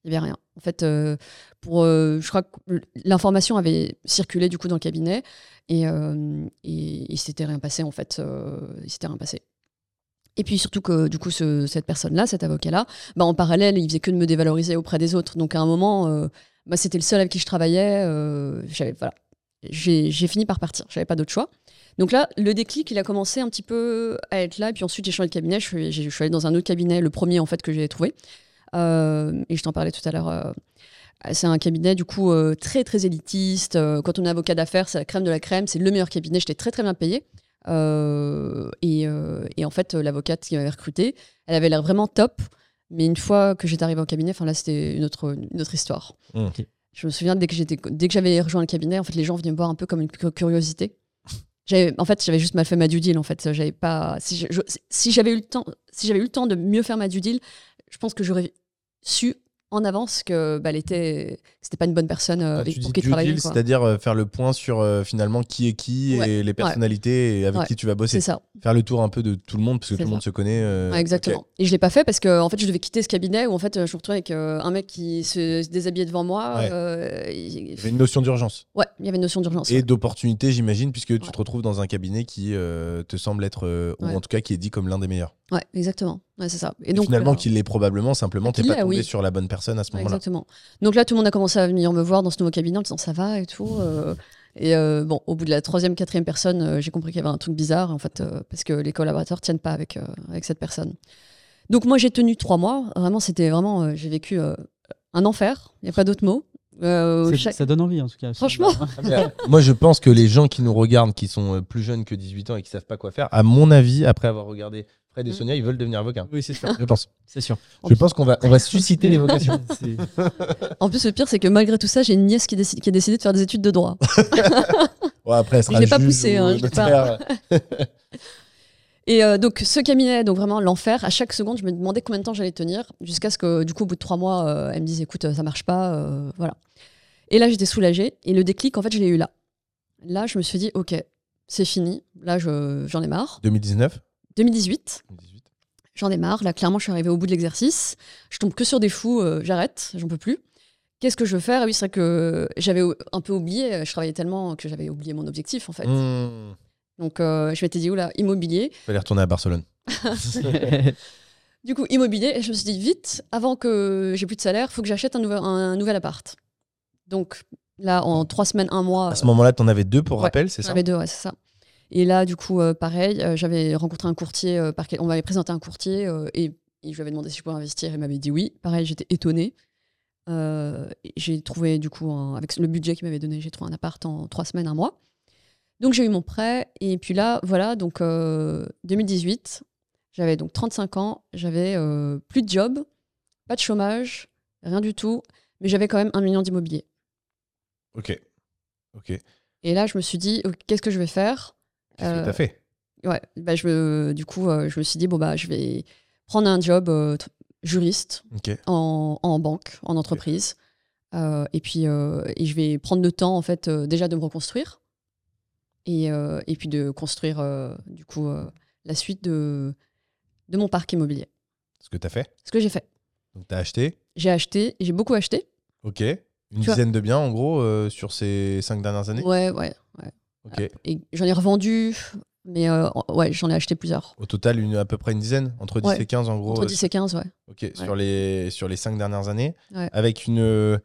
Speaker 3: Il y avait rien. En fait, euh, pour, euh, je crois que l'information avait circulé du coup dans le cabinet et, euh, et il s'était rien passé en fait. euh, il s'était rien passé. Et puis surtout que du coup ce- cette personne-là, cet avocat-là, bah, en parallèle, il faisait que de me dévaloriser auprès des autres. Donc à un moment, euh, bah, c'était le seul avec qui je travaillais. euh, j'avais voilà, j'ai j'ai fini par partir. J'avais pas d'autre choix. Donc là, le déclic, il a commencé un petit peu à être là. Et puis ensuite, j'ai changé de cabinet. Je suis, j'ai- je suis allée dans un autre cabinet, le premier en fait que j'ai trouvé. Euh, et je t'en parlais tout à l'heure. euh, c'est un cabinet du coup euh, très très élitiste. Euh, quand on est avocat d'affaires, c'est la crème de la crème. C'est le meilleur cabinet. J'étais très très bien payée. Euh, et, euh, et en fait, euh, l'avocate qui m'avait recrutée, elle avait l'air vraiment top. Mais une fois que j'étais arrivée au cabinet, enfin là, c'était une autre, une autre histoire.
Speaker 2: Mmh.
Speaker 1: Ok.
Speaker 3: Je me souviens, dès que j'étais- dès que j'avais rejoint le cabinet, en fait, les gens venaient me voir un peu comme une cu- curiosité. J'avais- En fait, j'avais juste mal fait ma due deal. En fait, j'avais pas. Si je- je- si j'avais eu le temps, si j'avais eu le temps de mieux faire ma due deal, je pense que j'aurais su en avance que bah, elle était, c'était pas une bonne personne euh,
Speaker 2: Quand
Speaker 3: avec-
Speaker 2: Ah, tu
Speaker 3: pour
Speaker 2: dis
Speaker 3: qui
Speaker 2: due
Speaker 3: travailler.
Speaker 2: deal,
Speaker 3: quoi.
Speaker 2: c'est-à-dire euh, faire le point sur euh, finalement qui est qui
Speaker 3: Ouais,
Speaker 2: et les personnalités et avec
Speaker 3: Ouais.
Speaker 2: qui tu vas bosser.
Speaker 3: C'est ça.
Speaker 2: Faire le tour un peu de tout le monde parce que tout
Speaker 3: C'est
Speaker 2: le
Speaker 3: ça.
Speaker 2: monde se connaît. euh,
Speaker 3: Ouais, exactement.
Speaker 2: ok.
Speaker 3: Et je l'ai pas fait parce que en fait, je devais quitter ce cabinet où en fait, je me retrouvais avec euh, un mec qui se, se déshabillait devant moi.
Speaker 2: Ouais.
Speaker 3: euh, il-
Speaker 2: Il y avait une notion d'urgence
Speaker 3: Ouais, il y avait une notion d'urgence.
Speaker 2: et
Speaker 3: ouais.
Speaker 2: d'opportunité, j'imagine, puisque tu
Speaker 3: Ouais.
Speaker 2: te retrouves dans un cabinet qui euh, te semble être, euh, ou
Speaker 3: Ouais.
Speaker 2: en tout cas qui est dit comme l'un des meilleurs.
Speaker 3: Ouais, exactement. Ouais, c'est ça.
Speaker 2: Et finalement,
Speaker 3: là-
Speaker 2: qu'il l'est probablement, simplement, t'es
Speaker 3: Qu'il
Speaker 2: pas
Speaker 3: l'est,
Speaker 2: tombé
Speaker 3: oui.
Speaker 2: sur la bonne personne à ce
Speaker 3: Ouais,
Speaker 2: moment-là.
Speaker 3: Exactement. Donc là, tout le monde a commencé à venir me voir dans ce nouveau cabinet en me disant ça va et tout. euh, et euh, bon, au bout de la troisième, quatrième personne, euh, j'ai compris qu'il y avait un truc bizarre en fait, euh, parce que les collaborateurs tiennent pas avec, euh, avec cette personne. Donc moi, j'ai tenu trois mois. Vraiment, c'était vraiment, euh, j'ai vécu euh, un enfer. Il n'y a pas d'autre mot. Euh,
Speaker 1: C'est-
Speaker 3: chaque-
Speaker 1: Ça donne envie en tout cas.
Speaker 3: Franchement.
Speaker 2: Moi, je pense que les gens qui nous regardent, qui sont euh, plus jeunes que 18 ans et qui savent pas quoi faire, à mon avis, après avoir regardé Fred et
Speaker 3: Mm.
Speaker 2: Sonia, ils veulent devenir avocats.
Speaker 1: Oui, c'est sûr.
Speaker 2: Je pense.
Speaker 1: C'est sûr.
Speaker 2: Je pense qu'on va, on va susciter les vocations.
Speaker 1: C'est-
Speaker 3: En plus, le pire, c'est que malgré tout ça, j'ai une nièce qui, décide, qui a décidé de faire des études de droit.
Speaker 2: Ouais, après, elle sera
Speaker 3: Je l'ai pas
Speaker 2: juge
Speaker 3: poussé,
Speaker 2: ou euh,
Speaker 3: hein, je l'ai pas-
Speaker 2: notaire.
Speaker 3: Et euh, donc ce cabinet, donc vraiment l'enfer. À chaque seconde, je me demandais combien de temps j'allais tenir, jusqu'à ce que du coup, au bout de trois mois, euh, elle me dise "Écoute, euh, ça marche pas, euh, voilà." Et là, j'étais soulagée. Et le déclic, en fait, je l'ai eu là. Là, je me suis dit "Ok, c'est fini. Là, je- j'en ai marre."
Speaker 2: 2019
Speaker 3: 2018,
Speaker 2: 2018.
Speaker 3: j'en ai marre. Là, clairement, je suis arrivée au bout de l'exercice. Je tombe que sur des fous. euh, J'arrête. J'en peux plus. Qu'est-ce que je veux faire Et Oui, c'est vrai que j'avais euh, un peu oublié. Je travaillais tellement que j'avais oublié mon objectif, en fait.
Speaker 2: Mmh.
Speaker 3: Donc, euh, je m'étais dit "Oula, immobilier."
Speaker 2: Fallait retourner à Barcelone.
Speaker 3: Du coup, immobilier, et je me suis dit, vite, avant que j'ai plus de salaire, faut que j'achète un, nouvel- un nouvel appart. Donc là, en trois semaines, un mois, euh,
Speaker 2: À ce moment-là, t'en avais deux pour
Speaker 3: Ouais,
Speaker 2: rappel, c'est
Speaker 3: euh,
Speaker 2: ça
Speaker 3: j'avais deux, ouais, c'est ça. Et là, du coup, euh, pareil, euh, j'avais rencontré un courtier, euh, par quel- on m'avait présenté un courtier, euh, et, et je lui avais demandé si je pouvais investir, il m'avait dit oui. Pareil, j'étais étonnée. Euh, et j'ai trouvé, du coup, un- avec le budget qu'il m'avait donné, j'ai trouvé un appart en trois semaines, un mois. Donc j'ai eu mon prêt, et puis là, voilà, donc euh, 2018, j'avais donc 35 ans, j'avais euh, plus de job, pas de chômage, rien du tout, mais j'avais quand même un million d'immobilier.
Speaker 2: Ok. Ok. Qu'est-ce
Speaker 3: Et là, je me suis dit, Ok, qu'est-ce que je vais faire
Speaker 2: que
Speaker 3: Euh,
Speaker 2: t'as fait
Speaker 3: Ouais, bah, je me- du coup, euh, je me suis dit, bon, bah, je vais prendre un job euh, tr- juriste
Speaker 2: Ok.
Speaker 3: en, en banque, en entreprise. Euh, et puis, euh, et je vais prendre le temps, en fait, euh, déjà de me reconstruire. Et, euh, et puis de construire, euh, du coup, euh, la suite de, de mon parc immobilier.
Speaker 2: Ce que t'as fait.
Speaker 3: Ce que j'ai fait.
Speaker 2: Donc t'as acheté.
Speaker 3: J'ai acheté, j'ai beaucoup acheté.
Speaker 2: Ok. Une
Speaker 3: vois-
Speaker 2: dizaine de biens en gros euh, sur ces cinq dernières années.
Speaker 3: Ouais, ouais, ouais.
Speaker 2: Ok.
Speaker 3: Et j'en ai revendu, mais euh, en- ouais, j'en ai acheté plusieurs.
Speaker 2: Au total, une, à peu près une dizaine, entre 10
Speaker 3: Ouais.
Speaker 2: et 15 en gros.
Speaker 3: Entre
Speaker 2: euh,
Speaker 3: 10 et 15, ouais.
Speaker 2: ok, Sur, les, sur les cinq dernières années.
Speaker 3: Ouais.
Speaker 2: Avec une. euh,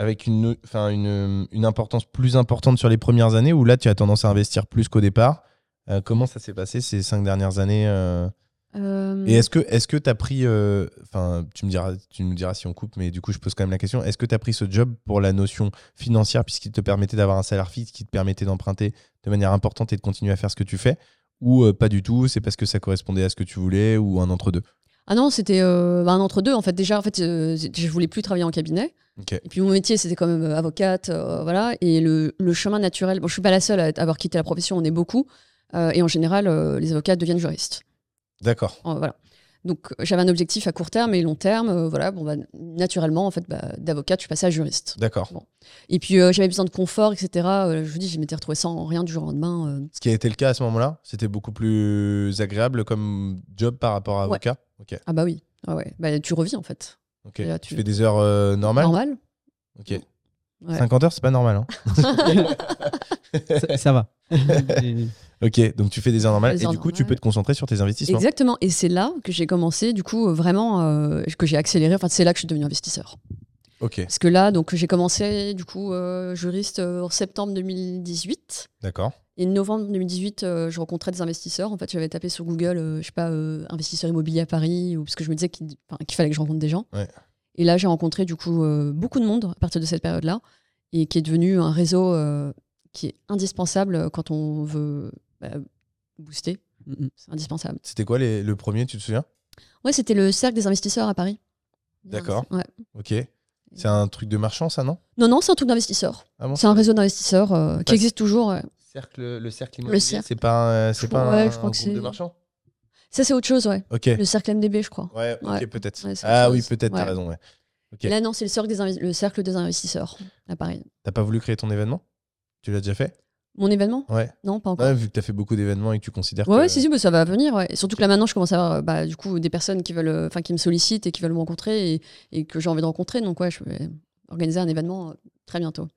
Speaker 2: Avec une, enfin une, une importance plus importante sur les premières années où là tu as tendance à investir plus qu'au départ. Euh, comment ça s'est passé ces cinq dernières années euh,
Speaker 3: Euh,
Speaker 2: Et est-ce que est-ce que t'as pris euh, enfin tu me diras tu me diras si on coupe mais du coup je pose quand même la question est-ce que tu as pris ce job pour la notion financière puisqu'il te permettait d'avoir un salaire fixe qui te permettait d'emprunter de manière importante et de continuer à faire ce que tu fais ou euh, pas du tout c'est parce que ça correspondait à ce que tu voulais ou un entre deux
Speaker 3: Ah non, c'était euh, bah, un entre-deux. En fait, déjà, en fait, euh, je voulais plus travailler en cabinet.
Speaker 2: Ok.
Speaker 3: Et puis mon métier, c'était quand même euh, avocate, euh, voilà. Et le, le chemin naturel. Bon, je suis pas la seule à être- avoir quitté la profession. On est beaucoup. Euh, et en général, euh, les avocats deviennent juristes.
Speaker 2: d'accord
Speaker 3: Euh, voilà. Donc euh, j'avais un objectif à court terme et long terme. euh, voilà. Bon, bah, naturellement, en fait, bah, d'avocate, je suis passée à juriste.
Speaker 2: d'accord
Speaker 3: Et puis euh, j'avais besoin de confort, etc. Euh, je vous dis, je m'étais retrouvée sans rien du jour au lendemain. euh,
Speaker 2: ce qui a été le cas à ce moment-là c'était beaucoup plus agréable comme job par rapport à
Speaker 3: Ouais.
Speaker 2: avocat ok
Speaker 3: Ah bah oui. Ah ouais. Bah, tu revis en fait.
Speaker 2: ok
Speaker 3: Et là,
Speaker 2: tu
Speaker 3: tu-
Speaker 2: fais des heures euh, normales
Speaker 3: Normal.
Speaker 2: ok
Speaker 3: Ouais.
Speaker 2: 50 heures c'est pas normal hein.
Speaker 1: ça, ça va. Et-
Speaker 2: ok donc tu fais des heures normales
Speaker 3: Des
Speaker 2: et
Speaker 3: heures
Speaker 2: du coup tu
Speaker 3: normales.
Speaker 2: peux te concentrer sur tes investissements
Speaker 3: Exactement. Et c'est là que j'ai commencé, du coup, euh, vraiment, euh, que j'ai accéléré. Enfin, c'est là que je suis devenue investisseur.
Speaker 2: ok
Speaker 3: Parce que là, donc, j'ai commencé, du coup, euh, juriste euh, en septembre 2018.
Speaker 2: d'accord
Speaker 3: Et novembre 2018, euh, je rencontrais des investisseurs. En fait, j'avais tapé sur Google, euh, je sais pas, euh, investisseur immobilier à Paris, ou parce que je me disais qu'il enfin, qu'il fallait que je rencontre des gens.
Speaker 2: Ouais.
Speaker 3: Et là, j'ai rencontré du coup euh, beaucoup de monde à partir de cette période-là, et qui est devenu un réseau euh, qui est indispensable quand on veut bah, booster.
Speaker 1: Mhm.
Speaker 3: C'est indispensable.
Speaker 2: C'était quoi les- le premier, tu te souviens
Speaker 3: Ouais, c'était le cercle des investisseurs à Paris.
Speaker 2: D'accord.
Speaker 3: Ouais.
Speaker 2: Ok. C'est un truc de marchand, ça, non
Speaker 3: Non, non, c'est un truc d'investisseurs.
Speaker 2: Ah bon
Speaker 3: C'est un réseau d'investisseurs euh, qui
Speaker 2: Parce-
Speaker 3: existe toujours. ouais.
Speaker 2: cercle, Le cercle
Speaker 3: immobilier, cercle.
Speaker 2: C'est pas, un- euh, c'est
Speaker 3: Je
Speaker 2: pas
Speaker 3: crois- ouais,
Speaker 2: un,
Speaker 3: je crois que
Speaker 2: groupe de
Speaker 3: c'est-
Speaker 2: marchands
Speaker 3: Ça, c'est autre chose, ouais.
Speaker 2: Ok.
Speaker 3: Le cercle MDB, je crois.
Speaker 2: Ouais, ok,
Speaker 3: Ouais.
Speaker 2: peut-être.
Speaker 3: Ouais, c'est
Speaker 2: ah
Speaker 3: autre
Speaker 2: oui,
Speaker 3: chose.
Speaker 2: peut-être, t'as
Speaker 3: Ouais.
Speaker 2: raison. Ouais. Ok.
Speaker 3: Là, non, c'est le cercle, des invi- le cercle des investisseurs à Paris.
Speaker 2: T'as pas voulu créer ton événement Tu l'as déjà fait
Speaker 3: Mon événement
Speaker 2: Ouais.
Speaker 3: Non, pas encore.
Speaker 2: Ouais, vu que t'as fait beaucoup d'événements et que tu considères
Speaker 3: Ouais,
Speaker 2: que.
Speaker 3: ouais, si, si, mais ça va venir. ouais. Et Surtout que là, maintenant, je commence à avoir euh, bah, du coup, des personnes qui, veulent, euh, enfin, qui me sollicitent et qui veulent me rencontrer et, et que j'ai envie de rencontrer. Donc, ouais, je vais organiser un événement euh, très bientôt.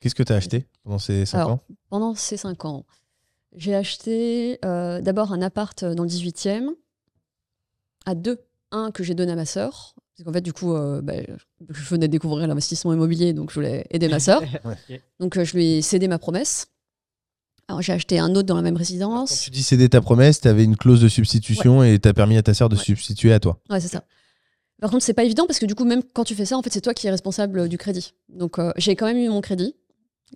Speaker 2: Qu'est-ce que t'as acheté pendant ces 5
Speaker 3: Alors,
Speaker 2: ans
Speaker 3: Pendant ces cinq ans, j'ai acheté euh, d'abord un appart euh, dans le 18e à deux. Un que j'ai donné à ma sœur. Parce qu'en fait, du coup, euh, bah, je venais de découvrir l'investissement immobilier, donc je voulais aider ma sœur. Donc, euh, je lui ai cédé ma promesse. Alors, j'ai acheté un autre dans la même
Speaker 2: Quand
Speaker 3: résidence.
Speaker 2: tu dis céder ta promesse, t'avais une clause de substitution et t'as permis à ta sœur de
Speaker 3: Ouais.
Speaker 2: substituer à toi.
Speaker 3: Ouais, c'est ça. Par contre, c'est pas évident parce que du coup, même quand tu fais ça, en fait, c'est toi qui es responsable euh, du crédit. Donc, euh, j'ai quand même eu mon crédit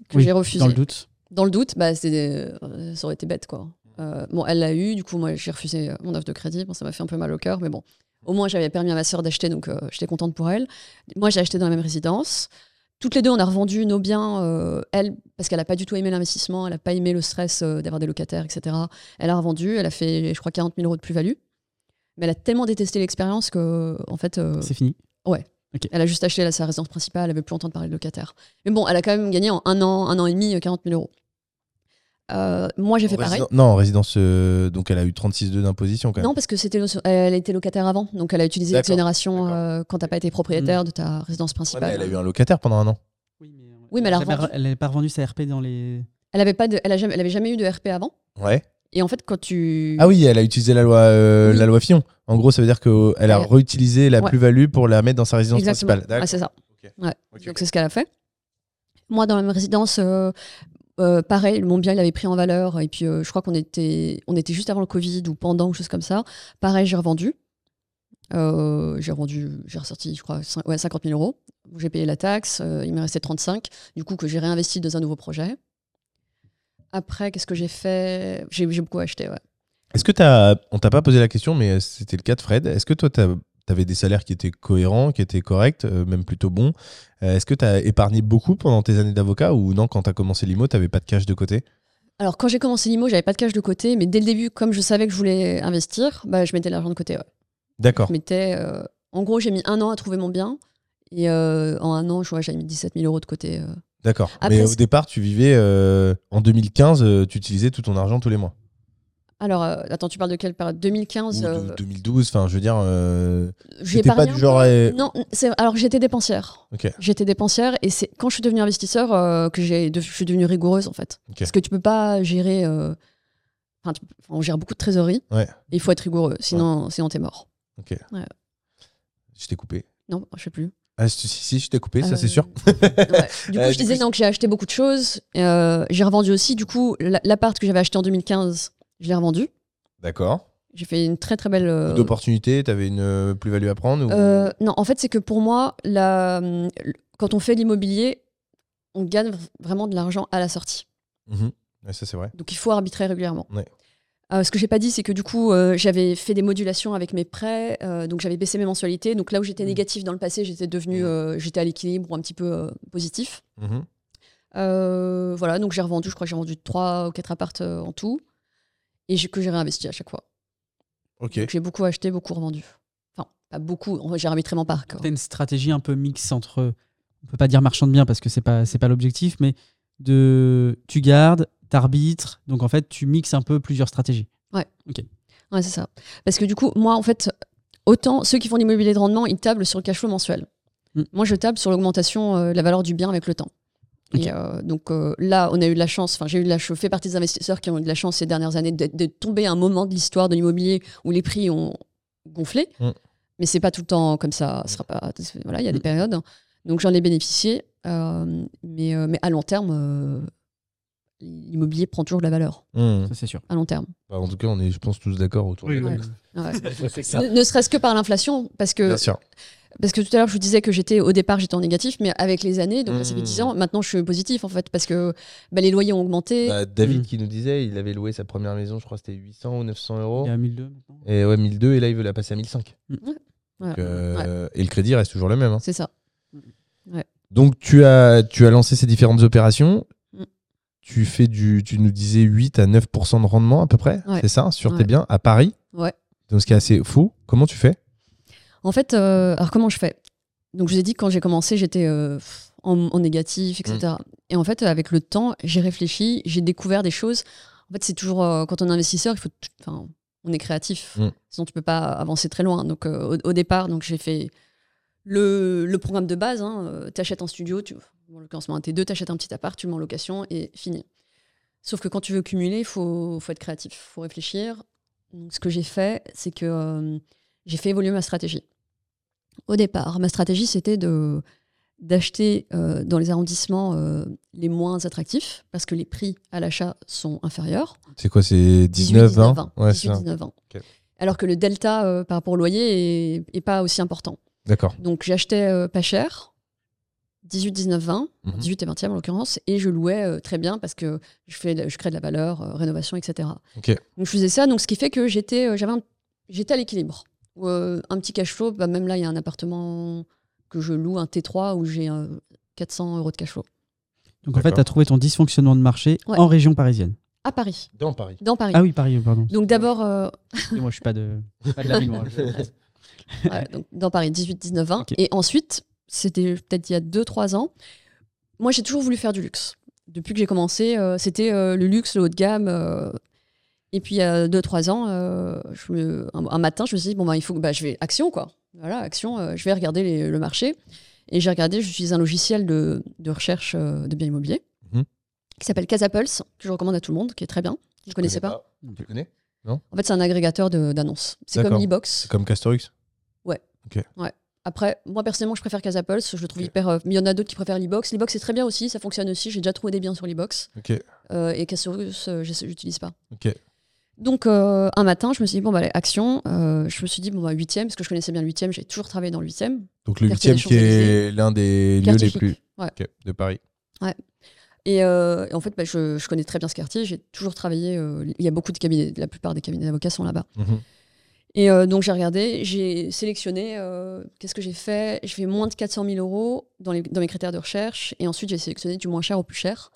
Speaker 3: que
Speaker 1: Oui,
Speaker 3: j'ai refusé.
Speaker 1: Dans le doute.
Speaker 3: Dans le doute, bah, c'est- euh, ça aurait été bête, quoi. Euh, bon, elle l'a eu, du coup, moi, j'ai refusé euh, mon offre de crédit. Bon, ça m'a fait un peu mal au cœur, mais bon. Au moins, j'avais permis à ma sœur d'acheter, donc euh, j'étais contente pour elle. Moi, j'ai acheté dans la même résidence. Toutes les deux, on a revendu nos biens. euh, elle, parce qu'elle n'a pas du tout aimé l'investissement, elle n'a pas aimé le stress euh, d'avoir des locataires, etc. Elle a revendu, elle a fait, je crois, 40 000 euros de plus-value. Mais elle a tellement détesté l'expérience que, en fait, euh,
Speaker 1: C'est fini.
Speaker 3: elle a juste acheté là, sa résidence principale, elle avait plus entendre parler de locataire. Mais bon, elle a quand même gagné en un an, un an et demi, euh, 40 000 euros. Euh, moi, j'ai
Speaker 2: En
Speaker 3: fait pareil.
Speaker 2: résiden- Non, en résidence. euh, Donc elle a eu 36,2 d'imposition quand même.
Speaker 3: Non, parce que c'était, elle était locataire avant, donc elle a utilisé
Speaker 2: D'accord,
Speaker 3: l'exonération
Speaker 2: d'accord.
Speaker 3: euh, quand t'as pas été propriétaire de ta
Speaker 2: Ouais,
Speaker 3: résidence
Speaker 2: mais
Speaker 3: principale.
Speaker 2: elle a eu un locataire pendant un an.
Speaker 1: Oui, mais, euh,
Speaker 3: Oui, mais elle a revendu.
Speaker 1: elle n'avait pas revendu sa RP dans les.
Speaker 3: Elle avait pas, de, elle, a jamais, elle avait jamais eu de RP avant.
Speaker 2: Ouais.
Speaker 3: Et en fait, quand tu,
Speaker 2: Ah oui, elle a utilisé la loi, euh,
Speaker 3: Oui.
Speaker 2: la loi Fillon. En gros, ça veut dire qu'elle a
Speaker 3: Ouais.
Speaker 2: réutilisé la
Speaker 3: Ouais.
Speaker 2: plus-value pour la mettre dans sa résidence
Speaker 3: Exactement.
Speaker 2: principale.
Speaker 3: Ouais, c'est ça.
Speaker 2: Ok.
Speaker 3: Ouais.
Speaker 2: Ok,
Speaker 3: Donc
Speaker 2: ok.
Speaker 3: c'est ce qu'elle a fait. Moi, dans la même résidence, euh, euh, pareil, mon bien, il avait pris en valeur. Et puis, euh, je crois qu'on était, on était juste avant le Covid ou pendant, ou chose comme ça. Pareil, j'ai revendu. Euh, j'ai revendu, j'ai ressorti, je crois, cin- ouais, 50 000 euros. J'ai payé la taxe, euh, il m'est resté 35, du coup, que j'ai réinvesti dans un nouveau projet. Après, qu'est-ce que j'ai fait J'ai j'ai beaucoup acheté, ouais.
Speaker 2: Est-ce que t'as, on t'a pas posé la question, mais euh, c'était le cas de Fred. Est-ce que toi, t'as- t'avais des salaires qui étaient cohérents, qui étaient corrects, euh, même plutôt bons Euh, Est-ce que t'as épargné beaucoup pendant tes années d'avocat ou non Quand t'as commencé l'IMO, t'avais pas de cash de côté
Speaker 3: Alors, quand j'ai commencé l'IMO, j'avais pas de cash de côté, mais dès le début, comme je savais que je voulais investir, bah, je mettais l'argent de côté, ouais.
Speaker 2: D'accord.
Speaker 3: Je mettais, euh, en gros, j'ai mis un an à trouver mon bien. Et euh, en un an, je vois, j'avais mis 17 000 euros de côté. euh.
Speaker 2: D'accord.
Speaker 3: Après,
Speaker 2: Mais au
Speaker 3: c'est-
Speaker 2: départ, tu vivais euh, en 2015, euh, tu utilisais tout ton argent tous les mois.
Speaker 3: Alors, euh, attends, tu parles de quelle période
Speaker 2: Ou
Speaker 3: 2015
Speaker 2: de-
Speaker 3: euh,
Speaker 2: 2012, enfin, je veux dire, euh,
Speaker 3: j'ai
Speaker 2: t'étais pas
Speaker 3: épargné
Speaker 2: du
Speaker 3: un
Speaker 2: genre.
Speaker 3: peu.
Speaker 2: à-
Speaker 3: Non, c'est- alors j'étais dépensière.
Speaker 2: Ok.
Speaker 3: J'étais dépensière et c'est quand je suis devenue investisseur euh, que j'ai de- je suis devenue rigoureuse en fait.
Speaker 2: Ok.
Speaker 3: Parce que tu peux pas gérer. euh, Enfin, tu- enfin, on gère beaucoup de trésorerie.
Speaker 2: Ouais.
Speaker 3: Et Il faut être rigoureux, sinon, sinon t'es mort.
Speaker 2: Je t'ai coupé.
Speaker 3: Non, je sais plus.
Speaker 2: Ah, si, si, si, je t'ai coupé, ça c'est
Speaker 3: Euh,
Speaker 2: sûr.
Speaker 3: ouais. Du coup,
Speaker 2: Euh, du
Speaker 3: je disais
Speaker 2: coup,
Speaker 3: donc j'ai acheté beaucoup de choses. Euh, j'ai revendu aussi, du coup, la- l'appart que j'avais acheté en 2015, je l'ai revendu.
Speaker 2: D'accord.
Speaker 3: J'ai fait une très très belle. euh,
Speaker 2: D'opportunité, t'avais une euh, plus-value à prendre ou-
Speaker 3: euh, non, en fait, c'est que pour moi, la, le- quand on fait l'immobilier, on gagne v- vraiment de l'argent à la sortie.
Speaker 2: Mhm. Ouais, Ça, c'est vrai.
Speaker 3: Donc il faut arbitrer régulièrement.
Speaker 2: Ouais.
Speaker 3: Euh, ce que j'ai pas dit, c'est que du coup, euh, j'avais fait des modulations avec mes prêts, euh, donc j'avais baissé mes mensualités. Donc là où j'étais
Speaker 2: Mhm.
Speaker 3: négatif dans le passé, j'étais devenu,
Speaker 2: Mhm.
Speaker 3: euh, j'étais à l'équilibre ou un petit peu euh, positif.
Speaker 2: Mhm.
Speaker 3: Euh, voilà, donc j'ai revendu, je crois que j'ai revendu 3 ou 4 appartes euh, en tout. Et j'ai- que j'ai réinvesti à chaque fois.
Speaker 2: Ok.
Speaker 3: Donc j'ai beaucoup acheté, beaucoup revendu. Enfin, pas beaucoup, en vrai, j'ai arbitré mon parc. quoi.
Speaker 1: T'as une stratégie un peu mixte entre, on peut pas dire marchand de biens parce que c'est pas c'est pas l'objectif, mais de tu gardes, t'arbitres, donc en fait tu mixes un peu plusieurs stratégies.
Speaker 3: Ouais, c'est ça. Parce que du coup, moi, en fait, autant ceux qui font l'immobilier de rendement, ils tablent sur le cash flow mensuel.
Speaker 1: Mm.
Speaker 3: Moi, je table sur l'augmentation euh, de la valeur du bien avec le temps.
Speaker 1: Ok.
Speaker 3: Et euh, donc euh, là, on a eu de la chance, enfin j'ai eu de la chance, je fais partie des investisseurs qui ont eu de la chance ces dernières années de, de tomber à un moment de l'histoire de l'immobilier où les prix ont gonflé.
Speaker 2: Mm.
Speaker 3: Mais c'est pas tout le temps comme ça. ce Sera pas, voilà, il y a des
Speaker 1: Mm.
Speaker 3: périodes. Donc j'en ai bénéficié. euh, mais, euh, mais à long terme, euh, l'immobilier prend toujours de la valeur.
Speaker 2: Mhm.
Speaker 1: Ça c'est sûr.
Speaker 3: À long terme.
Speaker 2: Bah, en tout cas, on est, je pense, tous d'accord autour de
Speaker 3: Oui,
Speaker 2: la
Speaker 3: oui.
Speaker 2: table.
Speaker 3: Ouais.
Speaker 1: c'est Euh,
Speaker 3: Ne, ne serait-ce que par l'inflation, parce que
Speaker 2: Bien sûr.
Speaker 3: Parce que tout à l'heure, je vous disais que j'étais au départ, j'étais en négatif, mais avec les années, donc là, ça fait
Speaker 2: Mmh.
Speaker 3: 10 ans, maintenant je suis positif en fait, parce que bah, les loyers ont augmenté.
Speaker 2: Bah, David
Speaker 1: Mm.
Speaker 2: qui nous disait, il avait loué sa première maison, je crois que c'était 800 ou 900 euros.
Speaker 1: Il y a 1002 maintenant.
Speaker 2: Et ouais, 1002, et là, il veut la passer à 1005.
Speaker 3: Voilà.
Speaker 2: Donc, euh, Et le crédit reste toujours le même. hein.
Speaker 3: C'est ça.
Speaker 2: Donc, tu as, tu as lancé ces différentes opérations.
Speaker 3: Mm.
Speaker 2: Tu fais du, tu nous disais 8 à 9% de rendement à peu près,
Speaker 3: Ouais.
Speaker 2: c'est ça, sur tes
Speaker 3: Ouais.
Speaker 2: biens à Paris.
Speaker 3: Ouais.
Speaker 2: Donc, ce qui est assez fou. Comment tu fais
Speaker 3: En fait, euh, alors comment je fais Donc je vous ai dit que quand j'ai commencé, j'étais euh, en, en négatif, etc. Et en fait, avec le temps, j'ai réfléchi, j'ai découvert des choses. En fait, c'est toujours euh, quand on est investisseur, il faut, tout- enfin, on est créatif,
Speaker 2: Mm.
Speaker 3: sinon tu peux pas avancer très loin. Donc euh, au, au départ, donc j'ai fait le, le programme de base. tu achètes un studio, tu, en l'occurrence, un T2, tu achètes un petit appart, tu le mets en location et fini. Sauf que quand tu veux cumuler, il faut, faut être créatif, il faut réfléchir. Donc, ce que j'ai fait, c'est que euh, j'ai fait évoluer ma stratégie. Au départ, ma stratégie, c'était de d'acheter euh, dans les arrondissements euh, les moins attractifs, parce que les prix à l'achat sont inférieurs.
Speaker 2: C'est quoi, c'est 19, 20 hein Ouais, c'est
Speaker 3: 18,
Speaker 2: ça.
Speaker 3: 19, 20.
Speaker 2: Ok.
Speaker 3: Alors que le delta euh, par rapport au loyer est, est pas aussi important.
Speaker 2: D'accord.
Speaker 3: Donc j'achetais euh, pas cher, 18, 19, 20,
Speaker 2: Mhm.
Speaker 3: 18 et 20e en l'occurrence, et je louais euh, très bien parce que je, fais, de- je crée de la valeur, euh, rénovation, etc.
Speaker 2: Ok.
Speaker 3: Donc je faisais ça, donc ce qui fait que j'étais euh, j'avais un- j'étais à l'équilibre. Euh, un petit cash flow, bah, même là il y a un appartement que je loue, un T3 où j'ai euh, 400 euros de cash flow.
Speaker 1: Donc en fait,
Speaker 2: D'accord.
Speaker 1: tu as trouvé ton dysfonctionnement de marché
Speaker 3: Ouais.
Speaker 1: en région parisienne.
Speaker 3: À Paris,
Speaker 2: Dans Paris.
Speaker 3: dans Paris.
Speaker 1: Ah oui, Paris, pardon.
Speaker 3: Donc d'abord, euh,
Speaker 1: Et moi, je suis pas de, pas de la ville, moi. Je-
Speaker 3: ouais, donc, dans Paris, 18, 19, 20.
Speaker 1: Ok.
Speaker 3: Et ensuite, c'était peut-être il y a 2-3 ans, moi j'ai toujours voulu faire du luxe. Depuis que j'ai commencé, euh, c'était euh, le luxe, le haut de gamme. euh, et puis il y a 2-3 ans, euh, je me- un, un matin, je me suis dit, bon, bah, il faut que bah, je vais action, quoi. Voilà, action, euh, je vais regarder les- le marché. Et j'ai regardé, j'utilise un logiciel de, de recherche euh, de biens immobiliers
Speaker 2: Mhm.
Speaker 3: qui s'appelle Casapulse, que je recommande à tout le monde, qui est très bien. Je ne connaissais pas.
Speaker 2: Ah, Tu connais
Speaker 3: En fait, c'est un agrégateur de- d'annonces. C'est comme
Speaker 2: D'accord.
Speaker 3: l'e-box.
Speaker 2: C'est comme Castorix.
Speaker 3: Après, moi personnellement, je préfère Casapulse. Je le trouve
Speaker 2: Ok.
Speaker 3: hyper. euh, mais il y en a d'autres qui préfèrent l'e-box. L'e-box c'est très bien aussi, ça fonctionne aussi. J'ai déjà trouvé des biens sur l'e-box.
Speaker 2: Ok.
Speaker 3: Euh, et Casaurus, euh, j'essa- j'utilise pas.
Speaker 2: Ok.
Speaker 3: Donc euh, un matin, je me suis dit, bon, bah, allez, action. Euh, je me suis dit, bon, bah, 8 parce que je connaissais bien le 8 j'ai toujours travaillé dans le 8
Speaker 2: Donc, le
Speaker 3: Quartier
Speaker 2: 8
Speaker 3: des
Speaker 2: qui est l'un des lieux les plus.
Speaker 3: Ouais.
Speaker 2: Ok, de Paris.
Speaker 3: Et, euh, et en fait, bah, je, je connais très bien ce quartier. J'ai toujours travaillé. euh, il y a beaucoup de cabinets. La plupart des cabinets d'avocats sont là-bas.
Speaker 2: Mhm.
Speaker 3: Et euh, donc j'ai regardé, j'ai sélectionné, euh, qu'est-ce que j'ai fait J'ai fait moins de 400 000 euros dans, les- dans mes critères de recherche, et ensuite j'ai sélectionné du moins cher au plus cher.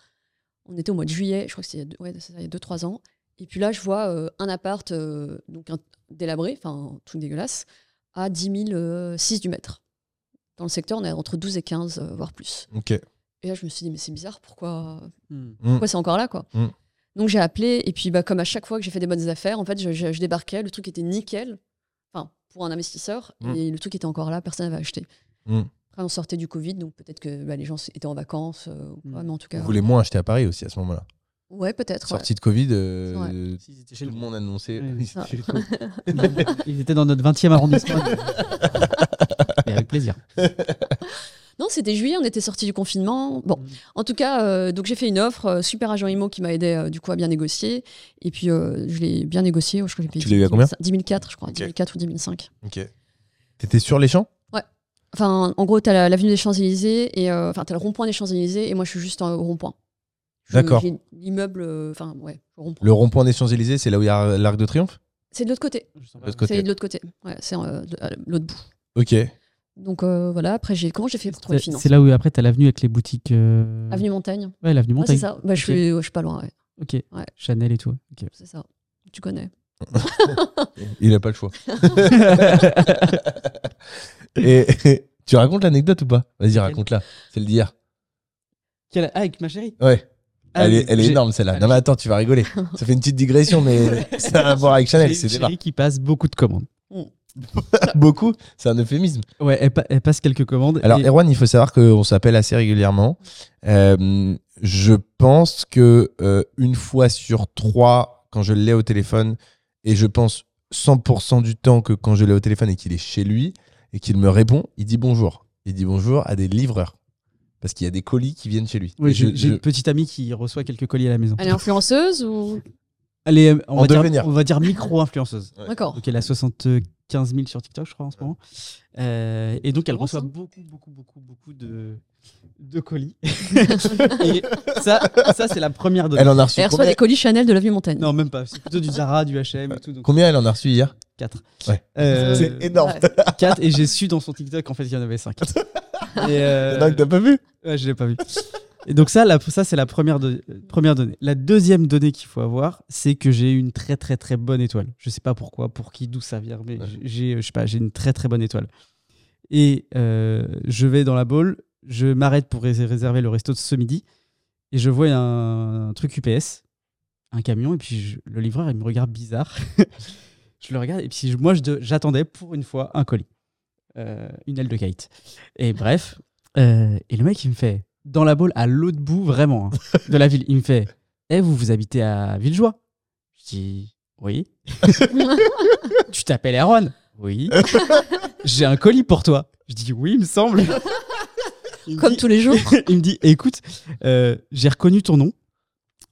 Speaker 3: On était au mois de juillet, je crois que c'était il y a 2-3 ans. Et puis là, je vois euh, un appart, euh, donc un délabré, enfin tout dégueulasse, à 10 000, euh, 6 du mètre. Dans le secteur, on est entre 12 et 15, euh, voire plus.
Speaker 2: Ok.
Speaker 3: Et là, je me suis dit, mais c'est bizarre, pourquoi,
Speaker 1: Hmm.
Speaker 3: pourquoi c'est encore là quoi
Speaker 2: Mm.
Speaker 3: donc j'ai appelé et puis bah comme à chaque fois que j'ai fait des bonnes affaires en fait je, je- je débarquais le truc était nickel enfin pour un investisseur
Speaker 2: Mm.
Speaker 3: et le truc était encore là personne n'avait acheté
Speaker 2: Mm.
Speaker 3: après on sortait du covid donc peut-être que bah, les gens étaient en vacances euh, ou quoi,
Speaker 1: Mm.
Speaker 3: mais en tout cas
Speaker 2: Vous voulez moins acheter à Paris aussi à ce moment-là.
Speaker 3: ouais peut-être ouais.
Speaker 2: Sortie de Covid, euh,
Speaker 3: C'est vrai.
Speaker 2: euh,
Speaker 1: S'ils étaient
Speaker 2: tout
Speaker 1: chez
Speaker 2: le
Speaker 1: nous.
Speaker 2: monde annonçait.
Speaker 1: Oui,
Speaker 3: ça.
Speaker 1: Ils étaient dans notre 20e arrondissement. Mais avec plaisir.
Speaker 3: non c'était juillet on était sorti du confinement bon
Speaker 1: Mm.
Speaker 3: en tout cas euh, donc j'ai fait une offre euh, super agent IMO qui m'a aidé euh, du coup à bien négocier et puis euh, je l'ai bien négocié je crois que j'ai payé
Speaker 2: Tu l'as eu à combien
Speaker 3: 10 004 je crois
Speaker 2: Ok.
Speaker 3: 10 004 ou 10 005
Speaker 2: Ok. T'étais sur les champs
Speaker 3: Enfin, en gros, t'as la- l'avenue des Champs-Élysées et euh, enfin, t'as le rond-point des Champs-Élysées et moi, je suis juste en- au rond-point. Je-
Speaker 2: D'accord.
Speaker 3: j'ai L'immeuble, euh, enfin, ouais, au rond-point.
Speaker 2: Le rond-point des Champs-Élysées, c'est là où il y a l'Arc de Triomphe
Speaker 3: C'est de l'autre côté.
Speaker 2: De l'autre côté.
Speaker 3: C'est de l'autre côté. Ouais, c'est euh, de- à l'autre bout.
Speaker 2: Ok.
Speaker 3: Donc euh, voilà. Après, j'ai comment j'ai fait pour trouver le
Speaker 1: C'est-
Speaker 3: finance
Speaker 1: C'est là où après, tu as l'avenue avec les boutiques. euh,
Speaker 3: Avenue Montagne.
Speaker 1: Ouais, l'avenue
Speaker 3: Ouais, c'est
Speaker 1: Montagne.
Speaker 3: ça. Bah, je
Speaker 1: Ok.
Speaker 3: suis, je suis pas loin. Ouais,
Speaker 1: Ok.
Speaker 3: Ouais.
Speaker 1: Chanel et tout. Ok.
Speaker 3: c'est ça. Tu connais.
Speaker 2: Il a pas le choix. et, tu racontes l'anecdote ou pas Vas-y, raconte-la. Celle d'hier.
Speaker 1: Quelle- Ah, avec ma chérie
Speaker 2: Ouais.
Speaker 1: Ah,
Speaker 2: elle,
Speaker 1: oui,
Speaker 2: est, elle est
Speaker 1: j'ai-
Speaker 2: énorme celle-là. Non mais attends, tu vas rigoler. Ça fait une petite digression, mais ça a à voir avec
Speaker 1: J'ai
Speaker 2: Chanel.
Speaker 1: une
Speaker 2: C'est débat.
Speaker 1: chérie qui passe beaucoup de commandes.
Speaker 2: Beaucoup. C'est un euphémisme.
Speaker 1: Ouais, elle, pa- elle passe quelques commandes.
Speaker 2: Alors,
Speaker 1: et-
Speaker 2: Erwan, il faut savoir qu'on s'appelle assez régulièrement. Euh, je pense que euh, une fois sur trois, quand je l'ai au téléphone, et je pense 100% du temps que quand je l'ai au téléphone et qu'il est chez lui et qu'il me répond, il dit bonjour. Il dit bonjour à des livreurs parce qu'il y a des colis qui viennent chez lui.
Speaker 1: Oui,
Speaker 2: Et
Speaker 1: j'ai
Speaker 2: je-
Speaker 1: j'ai
Speaker 2: je-
Speaker 1: une petite amie qui reçoit quelques colis à la maison.
Speaker 3: Elle est influenceuse ou
Speaker 1: Elle est, euh, on,
Speaker 2: En
Speaker 1: va dire,
Speaker 2: devenir.
Speaker 1: on va dire micro-influenceuse.
Speaker 2: Ouais.
Speaker 3: D'accord.
Speaker 1: Donc elle a 75 15 000 sur TikTok, je crois, en ce moment. Euh, et donc, elle
Speaker 3: Commence,
Speaker 1: reçoit
Speaker 3: hein.
Speaker 1: beaucoup, beaucoup, beaucoup, beaucoup de, de colis. et ça, ça c'est la première donnée.
Speaker 2: Elle en a reçu
Speaker 3: Elle reçoit
Speaker 2: combien,
Speaker 3: des colis Chanel de l'avenue Montagne.
Speaker 1: Non, même pas. C'est plutôt du Zara, du HM et tout. Donc,
Speaker 2: Combien elle en a reçu hier
Speaker 1: 4.
Speaker 2: Ouais.
Speaker 1: Euh,
Speaker 2: C'est énorme.
Speaker 3: Ouais.
Speaker 1: 4. Et j'ai su dans son TikTok, en fait, il y en avait 5. Et euh,
Speaker 2: Dingue, t'as pas vu
Speaker 1: Ouais, je l'ai pas vu. Et donc ça, la- ça c'est la première, do- euh, première donnée. La deuxième donnée qu'il faut avoir, c'est que j'ai eu une très très très bonne étoile. Je sais pas pourquoi, pour qui, d'où ça vient, mais
Speaker 2: Ouais.
Speaker 1: j'ai, je sais pas, j'ai une très très bonne étoile. Et euh, je vais dans la bowl, je m'arrête pour rés- réserver le resto de ce midi, et je vois un, un truc UPS, un camion, et puis je- le livreur il me regarde bizarre. je le regarde, et puis je- moi je de- j'attendais pour une fois un colis, Euh, une aile de kite. Et bref, euh, et le mec, il me fait, dans la boule, à l'autre bout, vraiment, hein, de la ville, il me fait Eh, vous, vous habitez à Villejoie Je dis Oui. tu t'appelles Aaron Oui. J'ai un colis pour toi. Je dis Oui, il me semble. Il me
Speaker 3: Comme
Speaker 1: dit-
Speaker 3: tous les jours.
Speaker 1: il me dit écoute euh, j'ai reconnu ton nom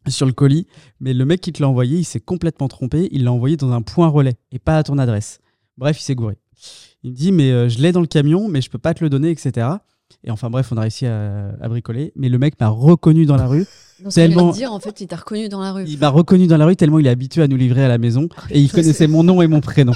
Speaker 1: sur le colis mais le mec qui te l'a envoyé il s'est complètement trompé il l'a envoyé dans un point relais et pas à ton adresse bref il s'est gouré il me dit mais euh, je l'ai dans le camion mais je peux pas te le donner etc et enfin bref on a réussi à, à bricoler mais le mec m'a reconnu dans la rue
Speaker 3: Non, ce que j'allais
Speaker 1: Tellement-
Speaker 3: dire, en fait, il t'a reconnu dans la rue.
Speaker 1: il m'a reconnu dans la rue tellement il est habitué à nous livrer à la maison et il connaissait mon nom et mon prénom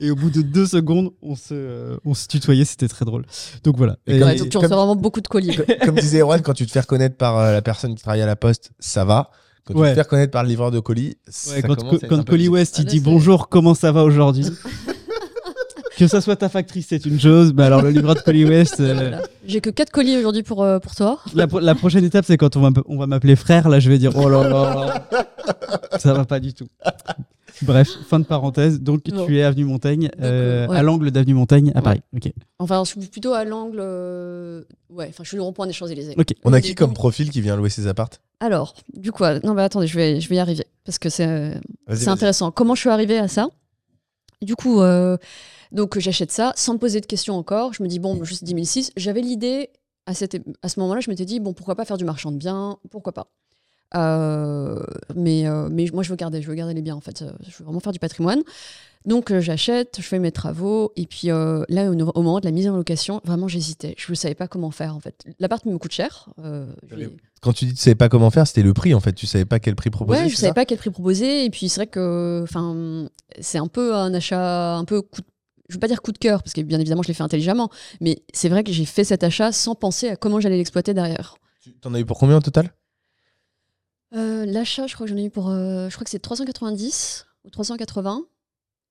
Speaker 1: et au bout de deux secondes on se, euh, on se tutoyait c'était très drôle donc voilà
Speaker 2: Et
Speaker 3: Ouais,
Speaker 2: Et-
Speaker 3: donc tu
Speaker 2: comme-
Speaker 3: reçois vraiment beaucoup de colis. quoi.
Speaker 2: Comme disait Erwan, quand tu te fais reconnaître par euh, la personne qui travaille à la poste, ça va. Quand tu
Speaker 1: Ouais.
Speaker 2: te fais reconnaître par le livreur de colis, ça
Speaker 1: Ouais, quand
Speaker 2: commence à être
Speaker 1: quand
Speaker 2: un peu
Speaker 1: Collie
Speaker 2: bizarre.
Speaker 1: West il
Speaker 3: Ah, là,
Speaker 1: dit
Speaker 3: c'est-
Speaker 1: bonjour, comment ça va aujourd'hui Que ça soit ta factrice, c'est une chose. Mais alors le livre de Collie West, euh,
Speaker 3: Voilà. J'ai que 4 colis aujourd'hui pour, euh, pour toi.
Speaker 1: la, pro- la prochaine étape, c'est quand on va, m'app- on va m'appeler frère. Là, je vais dire oh là là, là. ça va pas du tout. Bref, fin de parenthèse. Donc
Speaker 3: Bon.
Speaker 1: tu es avenue Montaigne, euh,
Speaker 3: euh, ouais.
Speaker 1: à l'angle d'avenue Montaigne, à
Speaker 3: Ouais.
Speaker 1: Paris. Ok.
Speaker 3: Enfin, je suis plutôt à l'angle. euh, Ouais, enfin, je suis le rond-point des Champs-Élysées.
Speaker 1: Ok.
Speaker 2: On a
Speaker 3: Des
Speaker 2: qui comme
Speaker 3: gens-
Speaker 2: profil qui vient louer ses appartes
Speaker 3: Alors, du coup, euh, non, mais attendez, je vais, je vais y arriver. Parce que c'est. euh,
Speaker 2: Vas-y,
Speaker 3: C'est
Speaker 2: vas-y.
Speaker 3: intéressant. Comment je suis arrivée à ça Du coup, euh, donc j'achète ça sans me poser de questions encore. Je me dis, bon, juste 10 006. J'avais l'idée, à, cette, é- à ce moment-là, je m'étais dit, bon, pourquoi pas faire du marchand de biens Pourquoi pas Euh, mais, euh, mais moi, je veux garder, je veux garder les biens, en fait. Euh, Je veux vraiment faire du patrimoine. Donc, euh, j'achète, je fais mes travaux. Et puis euh, là, au, au moment de la mise en location, vraiment, j'hésitais. Je ne savais pas comment faire, en fait. L'appart me coûte cher. euh, je l'ai-
Speaker 2: Quand tu dis que tu savais pas comment faire, c'était le prix en fait. Tu savais pas quel prix proposer.
Speaker 3: ouais, je
Speaker 2: c'est
Speaker 3: savais
Speaker 2: ça
Speaker 3: pas quel prix proposer. Et puis, c'est vrai que enfin, c'est un peu un achat, un peu coup de- je veux pas dire coup de cœur, parce que bien évidemment, je l'ai fait intelligemment. Mais c'est vrai que j'ai fait cet achat sans penser à comment j'allais l'exploiter derrière.
Speaker 2: Tu- T'en as eu pour combien au total
Speaker 3: Euh, L'achat, je crois que j'en ai eu pour. euh, je crois que c'est 390 ou 380.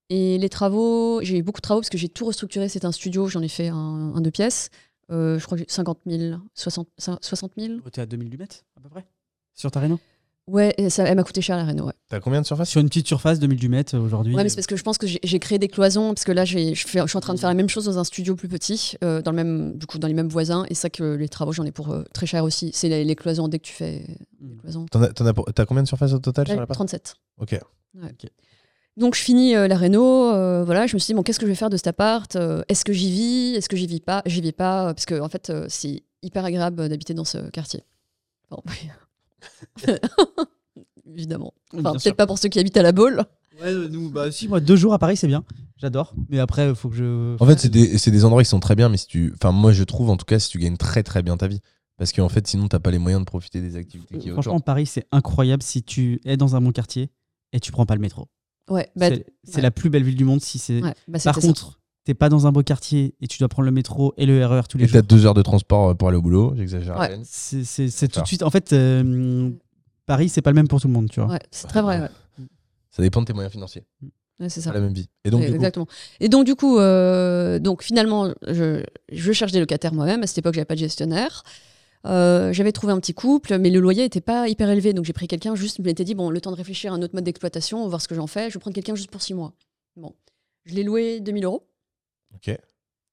Speaker 3: Et les travaux, j'ai eu beaucoup de travaux parce que j'ai tout restructuré. C'était un studio, j'en ai fait un, un deux pièces. Euh, je crois que j'ai 50 000, 60, 60 000.
Speaker 1: Oh, T'es à 2000 du mètre à peu près sur ta réno
Speaker 3: Ouais, et ça, elle m'a coûté cher la réno. ouais.
Speaker 2: T'as combien de surface
Speaker 1: Sur une petite surface, 2000 du mètre euh, aujourd'hui.
Speaker 3: Ouais, mais c'est parce que je pense que j'ai- j'ai créé des cloisons, parce que là, j'ai- je, fais- je suis en train de faire la même chose dans un studio plus petit, euh, dans le même, du coup, dans les mêmes voisins, et ça que les travaux, j'en ai pour euh, très cher aussi. C'est les, les cloisons, dès que tu fais
Speaker 1: Euh, mmh.
Speaker 3: les cloisons.
Speaker 1: Ah,
Speaker 2: T'en as, t'en as pour- t'as combien de surface au total sur
Speaker 3: Là,
Speaker 2: l'appart
Speaker 3: 37.
Speaker 2: Ok.
Speaker 3: Donc, je finis euh, la réno, euh, voilà, je me suis dit, bon, qu'est-ce que je vais faire de cet appart Euh, Est-ce que j'y vis Est-ce que j'y vis pas J'y vis pas, euh, parce que, en fait, euh, c'est hyper agréable euh, d'habiter dans ce quartier. Bon, oui. Évidemment. Enfin,
Speaker 1: Bien sûr.
Speaker 3: peut-être pas pour ceux qui habitent à la Baule.
Speaker 1: Ouais, nous, bah si, moi, deux jours à Paris, c'est bien. J'adore. Mais après, il faut que je.
Speaker 2: En fait, c'est des, c'est des endroits qui sont très bien, mais si tu. Enfin, moi je trouve en tout cas si tu gagnes très très bien ta vie. Parce qu'en fait, sinon t'as pas les moyens de profiter des activités qui
Speaker 1: Franchement, Paris, c'est incroyable si tu es dans un bon quartier et tu prends pas le métro.
Speaker 3: Ouais, bah,
Speaker 1: c'est c'est
Speaker 3: ouais.
Speaker 1: la plus belle ville du monde si c'est.
Speaker 3: ouais, bah,
Speaker 1: Par
Speaker 3: c'était ça.
Speaker 1: contre, t'es pas dans un beau quartier et tu dois prendre le métro et le RER tous les
Speaker 2: Et t'as
Speaker 1: jours.
Speaker 2: deux heures de transport euh, pour aller au boulot, j'exagère à
Speaker 3: Ouais.
Speaker 2: peine.
Speaker 1: C'est c'est- c'est tout
Speaker 2: D'accord.
Speaker 1: de suite. En fait, euh, Paris, c'est pas le même pour tout le monde, tu vois.
Speaker 3: Ouais, c'est très vrai, ouais.
Speaker 2: Ça dépend de tes moyens financiers.
Speaker 3: Ouais, c'est ça.
Speaker 2: Pas la même vie. Et donc,
Speaker 3: Ouais,
Speaker 2: du coup,
Speaker 3: exactement. Et donc du coup, euh, donc finalement, je, je cherche des locataires moi-même. À cette époque, j'avais pas de gestionnaire. Euh, j'avais trouvé un petit couple, mais le loyer était pas hyper élevé, donc j'ai pris quelqu'un juste. Je m'étais dit bon, le temps de réfléchir à un autre mode d'exploitation, voir ce que j'en fais. Je vais prendre quelqu'un juste pour six mois. Bon, je l'ai loué 2000 euros.
Speaker 2: Ok.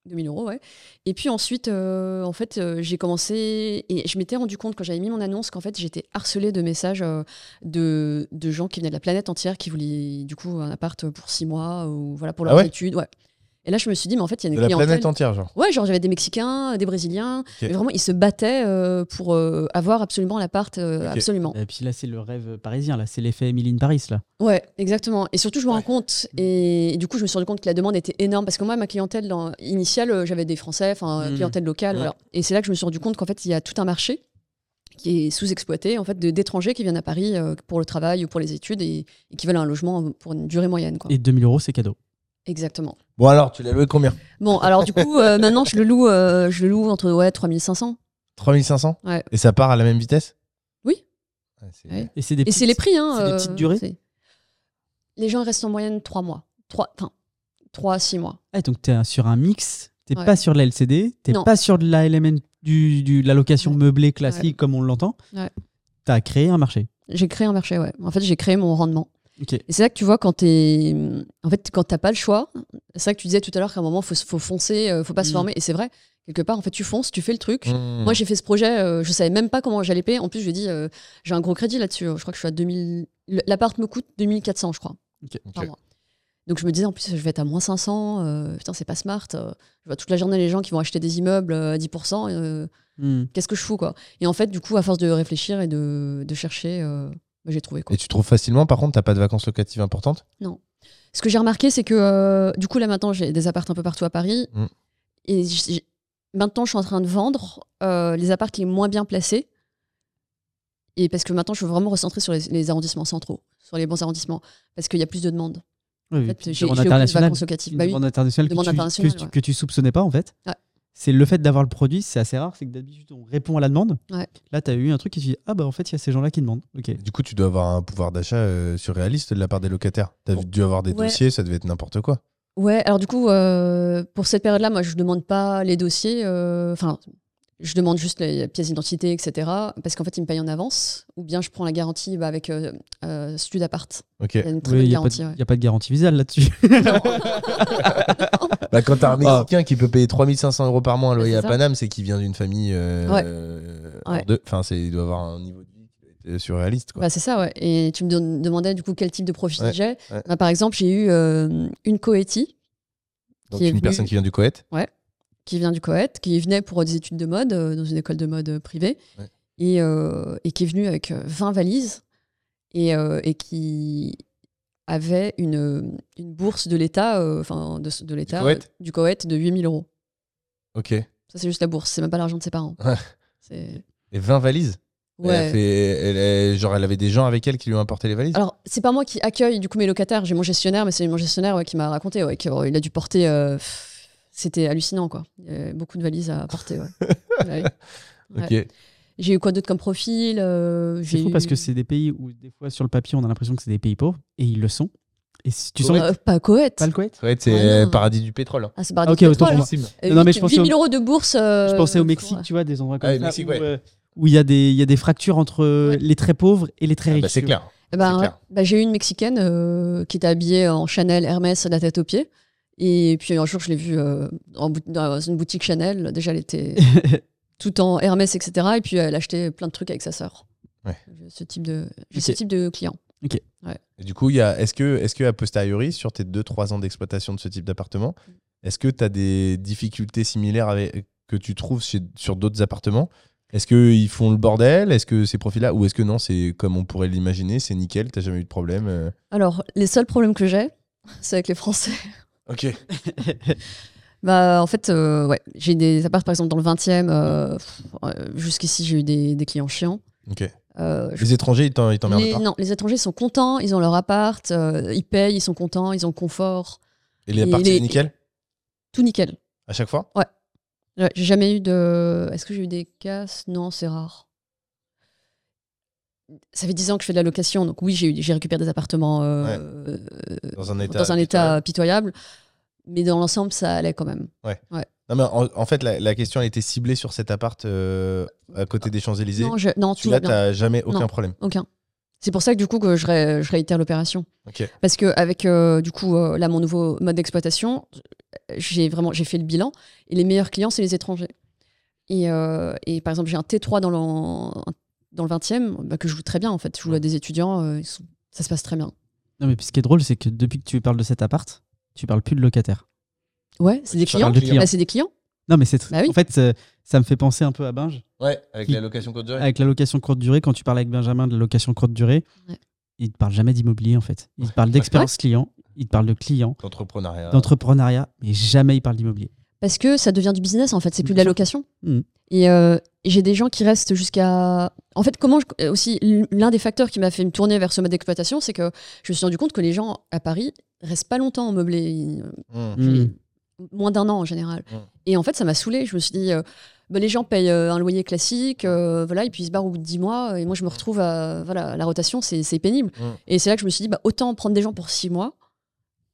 Speaker 3: 2000 euros, ouais. Et puis ensuite, euh, en fait, euh, j'ai commencé et je m'étais rendu compte quand j'avais mis mon annonce qu'en fait, j'étais harcelée de messages euh, de, de gens qui venaient de la planète entière qui voulaient du coup un appart pour six mois ou voilà pour
Speaker 2: Ah
Speaker 3: leur
Speaker 2: ouais
Speaker 3: étude, ouais. Et là, je me suis dit, mais en fait, il y a
Speaker 2: De
Speaker 3: une
Speaker 2: la
Speaker 3: clientèle.
Speaker 2: planète entière, genre.
Speaker 3: Ouais, genre j'avais des Mexicains, des Brésiliens. mais Vraiment, ils se battaient euh, pour euh, avoir absolument l'appart, euh,
Speaker 2: Ok.
Speaker 3: absolument.
Speaker 1: Et puis là, c'est le rêve parisien, là, c'est l'effet Emily in Paris, là.
Speaker 3: Ouais, exactement. Et surtout, je me
Speaker 2: Ouais.
Speaker 3: rends compte, et, du coup, je me suis rendu compte que la demande était énorme parce que moi, ma clientèle dans- initiale, euh, j'avais des Français, enfin, euh,
Speaker 1: Mm.
Speaker 3: clientèle locale.
Speaker 1: Ouais.
Speaker 3: voilà. Et c'est là que je me suis rendu compte qu'en fait, il y a tout un marché qui est sous-exploité, en fait, de- d'étrangers qui viennent à Paris euh, pour le travail ou pour les études et, et qui veulent un logement euh, pour une durée moyenne, quoi.
Speaker 1: Et 2000 euros, c'est cadeau.
Speaker 3: Exactement.
Speaker 2: Bon, alors, tu l'as loué combien
Speaker 3: Bon, alors du coup, euh, maintenant, je le loue, euh, je le loue entre ouais 3500.
Speaker 2: 3500
Speaker 3: Ouais.
Speaker 2: Et ça part à la même vitesse
Speaker 3: Oui.
Speaker 2: Ouais, c'est-
Speaker 3: Ouais.
Speaker 1: Et c'est des
Speaker 3: Et c'est les prix, hein.
Speaker 1: c'est des petites durées
Speaker 3: c'est- Les gens restent en moyenne 3 mois. 3, enfin, 3 à 6 mois.
Speaker 1: Ah, donc, t'es sur un mix, t'es
Speaker 3: Ouais.
Speaker 1: pas sur de la LCD, t'es
Speaker 3: Non.
Speaker 1: pas sur de la LMN, du, du- de la location
Speaker 3: Ouais.
Speaker 1: meublée classique comme on l'entend.
Speaker 3: Ouais.
Speaker 1: T'as créé un marché.
Speaker 3: J'ai créé un marché, ouais. En fait, j'ai créé mon rendement.
Speaker 1: Ok.
Speaker 3: Et c'est là que tu vois, quand t'es. En fait, quand t'as pas le choix, c'est ça que tu disais tout à l'heure qu'à un moment, faut, se- faut foncer, euh, faut pas se
Speaker 1: Mm.
Speaker 3: former. Et c'est vrai, quelque part, en fait, tu fonces, tu fais le truc.
Speaker 2: Mmh.
Speaker 3: Moi, j'ai fait ce projet, euh, je savais même pas comment j'allais payer. En plus, je lui ai dit, euh, j'ai un gros crédit là-dessus. euh, Je crois que je suis à 2000. L'appart me coûte 2400, je crois. par
Speaker 2: Ok.
Speaker 3: mois. Donc je me disais, en plus, je vais être à moins 500. euh, putain, c'est pas smart. euh, je vois toute la journée les gens qui vont acheter des immeubles euh, à 10%. euh,
Speaker 1: Hmm.
Speaker 3: Qu'est-ce que je fous, quoi Et en fait, du coup, à force de réfléchir et de, de chercher, euh, bah, j'ai trouvé, quoi.
Speaker 2: Et tu trouves facilement, par contre, t'as pas de vacances locatives importantes
Speaker 3: Ce que j'ai remarqué, c'est que, euh, du coup, là, maintenant, j'ai des appartes un peu partout à Paris.
Speaker 2: Mm.
Speaker 3: Et j- j- maintenant, je suis en train de vendre euh, les appartes qui sont moins bien placés. Et parce que maintenant, je veux vraiment recentrer sur les, les arrondissements centraux, sur les bons arrondissements, parce qu'il y a plus de demandes.
Speaker 1: Ouais,
Speaker 3: En
Speaker 1: oui,
Speaker 3: fait,
Speaker 1: puis
Speaker 3: j'ai j'ai
Speaker 1: demande
Speaker 3: aucune
Speaker 1: internationale.
Speaker 3: vacances locatives.
Speaker 1: Une
Speaker 3: Bah oui.
Speaker 1: demande internationale que
Speaker 3: Demande
Speaker 1: tu,
Speaker 3: internationale,
Speaker 1: que, tu-
Speaker 3: ouais.
Speaker 1: que tu soupçonnais pas en fait.
Speaker 3: Ouais.
Speaker 1: C'est le fait d'avoir le produit, c'est assez rare, c'est que d'habitude on répond à la demande.
Speaker 3: Ouais.
Speaker 1: Là, tu as eu un truc qui te dit Ah bah en fait, il y a ces gens-là qui demandent. Ok.
Speaker 2: Du coup, tu dois avoir un pouvoir d'achat euh, surréaliste de la part des locataires. T'as
Speaker 3: Bon.
Speaker 2: dû avoir des
Speaker 3: Ouais.
Speaker 2: dossiers, ça devait être n'importe quoi.
Speaker 3: Ouais, alors du coup, euh, pour cette période-là, moi, je demande pas les dossiers. euh, Enfin, je demande juste les pièces d'identité, etc. Parce qu'en fait, ils me payent en avance. Ou bien je prends la garantie bah, avec euh, euh, Studapart.
Speaker 2: Ok.
Speaker 3: Il y a une très
Speaker 1: Oui,
Speaker 3: belle
Speaker 1: il n'y a, pas
Speaker 3: garantie.
Speaker 1: de-
Speaker 3: ouais.
Speaker 1: y a pas de garantie visale là-dessus.
Speaker 2: Bah, quand t'as un
Speaker 1: Ah.
Speaker 2: Mexicain qui peut payer 3500 euros par mois à loyer
Speaker 3: C'est
Speaker 2: à
Speaker 3: ça.
Speaker 2: Paname, c'est qu'il vient d'une famille. euh,
Speaker 3: Ouais.
Speaker 2: euh,
Speaker 3: Ouais.
Speaker 2: hors de- Enfin, c'est- il doit avoir un niveau de vie qui doit être, euh, surréaliste. Quoi.
Speaker 3: Bah, c'est ça, ouais. Et tu me don- demandais du coup quel type de profil
Speaker 2: Ouais,
Speaker 3: j'ai.
Speaker 2: ouais.
Speaker 3: Bah, par exemple, j'ai eu euh, une coétie
Speaker 2: Donc,
Speaker 3: qui est
Speaker 2: une personne
Speaker 3: venue-
Speaker 2: qui vient du Coët.
Speaker 3: qui vient du Coët, qui venait pour des études de mode euh, dans une école de mode euh, privée,
Speaker 2: Ouais.
Speaker 3: et, euh, et qui est venue avec euh, 20 valises, et, euh, et qui avait une, euh, une bourse de l'État, euh, enfin de, ce- de l'État,
Speaker 2: Coët
Speaker 3: euh, du Coët de 8000 euros.
Speaker 2: Ok. Et
Speaker 3: Ça, c'est juste la bourse, c'est même pas l'argent de ses parents.
Speaker 2: Ouais.
Speaker 3: C'est-
Speaker 2: 20 valises.
Speaker 3: Ouais.
Speaker 2: Elle a fait- elle a- genre, elle avait des gens avec elle qui lui ont apporté les valises.
Speaker 3: Alors, c'est pas moi qui accueille du coup mes locataires, j'ai mon gestionnaire, mais c'est mon gestionnaire ouais, qui m'a raconté ouais, qu'il a dû porter. euh, pff, C'était hallucinant, quoi. Il y avait beaucoup de valises à porter, ouais. Ouais.
Speaker 2: ok.
Speaker 3: J'ai eu quoi d'autre comme profil euh,
Speaker 1: C'est
Speaker 3: j'ai
Speaker 1: fou
Speaker 3: eu-
Speaker 1: parce que c'est des pays où, des fois, sur le papier, on a l'impression que c'est des pays pauvres et ils le sont. Et si tu sens
Speaker 3: Euh, pas Coët.
Speaker 1: pas le Koweït
Speaker 2: Coët, c'est
Speaker 3: Ah,
Speaker 2: euh,
Speaker 3: non.
Speaker 2: paradis du pétrole. hein.
Speaker 3: Ah, c'est pas
Speaker 1: Ah, ok, autant pour moi.
Speaker 3: Euh,
Speaker 1: Non, non, mais
Speaker 3: 8
Speaker 1: je pensais
Speaker 3: 8
Speaker 1: au-
Speaker 3: 000 euros de bourse. euh,
Speaker 1: Je pensais au
Speaker 3: pour-
Speaker 1: Mexique, tu vois, des endroits comme
Speaker 2: Ah,
Speaker 1: ça.
Speaker 2: Mexique,
Speaker 1: où,
Speaker 2: ouais.
Speaker 1: euh, Où il y, a des- il y a des fractures entre euh,
Speaker 3: Ouais.
Speaker 1: les très pauvres et les très
Speaker 2: Ah,
Speaker 1: riches.
Speaker 2: bah, c'est
Speaker 1: tu vois.
Speaker 2: clair.
Speaker 3: Eh ben,
Speaker 2: C'est
Speaker 3: ouais.
Speaker 2: clair.
Speaker 3: Bah, j'ai eu une Mexicaine euh, qui était habillée en Chanel Hermès de la tête aux pieds. Et puis un jour, je l'ai vue euh, en bout- dans une boutique Chanel. Déjà, elle était tout en Hermès, etc. Et puis, elle achetait plein de trucs avec sa sœur.
Speaker 2: Ouais.
Speaker 3: J'ai Ce type de, j'ai
Speaker 1: Ok.
Speaker 3: ce type de client.
Speaker 2: Et du coup, il y a- est-ce que, est que, a posteriori, sur tes 2-3 ans d'exploitation de ce type d'appartement, est-ce que tu as des difficultés similaires avec- que tu trouves chez- sur d'autres appartements Est-ce qu'ils font le bordel Est-ce que ces profils-là Ou est-ce que non, c'est comme on pourrait l'imaginer, c'est nickel, t'as jamais eu de problème euh
Speaker 3: Alors, les seuls problèmes que j'ai, c'est avec les Français.
Speaker 2: Ok.
Speaker 3: Bah, en fait, euh, ouais, j'ai des apparts, par exemple, dans le 20e. euh, pff, euh, Jusqu'ici, j'ai eu des, des clients chiants.
Speaker 2: Ok.
Speaker 3: Euh, je
Speaker 2: Les étrangers, ils t'en- ils t'emmerdent
Speaker 3: Les-
Speaker 2: pas
Speaker 3: non, les étrangers sont contents, ils ont leur appart, euh, ils payent, ils sont contents, ils ont le confort,
Speaker 2: Et les
Speaker 3: Et
Speaker 2: parties,
Speaker 3: les-
Speaker 2: c'est nickel
Speaker 3: tout nickel.
Speaker 2: À chaque fois
Speaker 3: Ouais, J'ai jamais eu de. Est-ce que j'ai eu des casses Non, c'est rare. Ça fait 10 ans que je fais de la location, donc oui, j'ai eu- j'ai récupéré des appartements euh,
Speaker 2: Ouais.
Speaker 3: euh,
Speaker 2: Dans un état.
Speaker 3: dans un
Speaker 2: pitoyable.
Speaker 3: état pitoyable, mais dans l'ensemble, ça allait quand même.
Speaker 2: Non, mais en, en fait, la, la question, elle était ciblée sur cet appart euh, à côté des Champs-Élysées.
Speaker 3: Non, je- non tout va
Speaker 2: Celui-là,
Speaker 3: bien,
Speaker 2: t'as jamais aucun
Speaker 3: Non.
Speaker 2: problème.
Speaker 3: aucun. C'est pour ça que du coup, que je, ré- je réitère l'opération.
Speaker 2: Ok.
Speaker 3: Parce que avec euh, du coup euh, là mon nouveau mode d'exploitation, j'ai vraiment j'ai fait le bilan et les meilleurs clients c'est les étrangers. Et, euh, et par exemple j'ai un T3 dans le dans le 20e bah, que je joue très bien en fait. Je joue à des étudiants, euh, ils sont- ça se passe très bien.
Speaker 1: Non, mais puis ce qui est drôle, c'est que depuis que tu parles de cet appart, tu parles plus de locataire.
Speaker 3: Ouais, c'est des
Speaker 2: Ça parle
Speaker 3: clients.
Speaker 2: de
Speaker 3: Bah, c'est des clients.
Speaker 1: Non, mais c'est.
Speaker 3: Bah oui.
Speaker 1: En fait, euh, ça me fait penser un peu à Binge.
Speaker 2: Ouais, avec
Speaker 1: Qui-
Speaker 2: la location courte durée.
Speaker 1: Avec la location courte durée, quand tu parles avec Benjamin de la location courte durée,
Speaker 3: Ouais.
Speaker 1: il ne te parle jamais d'immobilier, en fait. Il te parle d'expérience client, il te parle de client,
Speaker 2: D'entrepreneuriat.
Speaker 1: d'entrepreneuriat, mais jamais il parle d'immobilier.
Speaker 3: Parce que ça devient du business en fait, c'est plus de la location.
Speaker 2: Mm.
Speaker 1: Mhm.
Speaker 3: Et euh, j'ai des gens qui restent jusqu'à. En fait, comment je- euh, aussi l'un des facteurs qui m'a fait me tourner vers ce mode d'exploitation, c'est que je me suis rendu compte que les gens à Paris restent pas longtemps en meublé, Ils-
Speaker 2: Mmh.
Speaker 1: Mm.
Speaker 3: moins d'un an en général.
Speaker 2: Mhm.
Speaker 3: Et en fait, ça m'a saoulé. Je me suis dit, euh, bah, les gens payent euh, un loyer classique, euh, voilà, et puis ils se barrent au bout de 10 mois. Et moi, je
Speaker 2: Mm.
Speaker 3: me retrouve à, voilà, à la rotation, c'est c'est pénible.
Speaker 2: Mhm.
Speaker 3: Et c'est là que je me suis dit, bah, autant prendre des gens pour 6 mois.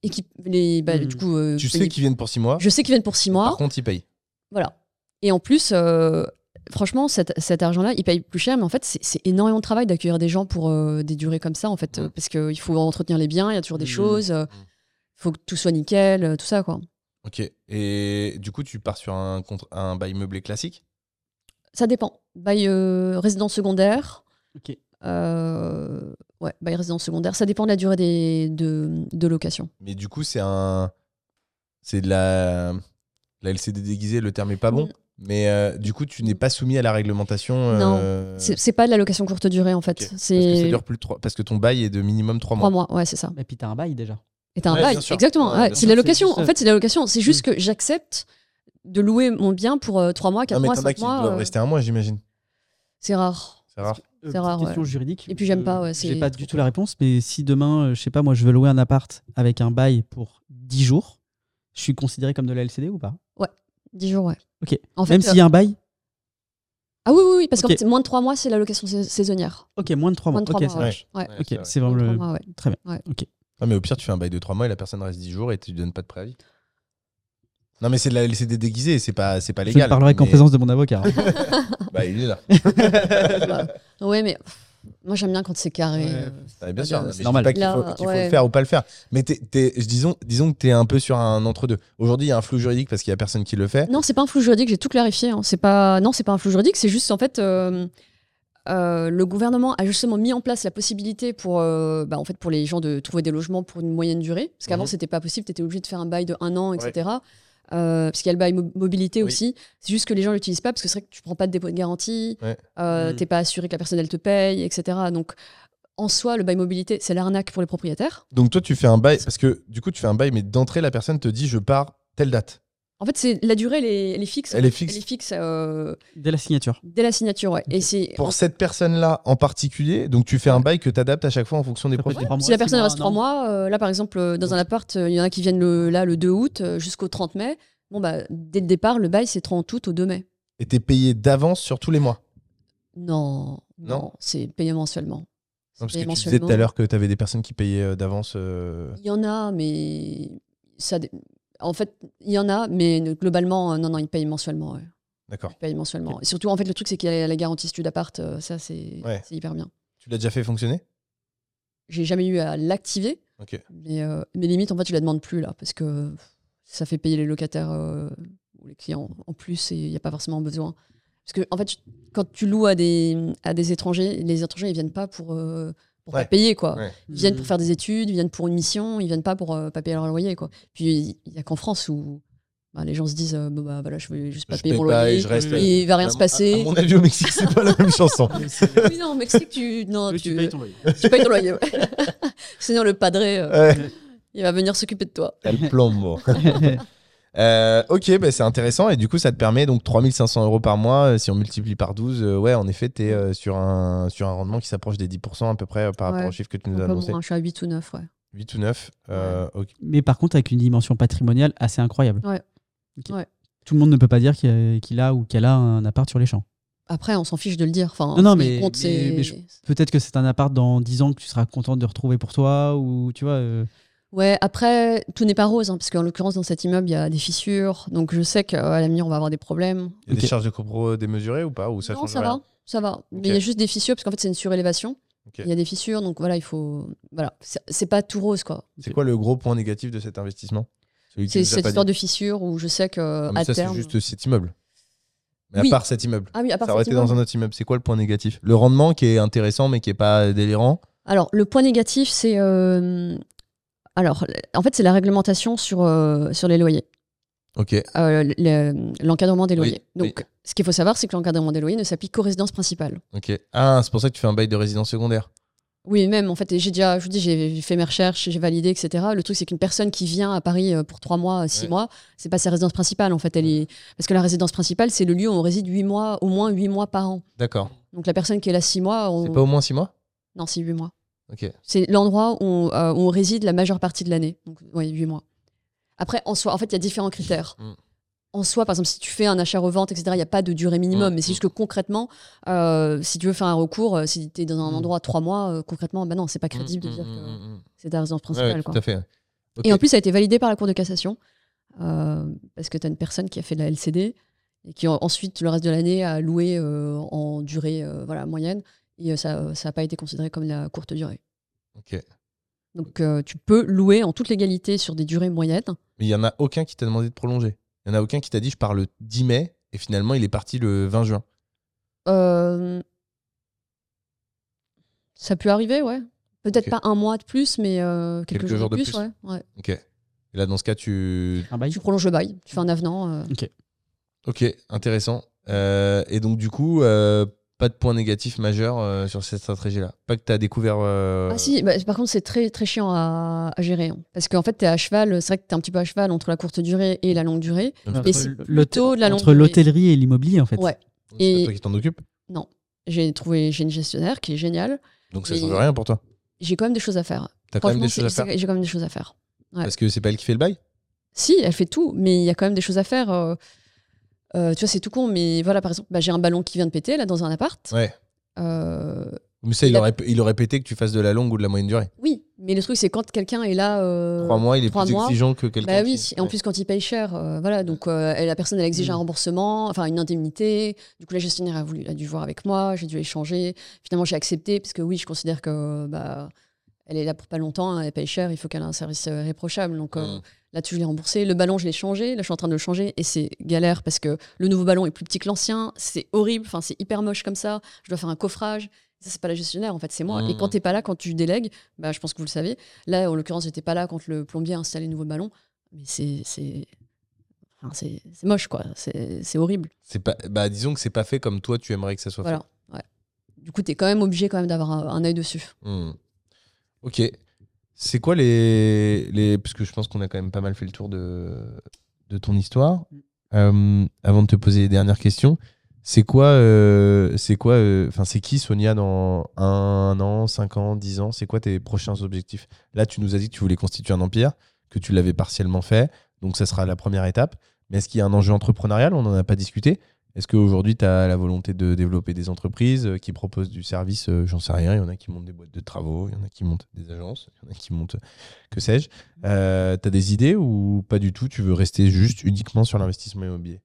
Speaker 3: Et qui, les, bah,
Speaker 1: Mhm.
Speaker 3: du coup, euh,
Speaker 2: Mm. Tu
Speaker 3: payer-
Speaker 2: sais qu'ils viennent pour 6 mois.
Speaker 3: je sais qu'ils viennent pour 6 mois.
Speaker 2: Par contre, ils payent.
Speaker 3: Voilà. Et en plus, euh, franchement, cet, cet argent-là, il paye plus cher, mais en fait, c'est- c'est énormément de travail d'accueillir des gens pour euh, des durées comme ça, en fait, euh, parce qu'il faut entretenir les biens, il y a toujours
Speaker 2: Mmh.
Speaker 3: des
Speaker 1: Mhm.
Speaker 3: choses, euh, il faut que tout soit nickel, euh, tout ça, quoi.
Speaker 2: Ok. Et du coup, tu pars sur un, contre- un bail meublé classique
Speaker 3: Ça dépend. Bail euh, résidence secondaire.
Speaker 1: Ok.
Speaker 3: Euh, ouais, bail résidence secondaire. Ça dépend de la durée des, de, de location.
Speaker 2: Mais du coup, c'est un. C'est de la. La LCD déguisée, le terme est pas bon.
Speaker 3: Mm.
Speaker 2: Mais euh, du coup, tu n'es pas soumis à la réglementation.
Speaker 3: Non.
Speaker 2: euh,
Speaker 3: C'est c'est pas de la location courte durée, en fait.
Speaker 2: ok. Parce que ça
Speaker 3: C'est
Speaker 2: dure plus de 3... Parce que ton bail est de minimum 3 mois.
Speaker 3: trois mois. Ouais, c'est ça.
Speaker 1: Et puis t'as un bail déjà.
Speaker 3: Et t'as un
Speaker 2: Ouais,
Speaker 3: bail.
Speaker 2: bien sûr.
Speaker 3: Exactement.
Speaker 2: Ouais,
Speaker 3: ouais,
Speaker 2: bien
Speaker 3: c'est
Speaker 2: sûr.
Speaker 3: de la
Speaker 1: C'est
Speaker 3: location.
Speaker 1: juste,
Speaker 3: En fait, c'est de la location. C'est juste
Speaker 1: Mm.
Speaker 3: que j'accepte de louer mon bien pour 3 mois, 4
Speaker 2: Non, mais
Speaker 3: mois,
Speaker 2: t'en as
Speaker 3: 5
Speaker 2: qui
Speaker 3: mois.
Speaker 2: doivent
Speaker 3: euh,
Speaker 2: rester un mois, j'imagine.
Speaker 3: C'est rare.
Speaker 2: C'est rare.
Speaker 1: Euh,
Speaker 3: C'est rare,
Speaker 1: petite question juridique.
Speaker 3: Et puis, j'aime
Speaker 1: Euh,
Speaker 3: pas, ouais,
Speaker 1: J'ai
Speaker 3: c'est
Speaker 1: pas
Speaker 3: trop
Speaker 1: du tout la réponse, mais si demain, euh, je sais pas, moi, je veux louer un appart avec un bail pour 10 jours, je suis considéré comme de la LCD ou pas
Speaker 3: 10 jours, ouais.
Speaker 1: Ok.
Speaker 3: En
Speaker 1: Même
Speaker 3: fait, euh,
Speaker 1: s'il y a un bail
Speaker 3: Ah oui, oui, oui, parce
Speaker 1: Ok.
Speaker 3: qu'en fait, moins de 3 mois, c'est la location sais- saisonnière.
Speaker 1: Ok, moins de 3 mois.
Speaker 3: Moins de 3
Speaker 1: ok, ça
Speaker 3: mois.
Speaker 1: marche.
Speaker 3: Ouais.
Speaker 2: Ouais,
Speaker 1: Ah, Ok,
Speaker 2: c'est vrai.
Speaker 1: c'est
Speaker 3: Moins
Speaker 1: vraiment
Speaker 3: de
Speaker 1: le.
Speaker 3: trois mois, ouais.
Speaker 1: Très bien.
Speaker 3: Ouais.
Speaker 1: Ok.
Speaker 2: Ah, mais au pire, tu fais un bail de 3 mois et la personne reste 10 jours et tu lui donnes pas de préavis. Non, mais c'est de la LCD déguisée, c'est pas, c'est pas légal.
Speaker 1: je ne parlerai qu'en
Speaker 2: mais-
Speaker 1: présence de mon avocat.
Speaker 2: Bah, il est là.
Speaker 3: Ouais, mais pff, moi, j'aime bien quand c'est carré.
Speaker 1: Ouais.
Speaker 3: euh,
Speaker 2: Ah, bien
Speaker 3: pas
Speaker 2: sûr,
Speaker 3: de-
Speaker 2: non, mais je dis
Speaker 1: normal.
Speaker 2: pas qu'il
Speaker 3: Là,
Speaker 2: faut, qu'il faut
Speaker 3: ouais.
Speaker 2: le faire ou pas le faire. Mais t'es- t'es- je disons, disons que tu es un peu sur un entre-deux. Aujourd'hui, il y a un flou juridique parce qu'il y a personne qui le fait.
Speaker 3: Non, c'est pas un flou juridique, j'ai tout clarifié. hein. C'est pas... Non, c'est pas un flou juridique, c'est juste en fait. euh, euh, le gouvernement a justement mis en place la possibilité pour, euh, bah, en fait, pour les gens de trouver des logements pour une moyenne durée. Parce qu'avant,
Speaker 2: Mhm.
Speaker 3: c'était pas possible, tu étais obligé de faire un bail de un an,
Speaker 2: Ouais.
Speaker 3: etc. Euh, parce qu'il y a le bail mo- mobilité
Speaker 2: Oui.
Speaker 3: aussi. C'est juste que les gens l'utilisent pas parce que c'est vrai que tu prends pas de dépôt de garantie,
Speaker 2: Ouais.
Speaker 3: euh,
Speaker 1: Mhm.
Speaker 3: t'es pas assuré que la personne elle te paye, etc. Donc en soi, le bail mobilité, c'est l'arnaque pour les propriétaires.
Speaker 2: Donc toi, tu fais un bail parce que du coup, tu fais un bail, mais d'entrée, la personne te dit je pars telle date.
Speaker 3: En fait, c'est la durée, elle est, elle est fixe. en
Speaker 2: Elle
Speaker 3: fait.
Speaker 2: est fixe.
Speaker 3: Elle est fixe euh,
Speaker 1: Dès la signature.
Speaker 3: dès la signature. ouais. Et c'est
Speaker 2: Pour cette personne-là en particulier, donc tu fais un bail que tu adaptes à chaque fois en fonction des
Speaker 1: Après,
Speaker 2: profils.
Speaker 1: trois
Speaker 3: Si
Speaker 1: mois,
Speaker 3: la
Speaker 1: six
Speaker 3: personne
Speaker 1: mois,
Speaker 3: reste
Speaker 1: un
Speaker 3: trois
Speaker 1: an.
Speaker 3: mois, euh, là par exemple, euh, dans un appart, euh, il y en a qui viennent le, là le 2 août euh, jusqu'au 30 mai. Bon, bah, dès le départ, le bail c'est 30 août au 2 mai.
Speaker 2: Et t'es payé d'avance sur tous les mois.
Speaker 3: Non,
Speaker 2: Non.
Speaker 3: non, c'est payé mensuellement.
Speaker 2: Non, parce
Speaker 3: C'est
Speaker 2: que
Speaker 3: payé
Speaker 2: tu disais tout à
Speaker 3: mensuellement.
Speaker 2: l'heure que tu avais des personnes qui payaient euh, d'avance. euh,
Speaker 3: Il y en a, mais. Ça, dé- en fait, il y en a, mais globalement, euh, non, non, ils payent mensuellement. ouais.
Speaker 2: D'accord.
Speaker 3: Ils payent mensuellement. Et surtout, en fait, le truc, c'est qu'il y a la garantie stud appart, euh, ça, c'est
Speaker 2: Ouais.
Speaker 3: c'est hyper bien.
Speaker 2: Tu l'as déjà fait fonctionner
Speaker 3: J'ai jamais eu à l'activer,
Speaker 2: Ok.
Speaker 3: mais, euh, mais limite, en fait, je la demande plus, là, parce que ça fait payer les locataires euh, ou les clients en plus, et il n'y a pas forcément besoin. Parce que, en fait, tu- quand tu loues à des, à des étrangers, les étrangers, ils viennent pas pour, euh, pour pas
Speaker 2: Ouais.
Speaker 3: payer, quoi.
Speaker 2: Ouais.
Speaker 3: Ils viennent pour
Speaker 1: Mhm.
Speaker 3: faire des études, ils viennent pour une mission, ils viennent pas pour euh, pas payer leur loyer. Quoi. Puis il n'y a qu'en France où bah, les gens se disent euh, Bon, bah, voilà, je vais juste pas
Speaker 2: Je
Speaker 3: payer
Speaker 2: paye
Speaker 3: mon
Speaker 2: pas et
Speaker 3: loyer,
Speaker 2: je reste.
Speaker 1: et-
Speaker 3: il va rien
Speaker 2: À
Speaker 3: se
Speaker 2: mon-
Speaker 3: passer.
Speaker 2: À mon avis, au Mexique, c'est pas la même chanson.
Speaker 3: Oui, non, mais c'est que tu, non,
Speaker 1: Oui,
Speaker 3: tu,
Speaker 1: tu payes ton loyer.
Speaker 3: tu payes ton loyer. ouais. Sinon, le padre, euh,
Speaker 2: Ouais.
Speaker 3: il va venir s'occuper de toi.
Speaker 2: El plombo. Euh, ok, bah, c'est intéressant. Et du coup, ça te permet donc 3500 euros par mois. euh, Si on multiplie par 12, euh, ouais, en effet, tu es sur, un, sur un rendement qui s'approche des 10% à peu près euh, par rapport
Speaker 3: Ouais.
Speaker 2: au chiffre que tu
Speaker 3: Un
Speaker 2: nous as
Speaker 3: peu
Speaker 2: annoncé.
Speaker 3: moins, hein, je suis à 8 ou 9, ouais.
Speaker 2: 8 ou 9. euh, ok.
Speaker 1: Mais par contre, avec une dimension patrimoniale assez incroyable.
Speaker 3: Ouais.
Speaker 1: Ok.
Speaker 3: Ouais.
Speaker 1: Tout le monde ne peut pas dire qu'il a, qu'il a ou qu'elle a un appart sur les champs.
Speaker 3: Après, on s'en fiche de le dire. Enfin,
Speaker 1: Non, non,
Speaker 3: ce qui
Speaker 1: mais-
Speaker 3: compte,
Speaker 1: mais-
Speaker 3: c'est-
Speaker 1: mais je- Peut-être que c'est un appart dans 10 ans que tu seras content de retrouver pour toi ou tu vois. euh,
Speaker 3: Ouais, après, tout n'est pas rose, hein, parce qu'en l'occurrence, dans cet immeuble, il y a des fissures. Donc, je sais qu'à l'avenir, on va avoir des problèmes.
Speaker 2: Il y a
Speaker 1: Ok.
Speaker 2: des charges de copro démesurées ou pas ou ça
Speaker 3: non,
Speaker 2: change
Speaker 3: ça
Speaker 2: rien
Speaker 3: va, ça va. Mais il y a juste des fissures, parce qu'en fait, c'est une surélévation.
Speaker 2: Ok.
Speaker 3: Il y a des fissures, donc voilà, il faut. Voilà, c'est- c'est pas tout rose, quoi.
Speaker 2: C'est quoi le gros point négatif de cet investissement Celui que tu
Speaker 3: C'est
Speaker 2: nous as
Speaker 3: cette
Speaker 2: pas
Speaker 3: histoire
Speaker 2: dit.
Speaker 3: de fissures où je sais que
Speaker 2: Non, mais
Speaker 3: à
Speaker 2: ça,
Speaker 3: terme.
Speaker 2: c'est juste cet immeuble. Mais
Speaker 3: Oui.
Speaker 2: à part cet immeuble.
Speaker 3: Ah oui, à part
Speaker 2: Ça aurait
Speaker 3: cet
Speaker 2: été dans
Speaker 3: immeuble.
Speaker 2: un autre immeuble. C'est quoi le point négatif Le rendement qui est intéressant mais qui est pas délirant.
Speaker 3: Alors, le point négatif, c'est. euh, Alors, en fait, c'est la réglementation sur, euh, sur les loyers.
Speaker 2: Ok.
Speaker 3: euh, le- le- l'encadrement des
Speaker 2: Oui,
Speaker 3: loyers. Donc, ce qu'il faut savoir, c'est que l'encadrement des loyers ne s'applique qu'aux résidences principales.
Speaker 2: Ok. Ah, c'est pour ça que tu fais un bail de résidence secondaire.
Speaker 3: Oui, même, en fait, et j'ai déjà, je vous dis, j'ai fait mes recherches, j'ai validé, etc. Le truc, c'est qu'une personne qui vient à Paris euh, pour trois mois, six
Speaker 2: Ouais.
Speaker 3: mois, c'est pas sa résidence principale, en fait. Elle est... Parce que la résidence principale, c'est le lieu où on réside huit mois, au moins huit mois par an.
Speaker 2: D'accord.
Speaker 3: Donc, la personne qui est là six mois, on-
Speaker 2: C'est pas au moins 6 mois
Speaker 3: non, c'est huit mois.
Speaker 2: Ok.
Speaker 3: C'est l'endroit où, on- euh, où on réside la majeure partie de l'année. Donc, oui, 8 mois. Après, en soi, en fait, il y a différents critères.
Speaker 2: Mm.
Speaker 3: En soi, par exemple, si tu fais un achat-revente, etc., il n'y a pas de durée minimum.
Speaker 2: Mm,
Speaker 3: Mais c'est
Speaker 2: mm.
Speaker 3: juste que concrètement, euh, si tu veux faire un recours, euh, si tu es dans un
Speaker 2: Mm.
Speaker 3: endroit 3 mois, euh, concrètement, bah non, c'est pas crédible de dire
Speaker 2: Mm, mm,
Speaker 3: que
Speaker 2: mm, mm, mm.
Speaker 3: c'est ta résidence
Speaker 2: Ouais,
Speaker 3: principale.
Speaker 2: ouais,
Speaker 3: quoi.
Speaker 2: tout à fait. Ok.
Speaker 3: Et en plus, ça a été validé par la Cour de cassation. euh, parce que tu as une personne qui a fait de la LCD et qui en- ensuite, le reste de l'année, a loué euh, en durée euh, voilà, moyenne. Et euh, ça n'a pas été considéré comme la courte durée.
Speaker 2: Ok. Mais
Speaker 3: Donc euh, tu peux louer en toute légalité sur des durées moyennes.
Speaker 2: il y en a aucun qui t'a demandé de prolonger. Il y en a aucun qui t'a dit je pars le 10 mai et finalement il est parti le 20 juin.
Speaker 3: Euh, Ça peut arriver, ouais. Peut-être
Speaker 2: Ok.
Speaker 3: pas un mois de plus, mais euh, quelques, jours, de plus. ouais. Ouais.
Speaker 2: Ok. Et là, dans ce cas, tu.
Speaker 1: Un bail
Speaker 3: Tu prolonges le bail, tu fais un avenant. euh.
Speaker 2: Ok, intéressant. Euh, et donc, du coup, euh, pas de point négatif majeur euh, sur cette stratégie-là. Pas que tu as découvert. euh,
Speaker 3: Ah si, bah, par contre c'est très très chiant à, à gérer. hein. Parce qu'en fait, tu es à cheval, c'est vrai que tu es un petit peu à cheval entre la courte durée et la longue durée.
Speaker 1: Entre
Speaker 3: Et c'est
Speaker 1: l'hôte-
Speaker 3: plutôt de la longue
Speaker 1: Entre
Speaker 3: durée.
Speaker 1: l'hôtellerie et l'immobilier, en fait.
Speaker 3: Ouais.
Speaker 2: C'est pas
Speaker 3: et-
Speaker 2: toi qui t'en occupe.
Speaker 3: J'ai trouvé, j'ai une gestionnaire qui est géniale.
Speaker 2: Donc, ça
Speaker 3: et-
Speaker 2: change rien pour toi.
Speaker 3: J'ai quand même des choses à faire.
Speaker 2: T'as quand même des
Speaker 3: Franchement,
Speaker 2: choses à
Speaker 3: c'est-
Speaker 2: faire.
Speaker 3: c'est- j'ai quand même des choses à faire. ouais.
Speaker 2: Parce que c'est pas elle qui fait le bail.
Speaker 3: Si, elle fait tout, mais il y a quand même des choses à faire. euh, euh, tu vois, c'est tout con, mais voilà, par exemple, bah, j'ai un ballon qui vient de péter là dans un appart.
Speaker 2: Ouais.
Speaker 3: Euh,
Speaker 2: Mais ça, il,
Speaker 3: Il a-
Speaker 2: aurait, il aurait pété que tu fasses de la longue ou de la moyenne durée.
Speaker 3: oui, mais le truc, c'est quand quelqu'un est là. euh,
Speaker 2: Trois mois, il est
Speaker 3: trois
Speaker 2: plus
Speaker 3: mois.
Speaker 2: exigeant que quelqu'un.
Speaker 3: Bah oui,
Speaker 2: qui-
Speaker 3: et en plus, quand il paye cher, euh, voilà, donc euh, elle- la personne, elle exige un
Speaker 2: Mm.
Speaker 3: remboursement, enfin une indemnité. Du coup, la gestionnaire a, voulu, a dû voir avec moi, j'ai dû échanger. Finalement, j'ai accepté, parce que oui, je considère que. Bah, elle est là pour pas longtemps, hein, elle paye cher, il faut qu'elle ait un service euh, réprochable. Donc, euh,
Speaker 2: Mm.
Speaker 3: Là-dessus, je l'ai remboursé. Le ballon, je l'ai changé. Là, je suis en train de le changer et c'est galère parce que le nouveau ballon est plus petit que l'ancien. C'est horrible. Enfin, c'est hyper moche comme ça. Je dois faire un coffrage. Ça, c'est pas la gestionnaire, en fait, c'est moi.
Speaker 2: Mhm.
Speaker 3: Et quand t'es pas là, quand tu délègues, bah, je pense que vous le savez. Là, en l'occurrence, j'étais pas là quand le plombier a installé le nouveau ballon. Mais c'est. c'est- enfin, c'est c'est moche, quoi. C'est c'est horrible.
Speaker 2: C'est pas, bah, disons que c'est pas fait comme toi, tu aimerais que ça soit
Speaker 3: Voilà. Ouais. Du coup, t'es quand même obligé quand même d'avoir un, un œil dessus.
Speaker 2: fait. Hmm. Ok. C'est quoi les, les. Parce que je pense qu'on a quand même pas mal fait le tour de, de ton histoire. Euh, avant de te poser les dernières questions, c'est quoi. euh, c'est quoi. euh, Enfin, c'est qui Sonia dans un an, cinq ans, dix ans C'est quoi tes prochains objectifs Là, tu nous as dit que tu voulais constituer un empire, que tu l'avais partiellement fait. Donc, ça sera la première étape. Mais est-ce qu'il y a un enjeu entrepreneurial On n'en a pas discuté. Est-ce qu'aujourd'hui, tu as la volonté de développer des entreprises euh, qui proposent du service euh, J'en sais rien. Il y en a qui montent des boîtes de travaux, il y en a qui montent des agences, il y en a qui montent que sais-je. Euh, tu as des idées ou pas du tout Tu veux rester juste uniquement sur l'investissement immobilier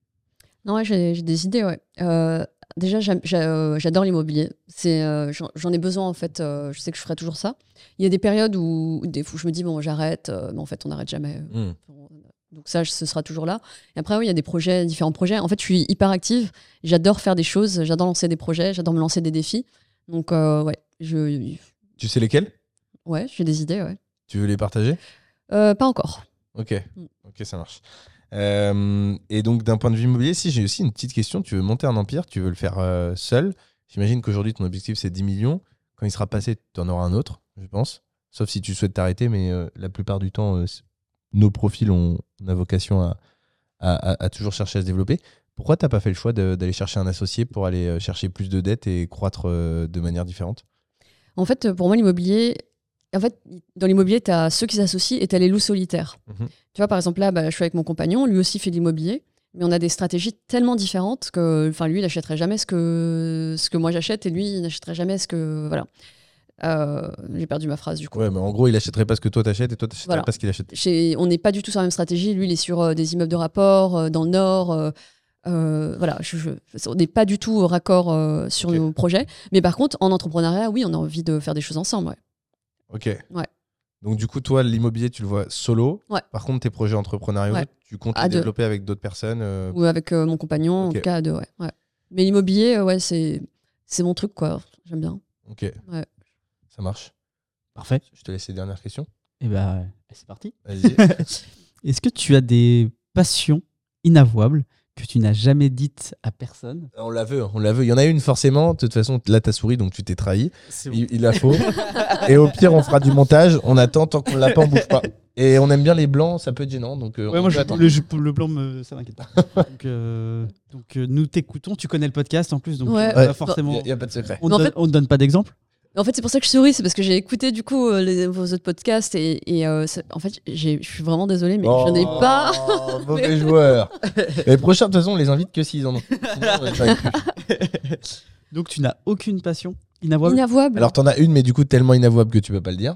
Speaker 3: Non, ouais, j'ai j'ai des idées, ouais. Euh, déjà, j'aime- j'a- euh, j'adore l'immobilier. C'est, euh, j'en j'en ai besoin, en fait. euh, je sais que je ferai toujours ça. Il y a des périodes où, des fois, je me dis, bon, j'arrête, euh, mais en fait, on n'arrête jamais. Donc ça, je- ce sera toujours là. Et après, oui, il y a des projets, différents projets. En fait, je suis hyper active. J'adore faire des choses. J'adore lancer des projets. J'adore me lancer des défis. Donc, euh, ouais, je,
Speaker 2: Tu sais lesquelles
Speaker 3: ouais, j'ai des idées, ouais.
Speaker 2: Tu veux les partager
Speaker 3: Euh, pas encore.
Speaker 2: Ok,
Speaker 3: Mm.
Speaker 2: ok, ça marche. Euh, et donc, d'un point de vue immobilier, si j'ai aussi une petite question, tu veux monter un empire, tu veux le faire euh, seul. J'imagine qu'aujourd'hui, ton objectif, c'est 10 millions. Quand il sera passé, tu en auras un autre, je pense. Sauf si tu souhaites t'arrêter, mais euh, la plupart du temps, euh, c- nos profils ont, on a vocation à, à- à- à toujours chercher à se développer. Pourquoi t'as pas fait le choix de- d'aller chercher un associé pour aller euh, chercher plus de dettes et croître euh, de manière différente
Speaker 3: En fait, euh, pour moi, l'immobilier, en fait, dans l'immobilier, tu as ceux qui s'associent et tu as les loups solitaires.
Speaker 2: Mhm.
Speaker 3: Tu vois, par exemple, là, bah, je suis avec mon compagnon, lui aussi fait de l'immobilier, mais on a des stratégies tellement différentes que, enfin, lui, il n'achèterait jamais ce que, ce que moi j'achète et lui, il n'achèterait jamais ce que. Voilà. Euh, J'ai perdu ma phrase du coup.
Speaker 2: Ouais, mais en gros, il achèterait pas ce que toi t'achètes et toi t'achèterais
Speaker 3: Voilà.
Speaker 2: pas ce qu'il achète.
Speaker 3: Chez- on n'est pas du tout sur la même stratégie. Lui, il est sur euh, des immeubles de rapport, euh, dans le Nord. euh, euh, voilà, je- je- on n'est pas du tout au raccord euh, sur
Speaker 2: Ok.
Speaker 3: nos projets. Mais par contre, en entrepreneuriat, oui, on a envie de faire des choses ensemble. ouais.
Speaker 2: Ok.
Speaker 3: Ouais.
Speaker 2: Donc du coup, toi, l'immobilier, tu le vois solo.
Speaker 3: Ouais.
Speaker 2: Par contre, tes projets entrepreneuriaux,
Speaker 3: Ouais.
Speaker 2: tu comptes
Speaker 3: À
Speaker 2: les
Speaker 3: deux.
Speaker 2: développer avec d'autres personnes. euh,
Speaker 3: ou avec euh, mon compagnon,
Speaker 2: Ok.
Speaker 3: en tout cas, à deux, ouais. ouais. Mais l'immobilier, euh, ouais, c'est c'est mon truc, quoi. J'aime bien.
Speaker 2: Ok. Ça marche.
Speaker 1: Parfait.
Speaker 2: Je te laisse les dernières questions.
Speaker 1: Et bah, c'est parti.
Speaker 2: Vas-y.
Speaker 1: Est-ce que tu as des passions inavouable que tu n'as jamais dite à personne.
Speaker 2: On la veut, hein, on la veut. Il y en a une forcément. De toute façon, là, t'as souri, donc tu t'es trahi. Il, il la faut. et au pire, on fera du montage. On attend tant qu'on l'a pas, on bouge pas. Et on aime bien les blancs, ça peut être gênant. Donc, euh,
Speaker 1: Ouais,
Speaker 2: on
Speaker 1: moi,
Speaker 2: peut
Speaker 1: je-
Speaker 2: attendre.
Speaker 1: le, je- le blanc, me- ça m'inquiète pas. donc, euh, donc, euh, nous t'écoutons. Tu connais le podcast en plus, donc
Speaker 3: Ouais.
Speaker 1: euh, bah,
Speaker 2: Ouais. Il
Speaker 1: forcément.
Speaker 2: y a- il y a pas de secret.
Speaker 1: On
Speaker 3: Mais en
Speaker 1: ne
Speaker 3: fait-
Speaker 1: donne pas d'exemple.
Speaker 3: En fait, c'est pour ça que je souris, c'est parce que j'ai écouté du coup euh, les- vos autres podcasts et, et, euh, ça- en fait, j'ai- je suis vraiment désolée, mais je n'ai
Speaker 2: Oh,
Speaker 3: pas.
Speaker 2: Mauvais joueur. Les prochains, de toute façon, on les invite que s'ils en ont. Sinon, on les invite plus.
Speaker 1: Donc, tu n'as aucune passion inavouable.
Speaker 3: Inavouable.
Speaker 2: Alors, t'en as une, mais du coup, tellement inavouable que tu peux pas le dire.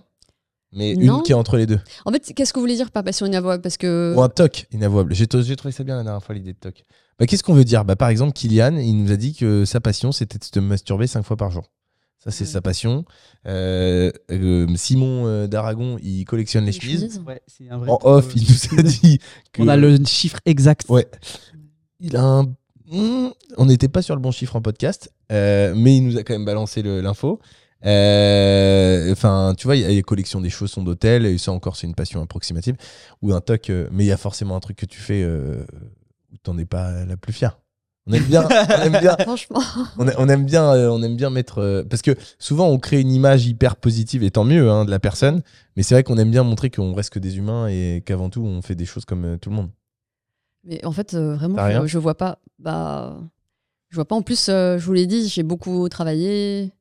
Speaker 2: Mais
Speaker 3: Non.
Speaker 2: une qui est entre les deux.
Speaker 3: En fait, qu'est-ce que vous voulez dire par passion inavouable Parce que.
Speaker 1: Euh.
Speaker 2: Ou un toc inavouable. J'ai j'ai trouvé ça bien la dernière fois, l'idée de toc. Bah, Qu'est-ce qu'on veut dire bah, Par exemple, Kylian, il nous a dit que sa passion, c'était de se masturber cinq fois par jour. Ça, c'est
Speaker 1: Ouais.
Speaker 2: sa passion. Euh, euh, Simon euh, d'Aragon, il collectionne les
Speaker 3: les
Speaker 2: chemises.
Speaker 3: chemises.
Speaker 1: Ouais, c'est un vrai
Speaker 2: En
Speaker 1: truc,
Speaker 2: off,
Speaker 1: euh,
Speaker 2: il nous a dit que
Speaker 1: On a le chiffre exact.
Speaker 2: Ouais. il a un... Hmm, on n'était pas sur le bon chiffre en podcast, euh, mais il nous a quand même balancé le- l'info. Euh, Enfin, tu vois, il y a les collections des chaussons d'hôtel, et ça encore, c'est une passion approximative, ou un toc, euh, mais il y a forcément un truc que tu fais euh, où t'en es pas la plus fière. On aime bien, on aime bien,
Speaker 3: Franchement.
Speaker 2: on, a- on aime bien, euh, on aime bien mettre. euh, parce que souvent, on crée une image hyper positive, et tant mieux, hein, de la personne, mais c'est vrai qu'on aime bien montrer qu'on reste que des humains et qu'avant tout, on fait des choses comme euh, tout le monde.
Speaker 3: Mais en fait, euh, vraiment,
Speaker 2: T'as rien
Speaker 3: je, je vois pas. Bah, je vois pas. En plus, euh, je vous l'ai dit, j'ai beaucoup travaillé.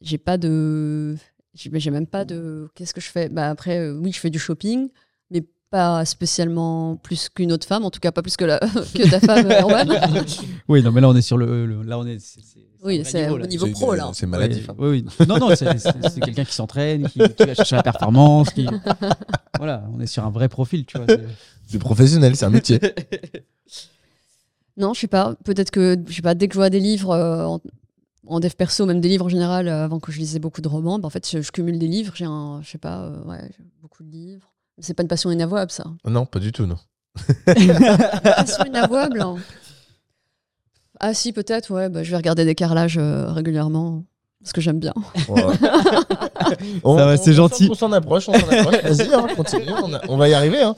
Speaker 3: J'ai pas de. J'ai mais j'ai même pas de. Qu'est-ce que je fais Bah après, euh, oui, je fais du shopping, mais pas spécialement plus qu'une autre femme. En tout cas, pas plus que, la... que ta femme, euh, Erwan.
Speaker 1: Oui, non, mais là, on est sur le. le- là, on est. c'est- c'est- c'est un
Speaker 3: Oui,
Speaker 1: vrai
Speaker 3: c'est
Speaker 1: niveau,
Speaker 3: au
Speaker 1: là.
Speaker 3: niveau
Speaker 2: C'est-
Speaker 3: pro là.
Speaker 2: C'est
Speaker 1: Ouais,
Speaker 2: maladif. hein.
Speaker 1: oui, oui. Non, non, c'est c'est- c'est quelqu'un qui s'entraîne, qui, qui va chercher la performance. qui- Voilà, on est sur un vrai profil, tu vois. c'est-
Speaker 2: C'est professionnel, c'est un métier.
Speaker 3: Non, je sais pas. Peut-être que je sais pas. Dès que je vois des livres euh, en, en dev perso, même des livres en général, euh, avant que je lisais beaucoup de romans, bah, en fait, je, je cumule des livres. J'ai un, je sais pas, euh, ouais, j'ai beaucoup de livres. C'est pas une passion inavouable, ça.
Speaker 2: non, pas du tout, non.
Speaker 3: passion inavouable. hein. Ah si, peut-être, ouais. bah, je vais regarder des carrelages euh, régulièrement. Parce que j'aime bien.
Speaker 2: On-
Speaker 1: Ça va, c'est
Speaker 2: on- on
Speaker 1: gentil.
Speaker 2: s'en- On s'en approche, on s'en approche. Vas-y, hein, continue, on, a- on va y arriver. hein.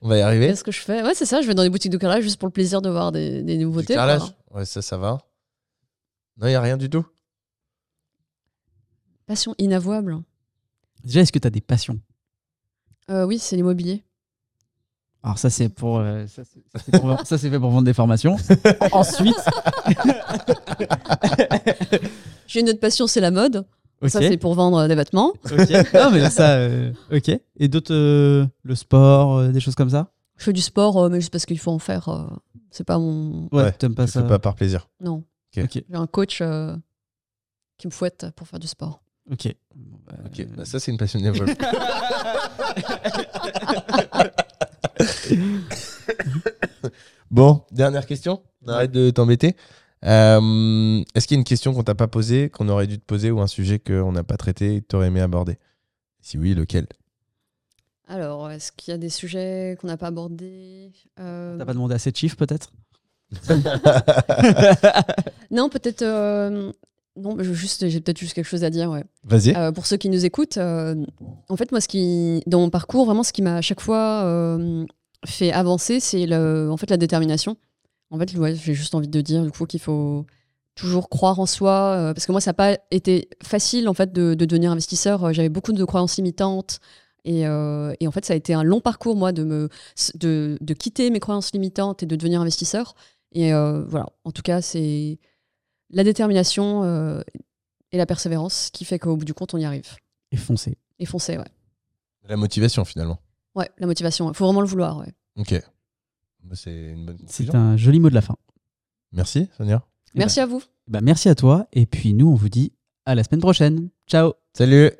Speaker 2: On va y arriver.
Speaker 3: Qu'est-ce que je fais Ouais, c'est ça, je vais dans les boutiques de carrelage juste pour le plaisir de voir des, des
Speaker 2: Du
Speaker 3: nouveautés.
Speaker 2: carrelage.
Speaker 3: quoi.
Speaker 2: Ouais, ça, ça va. Non, il n'y a rien du tout.
Speaker 3: Passion inavouable.
Speaker 1: Déjà, est-ce que tu as des passions
Speaker 3: Euh, oui, c'est l'immobilier.
Speaker 1: Alors, ça, c'est pour. euh, ça, c'est ça, c'est pour- ça, c'est fait pour vendre des formations. Ensuite,
Speaker 3: J'ai une autre passion, c'est la mode.
Speaker 1: ok.
Speaker 3: Ça, c'est pour vendre euh, des vêtements.
Speaker 1: ok. Non, mais ça, euh, ok. Et d'autres, euh, le sport, euh, des choses comme ça
Speaker 3: Je fais du sport, euh, mais juste parce qu'il faut en faire. euh, c'est pas mon.
Speaker 1: Ouais,
Speaker 2: Ouais,
Speaker 1: t'aimes pas
Speaker 2: Je
Speaker 1: ça
Speaker 2: fais pas par plaisir.
Speaker 3: Non.
Speaker 1: Ok,
Speaker 3: J'ai un coach euh, qui me fouette pour faire du sport.
Speaker 1: ok. Bon, bah,
Speaker 2: Ok, bah ça, c'est une passion inavouable. bon, dernière question. On arrête de t'embêter. Euh, Est-ce qu'il y a une question qu'on t'a pas posée, qu'on aurait dû te poser, ou un sujet qu'on n'a pas traité et que t'aurais aimé aborder Si oui, lequel
Speaker 3: Alors, est-ce qu'il y a des sujets qu'on n'a pas abordés Euh,
Speaker 1: T'as pas demandé assez de chiffres, peut-être
Speaker 3: Non, peut-être. euh, Non, mais je- juste, j'ai peut-être juste quelque chose à dire. Ouais.
Speaker 2: Vas-y.
Speaker 3: Euh, pour ceux qui nous écoutent, euh, en fait, moi, ce qui, dans mon parcours, vraiment, ce qui m'a à chaque fois euh, fait avancer, c'est le- en fait la détermination. En fait, ouais, j'ai juste envie de dire du coup qu'il faut toujours croire en soi, euh, parce que moi, ça n'a pas été facile en fait de, de devenir investisseur. Euh, J'avais beaucoup de croyances limitantes. Et, euh, et en fait, ça a été un long parcours, moi, de, me, de, de quitter mes croyances limitantes et de devenir investisseur. Et euh, voilà, en tout cas, c'est la détermination euh, et la persévérance qui fait qu'au bout du compte, on y arrive.
Speaker 1: Et foncez.
Speaker 3: Et foncez, ouais.
Speaker 2: La motivation, finalement.
Speaker 3: Ouais, la motivation, il faut vraiment le vouloir, ouais.
Speaker 2: Ok. Bah, C'est une bonne
Speaker 1: C'est
Speaker 2: conclusion.
Speaker 1: un joli mot de la fin.
Speaker 2: Merci, Sonia.
Speaker 1: Eh
Speaker 3: Merci à vous.
Speaker 1: Bah, merci à toi. Et puis, nous, on vous dit à la semaine prochaine. Ciao
Speaker 2: Salut